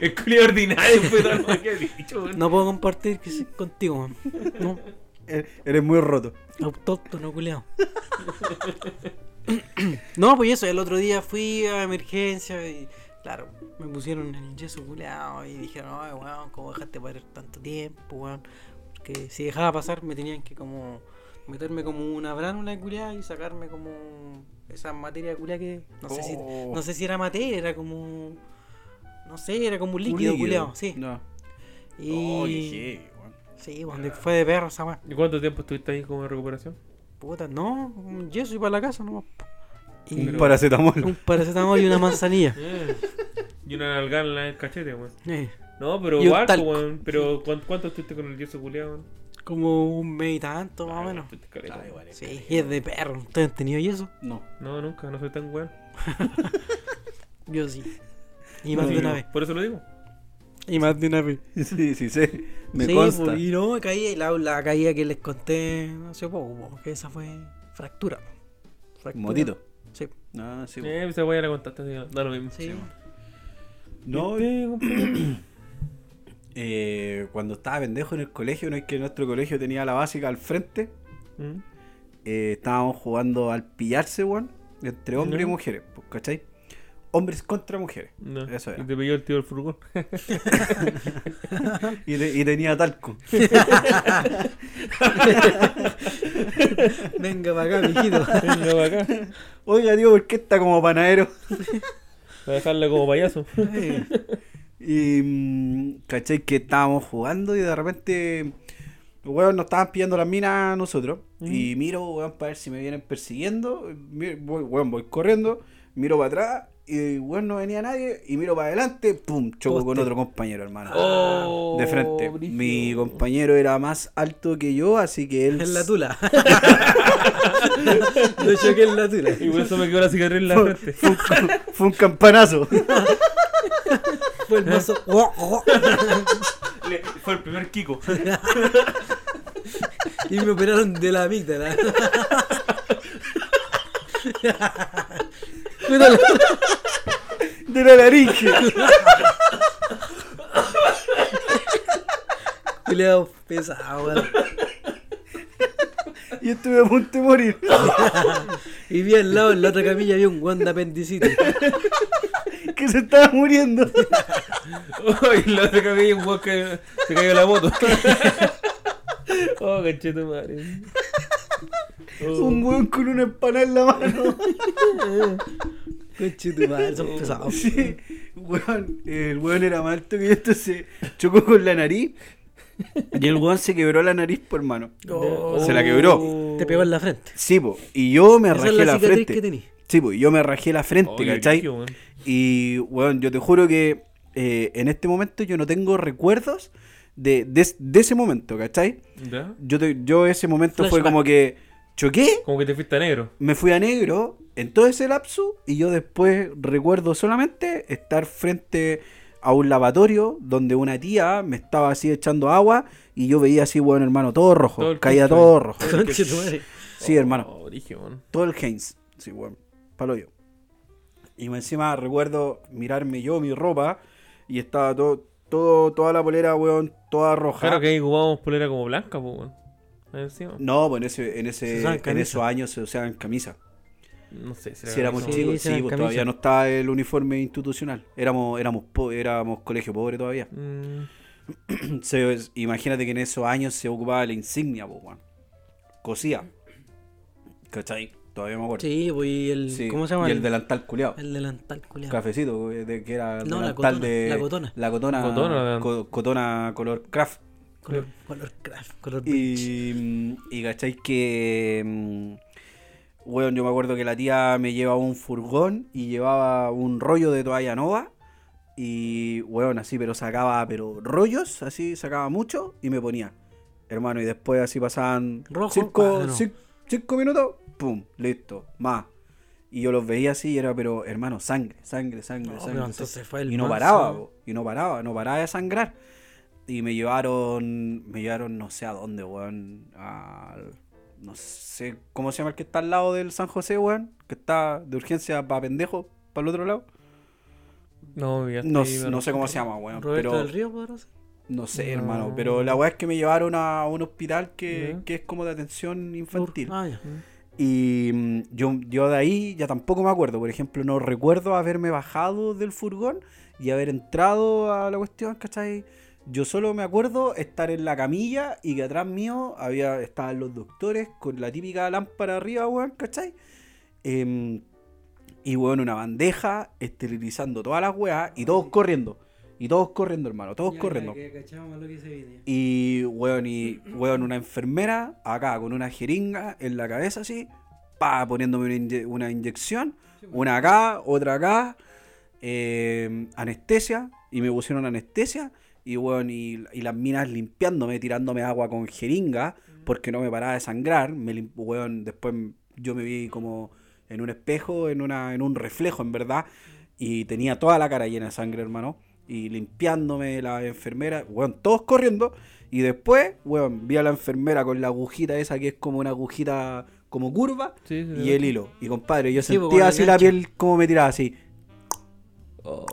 S2: El culo ordinario fue todo lo que he dicho. weón.
S4: No puedo compartir que sí contigo, man. No,
S5: E- Eres muy roto.
S4: autóctono, culiao. no, pues eso, el otro día fui a emergencia y. Claro, me pusieron el yeso culeado y dijeron, ay, weón, ¿cómo dejaste parar tanto tiempo, weón? Porque si dejaba pasar, me tenían que como. meterme como una bránula culeada y sacarme como. esa materia culeada que. no sé si.
S5: Oh.
S4: no sé si era materia, era como. no sé, era como un líquido, culeado, sí.
S5: No.
S4: Y...
S5: Oh, qué heavy, weón.
S4: Sí, cuando fue de perro esa weá.
S2: ¿Y cuánto tiempo estuviste ahí como en recuperación?
S4: Puta, no, un yeso y para la casa nomás. po. Y
S5: Un paracetamol.
S4: un paracetamol y una manzanilla.
S2: Eh. Y una nalgada en la- el cachete, weón.
S4: Eh,
S2: No, pero
S4: Y un
S2: igual,
S4: talco.
S2: weón. Pero ¿cuán- ¿cuánto estuviste con el yeso culeado, weón?
S4: como un mes y tanto, más o menos.
S2: Estuviste caleta, weón.
S4: Sí, y es de perro. ¿Ustedes han tenido yeso?
S5: No.
S2: No, nunca, no soy tan weón.
S4: Yo sí. Y más
S2: Sí,
S4: de una vez.
S2: Por eso lo digo.
S4: Y más de una vez.
S5: Sí, sí, sé. Me
S4: sí,
S5: consta.
S4: po, y no, caí, la, la caída que les conté hace poco, po, que esa fue fractura. po. fractura.
S5: Motito.
S4: Sí.
S5: Ah, sí. po.
S2: Eh, esa weá la contaste, así que da lo mismo.
S4: Sí.
S5: No,
S2: Sí, compadre.
S5: eh, cuando estaba pendejo en el colegio, no es que nuestro colegio tenía la básica al frente.
S2: Mm.
S5: eh, estábamos jugando al pillarse, weón, entre hombres
S2: Ya.
S5: y mujeres, pues, ¿cachai? Hombres contra mujeres.
S2: No.
S5: Eso era.
S2: Y te pilló el tío del furgón.
S5: Y, te- y tenía talco.
S4: Venga para acá, mijito.
S2: Venga pa' acá.
S5: Oiga, digo, ¿por qué está como panadero?
S2: Para dejarla como payaso.
S4: Eh,
S5: Y, mm, ¿cachai? Que estábamos jugando y de repente, weón, nos estaban pillando las minas a nosotros. Y miro, weón, para ver si me vienen persiguiendo. Mi- Voy, weón, voy corriendo, miro para atrás. Y, weón, no venía nadie. Y miro para adelante, pum, choco con
S4: Poste.
S5: otro compañero, hermano.
S4: Ah,
S2: Oh,
S5: de frente.
S2: brígido.
S5: Mi compañero era más alto que yo, así que él.
S4: en la tula. Lo choqué en la tula.
S2: Y por eso me quedó la cigarrera en la frente.
S5: Fue un, fue un campanazo.
S4: Fue el mazo.
S2: Le- fue el primer Kiko.
S4: y me operaron de la amígdala. Puta la-
S5: De la laringe.
S4: Culeado pesado, weón.
S5: Y estuve a punto de morir.
S4: Y vi al lado, en la otra camilla, había un guan de apendicitis.
S5: Que se estaba muriendo.
S2: y la otra cabeza un guau que se cayó la moto. oh, cachete madre. Oh,
S5: Un weón con una empanada en la mano.
S3: Conche tu madre, son pesados.
S5: Oh. Sí, weón, el weón era más alto que yo, entonces chocó con la nariz. Y el weón se quebró la nariz, por mano. Se la quebró.
S4: Te pegó en la frente.
S5: Sí, po, y yo me
S4: Esa es
S5: rajé
S4: la
S5: la,
S4: cicatriz
S5: frente.
S4: que tenís.
S5: sí, po, y yo me rajé la frente,
S2: Oh, qué
S5: ¿cachai?
S2: brillo, weón.
S5: Y, weón, yo te juro que eh, en este momento yo no tengo recuerdos de, de, de ese momento, ¿cachai?
S2: ¿Ya?
S5: Yo, te- yo ese momento fue
S4: Flashback.
S5: como que choqué,
S2: Como que te fuiste a negro.
S5: me fui a negro en todo ese lapso y yo después recuerdo solamente estar frente a un lavatorio donde una tía me estaba así echando agua y yo veía así, bueno, hermano, todo rojo,
S2: Todo el
S5: caía
S2: Cristo
S5: todo
S2: ahí.
S5: rojo.
S4: Conche tu madre.
S5: Sí, hermano.
S2: Oh, brillo, weón.
S5: Todo el Heinz. Sí, bueno, palo yo. Y más encima recuerdo mirarme yo mi ropa y estaba todo, todo toda la polera, weón, toda roja.
S2: Claro que ahí jugábamos polera como blanca, po, weón. Ahí encima.
S5: No, pues en, ese, en,
S4: Se
S5: ese,
S4: usaban
S5: en
S4: camisas.
S5: esos años se usaban camisas.
S2: No sé si
S5: Si éramos
S4: Sí,
S5: chicos,
S4: se
S5: sí,
S4: dan
S5: pues
S4: camisas.
S5: todavía no estaba el uniforme institucional. Éramos, éramos, po- éramos colegio pobre todavía.
S2: Mm,
S5: Se- imagínate que en esos años se ocupaba la insignia, pues, weón. Cosía. ¿Cachai? Todavía me acuerdo.
S4: Sí, pues y el.
S5: Sí,
S4: ¿Cómo se llama?
S5: Y el delantal culiado.
S4: El delantal, culiao.
S5: cafecito, eh, de, que era
S4: No, la
S5: delantal
S4: cotona,
S5: de
S4: la cotona.
S5: la cotona,
S2: Cotona,
S5: co- cotona color craft.
S4: Color, color craft, color beige.
S5: Y, mm, y cacháis que, mm, weón, yo me acuerdo que la tía me llevaba un furgón y llevaba un rollo de toalla nova. Y, weón, así, pero sacaba, pero rollos, así, sacaba mucho y me ponía. Hermano, y después así pasaban
S4: Rojo,
S5: cinco,
S4: ah, no.
S5: cin- cinco minutos, pum, listo, más. Y yo los veía así y era, pero, hermano, sangre, sangre, sangre,
S4: No,
S5: sangre.
S4: pero
S5: sangre.
S4: entonces fue el
S5: y no
S4: manso.
S5: paraba, po, y no paraba, no paraba de sangrar. Y me llevaron, me llevaron no sé a dónde, weón. al- no sé cómo se llama el que está al lado del San José, weón. Que está de urgencia para pendejo, para el otro lado.
S2: No, ya
S5: No,
S2: estoy,
S5: s-
S2: pero-
S5: no sé cómo se llama, weón.
S4: Roberto
S5: pero,
S4: del Río, podrá ser.
S5: No sé,
S2: No.
S5: hermano. Pero
S4: Ah.
S5: la weá es que me llevaron a un hospital que,
S2: Ya.
S5: que es como de atención infantil.
S4: Ah, ya.
S5: Y mm, yo, yo de ahí ya tampoco me acuerdo. Por ejemplo, no recuerdo haberme bajado del furgón y haber entrado a la cuestión, ¿cachai? Yo solo me acuerdo estar en la camilla y que atrás mío había, estaban los doctores con la típica lámpara arriba, weón, ¿cachai? Em, y weón, una bandeja, esterilizando todas las weas y todos corriendo. Y todos corriendo, hermano, todos corriendo. Y, weón, y, weón, una enfermera acá con una jeringa en la cabeza así, pa, poniéndome una, inye- una inyección, una acá, otra acá, eh, anestesia, y me pusieron anestesia, y, weón, y, y las minas limpiándome, tirándome agua con jeringa,
S4: Mm.
S5: porque no me paraba de sangrar, me, lim- weón, después yo me vi como en un espejo, en, una, en un reflejo, en verdad,
S4: Mm.
S5: y tenía toda la cara llena de sangre, hermano. Y limpiándome la enfermera, weón, todos corriendo. Y después, weón, vi a la enfermera con la agujita esa que es como una agujita como curva
S2: Sí, sí,
S5: y
S2: sí.
S5: el hilo. Y compadre, yo
S4: Sí, pues, con
S5: sentía
S4: la
S5: así la
S4: gancha.
S5: piel como me tiraba así.
S2: Oh.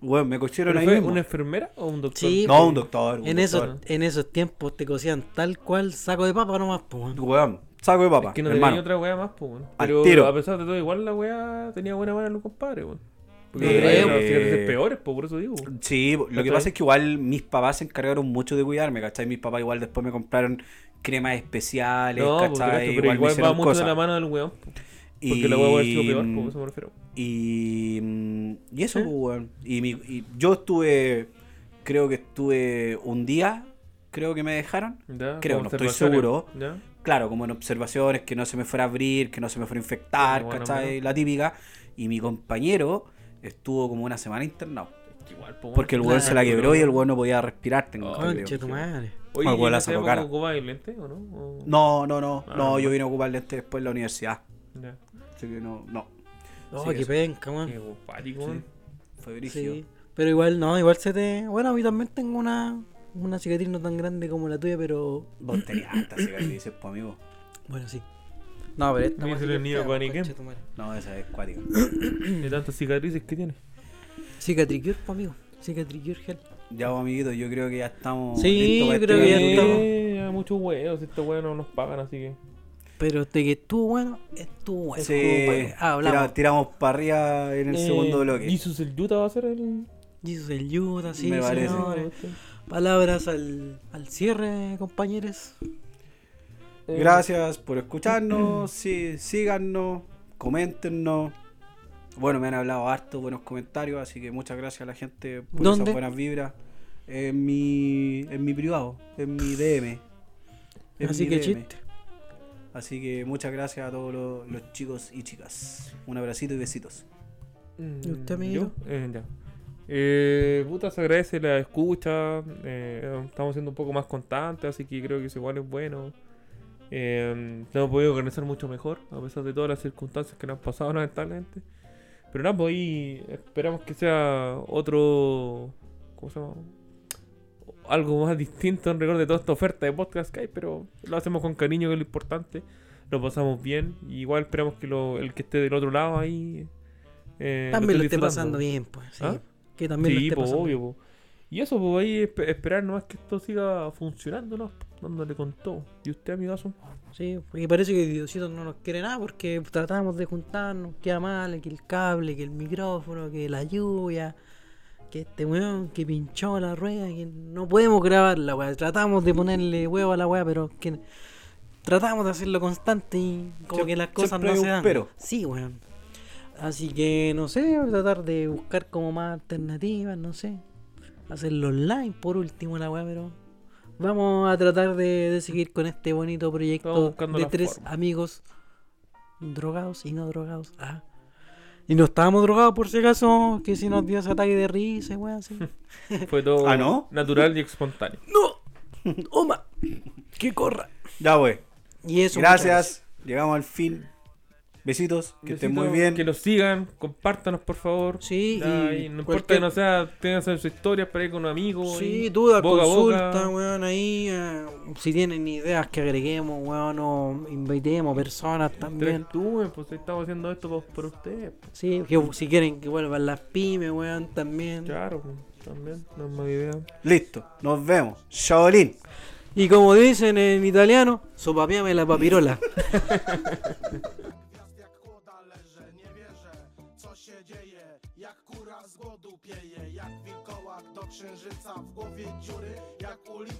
S5: Weón, me cogieron
S2: ¿Pero
S5: ahí
S2: fue
S5: mismo.
S2: una enfermera o un doctor?
S4: Sí,
S5: No, un doctor. un
S4: En
S5: doctor.
S4: esos, en esos tiempos te cocían tal cual saco de papa nomás, po, weón.
S5: Weón, saco de
S2: Es
S5: papa,
S2: que no tenía
S5: hermano.
S2: otra weá más, pues, weón.
S5: Al
S2: Pero
S5: tiro.
S2: a pesar de todo, igual la weá tenía buena mano los compadres, weón. Porque
S5: No
S2: no
S5: creo.
S2: traía cicatrices peores, pues, por eso digo. weón.
S5: Sí, lo que
S2: ¿Cachai?
S5: pasa es que igual mis papás se encargaron mucho de cuidarme, ¿cachai? Mis papás igual después me compraron cremas especiales,
S2: No, pues,
S5: ¿cachai?
S2: pero
S5: me
S2: igual, va
S5: hicieron
S2: mucho de
S5: cosas. Mm,
S2: la mano del weón. po. Porque
S5: Y-
S2: la weá puede haber sido peor, pues, eso me refiero.
S5: Y, mm, y eso,
S2: ¿Eh?
S5: pues, weón. Y, mi- y yo estuve, creo que estuve un día, creo que me dejaron.
S2: Ya,
S5: Creo,
S2: como
S5: no estoy
S2: observaciones,
S5: seguro.
S2: ya.
S5: Claro, como en observaciones, que no se me fuera a abrir, que no se me fuera a infectar,
S2: Bueno,
S5: ¿cachai?
S2: bueno.
S5: La típica. Y mi compañero estuvo como una semana internado.
S2: Es que Igual, po,
S4: Oh,
S2: weón.
S5: Porque el weón
S4: Claro,
S5: se la quebró y el weón no podía respirar. tengo
S2: Oh,
S5: entendido.
S4: Conche tu madre.
S2: Oye,
S5: Al weón
S2: ¿y en
S5: la
S2: esa
S5: sacó
S2: época
S5: cara.
S2: ocupabas el lente o no? O-
S5: No, no, no.
S2: Ah,
S5: no,
S2: bueno.
S5: yo vine a ocuparle este después en la universidad.
S2: Ya.
S5: Así que no, no.
S4: No,
S5: Sí,
S4: que
S5: eso.
S4: Oh, penca, weón.
S2: Qué pático, weón.
S5: Fue brígido.
S4: Sí. Pero igual, no, igual se te. Bueno, a mí también tengo una, una cicatriz no tan grande como la tuya, pero.
S5: Vos tenías hasta cicatrices, pues, amigo.
S4: Bueno, sí. No, pero esta.
S2: Me
S4: más
S2: hizo el nido con Iken.
S4: conche tu madre.
S5: No, esa es cuática.
S2: De tantas cicatrices que tiene.
S4: Cicatricure, po, amigo. Cicatricure gel.
S5: Ya, pues, amiguito, yo creo que ya estamos.
S4: Sí,
S5: listos para
S4: yo creo que ya
S5: este
S2: Eh,
S4: estamos.
S5: capítulo.
S2: hay muchos weos, estos weos no nos pagan, así que.
S4: Pero este que estuvo bueno, estuvo bueno.
S5: Sí,
S4: Estuvo pa- Ah,
S5: tira-
S4: hablamos.
S5: tiramos para arriba en el
S2: Eh,
S5: segundo bloque.
S2: Jesus el Yuta va a ser el.
S4: Jesus el Yuta, sí,
S5: Me parece.
S4: señores.
S2: este,
S4: Palabras al, al cierre, compañeros.
S2: Eh,
S5: Gracias por escucharnos. sí, síganos, coméntenos.
S3: Bueno, me han hablado harto, buenos comentarios, así que muchas gracias a la gente por
S4: ¿Dónde?
S3: esas buenas vibras. En mi, en mi privado, en mi DM. En
S4: Así
S3: mi
S4: que
S3: DM.
S4: chiste.
S3: Así que muchas gracias a todos los, los chicos y chicas. Un abracito y besitos.
S2: ¿Y
S4: usted, amiguito?
S2: mm, Eh, ya. Eh, puta, se agradece la escucha. eh, estamos siendo un poco más constantes, así que creo que eso igual es bueno. Eh, lo hemos podido organizar mucho mejor, a pesar de todas las circunstancias que nos han pasado, lamentablemente. Pero nada, pues ahí esperamos que sea otro. ¿Cómo se llama? Algo más distinto en rigor de toda esta oferta de podcast que hay, pero lo hacemos con cariño, que es lo importante. Lo pasamos bien. y igual esperamos que lo- el que esté del otro lado ahí. eh, lo
S4: También lo esté
S2: disfrutando.
S4: pasando bien, pues. sí.
S2: ¿Ah?
S4: Que también lo
S2: Sí,
S4: esté
S2: po,
S4: pasando.
S2: obvio, po. Y eso, pues ahí espe- esperar nomás que esto siga funcionando, ¿no? Dándole con todo. ¿Y usted, amigazo?
S4: Sí, porque parece que Diosito no nos quiere nada porque tratamos de juntarnos, queda mal, que el cable, que el micrófono, que la lluvia, que este weón que pinchó la rueda, que no podemos grabar la weá, tratamos de ponerle huevo a la weá, pero que tratamos de hacerlo constante y como
S5: Siem-
S4: que las cosas
S5: siempre
S4: no
S5: hay
S4: se
S5: un
S4: dan.
S5: pero.
S4: Sí, weón. Así que no sé, voy a tratar de buscar como más alternativas, no sé. Hacerlo online por último la weá, pero Vamos a tratar de, de seguir con este bonito
S2: Estamos
S4: proyecto
S2: buscando
S4: de
S2: la
S4: tres
S2: forma.
S4: amigos drogados y no drogados. Ah. Y no estábamos drogados por si acaso, que si nos dio ese ataque de risa, weón. así.
S2: Fue todo
S5: ¿Ah, no?
S2: natural y espontáneo.
S4: ¡No! ¡Oma! ¡Que corra!
S5: Ya, güey.
S4: Y eso. muchas
S5: Gracias. Llegamos al fin. Besitos. Que estén muy
S2: Besitos,
S5: bien.
S2: Que nos sigan, compártanos, por favor.
S4: Sí,
S2: Ya,
S4: y
S2: y no importa
S4: cualquier-
S2: que no sea, tengan sus historias para ir con un amigo.
S4: Sí,
S2: ahí,
S4: duda,
S2: boca a
S4: consulta,
S2: boca.
S4: weón, ahí. eh, si tienen ideas que agreguemos, weón, o invitemos personas también.
S2: Interactúen, pues estamos haciendo esto por, por ustedes. pues,
S4: Sí, que si quieren que vuelvan las pymes, weón, también.
S2: Claro, pues, también, no es mala idea.
S5: Listo. Nos vemos. Shaolin.
S4: Y como dicen en italiano, sopapiame la papirola.
S1: gwiazd jak chłoda leżę, nie wierzę, co się dzieje, jak kura z głodu pieje, jak wilkołak do księżyca, w głowie dziury, jak ulica.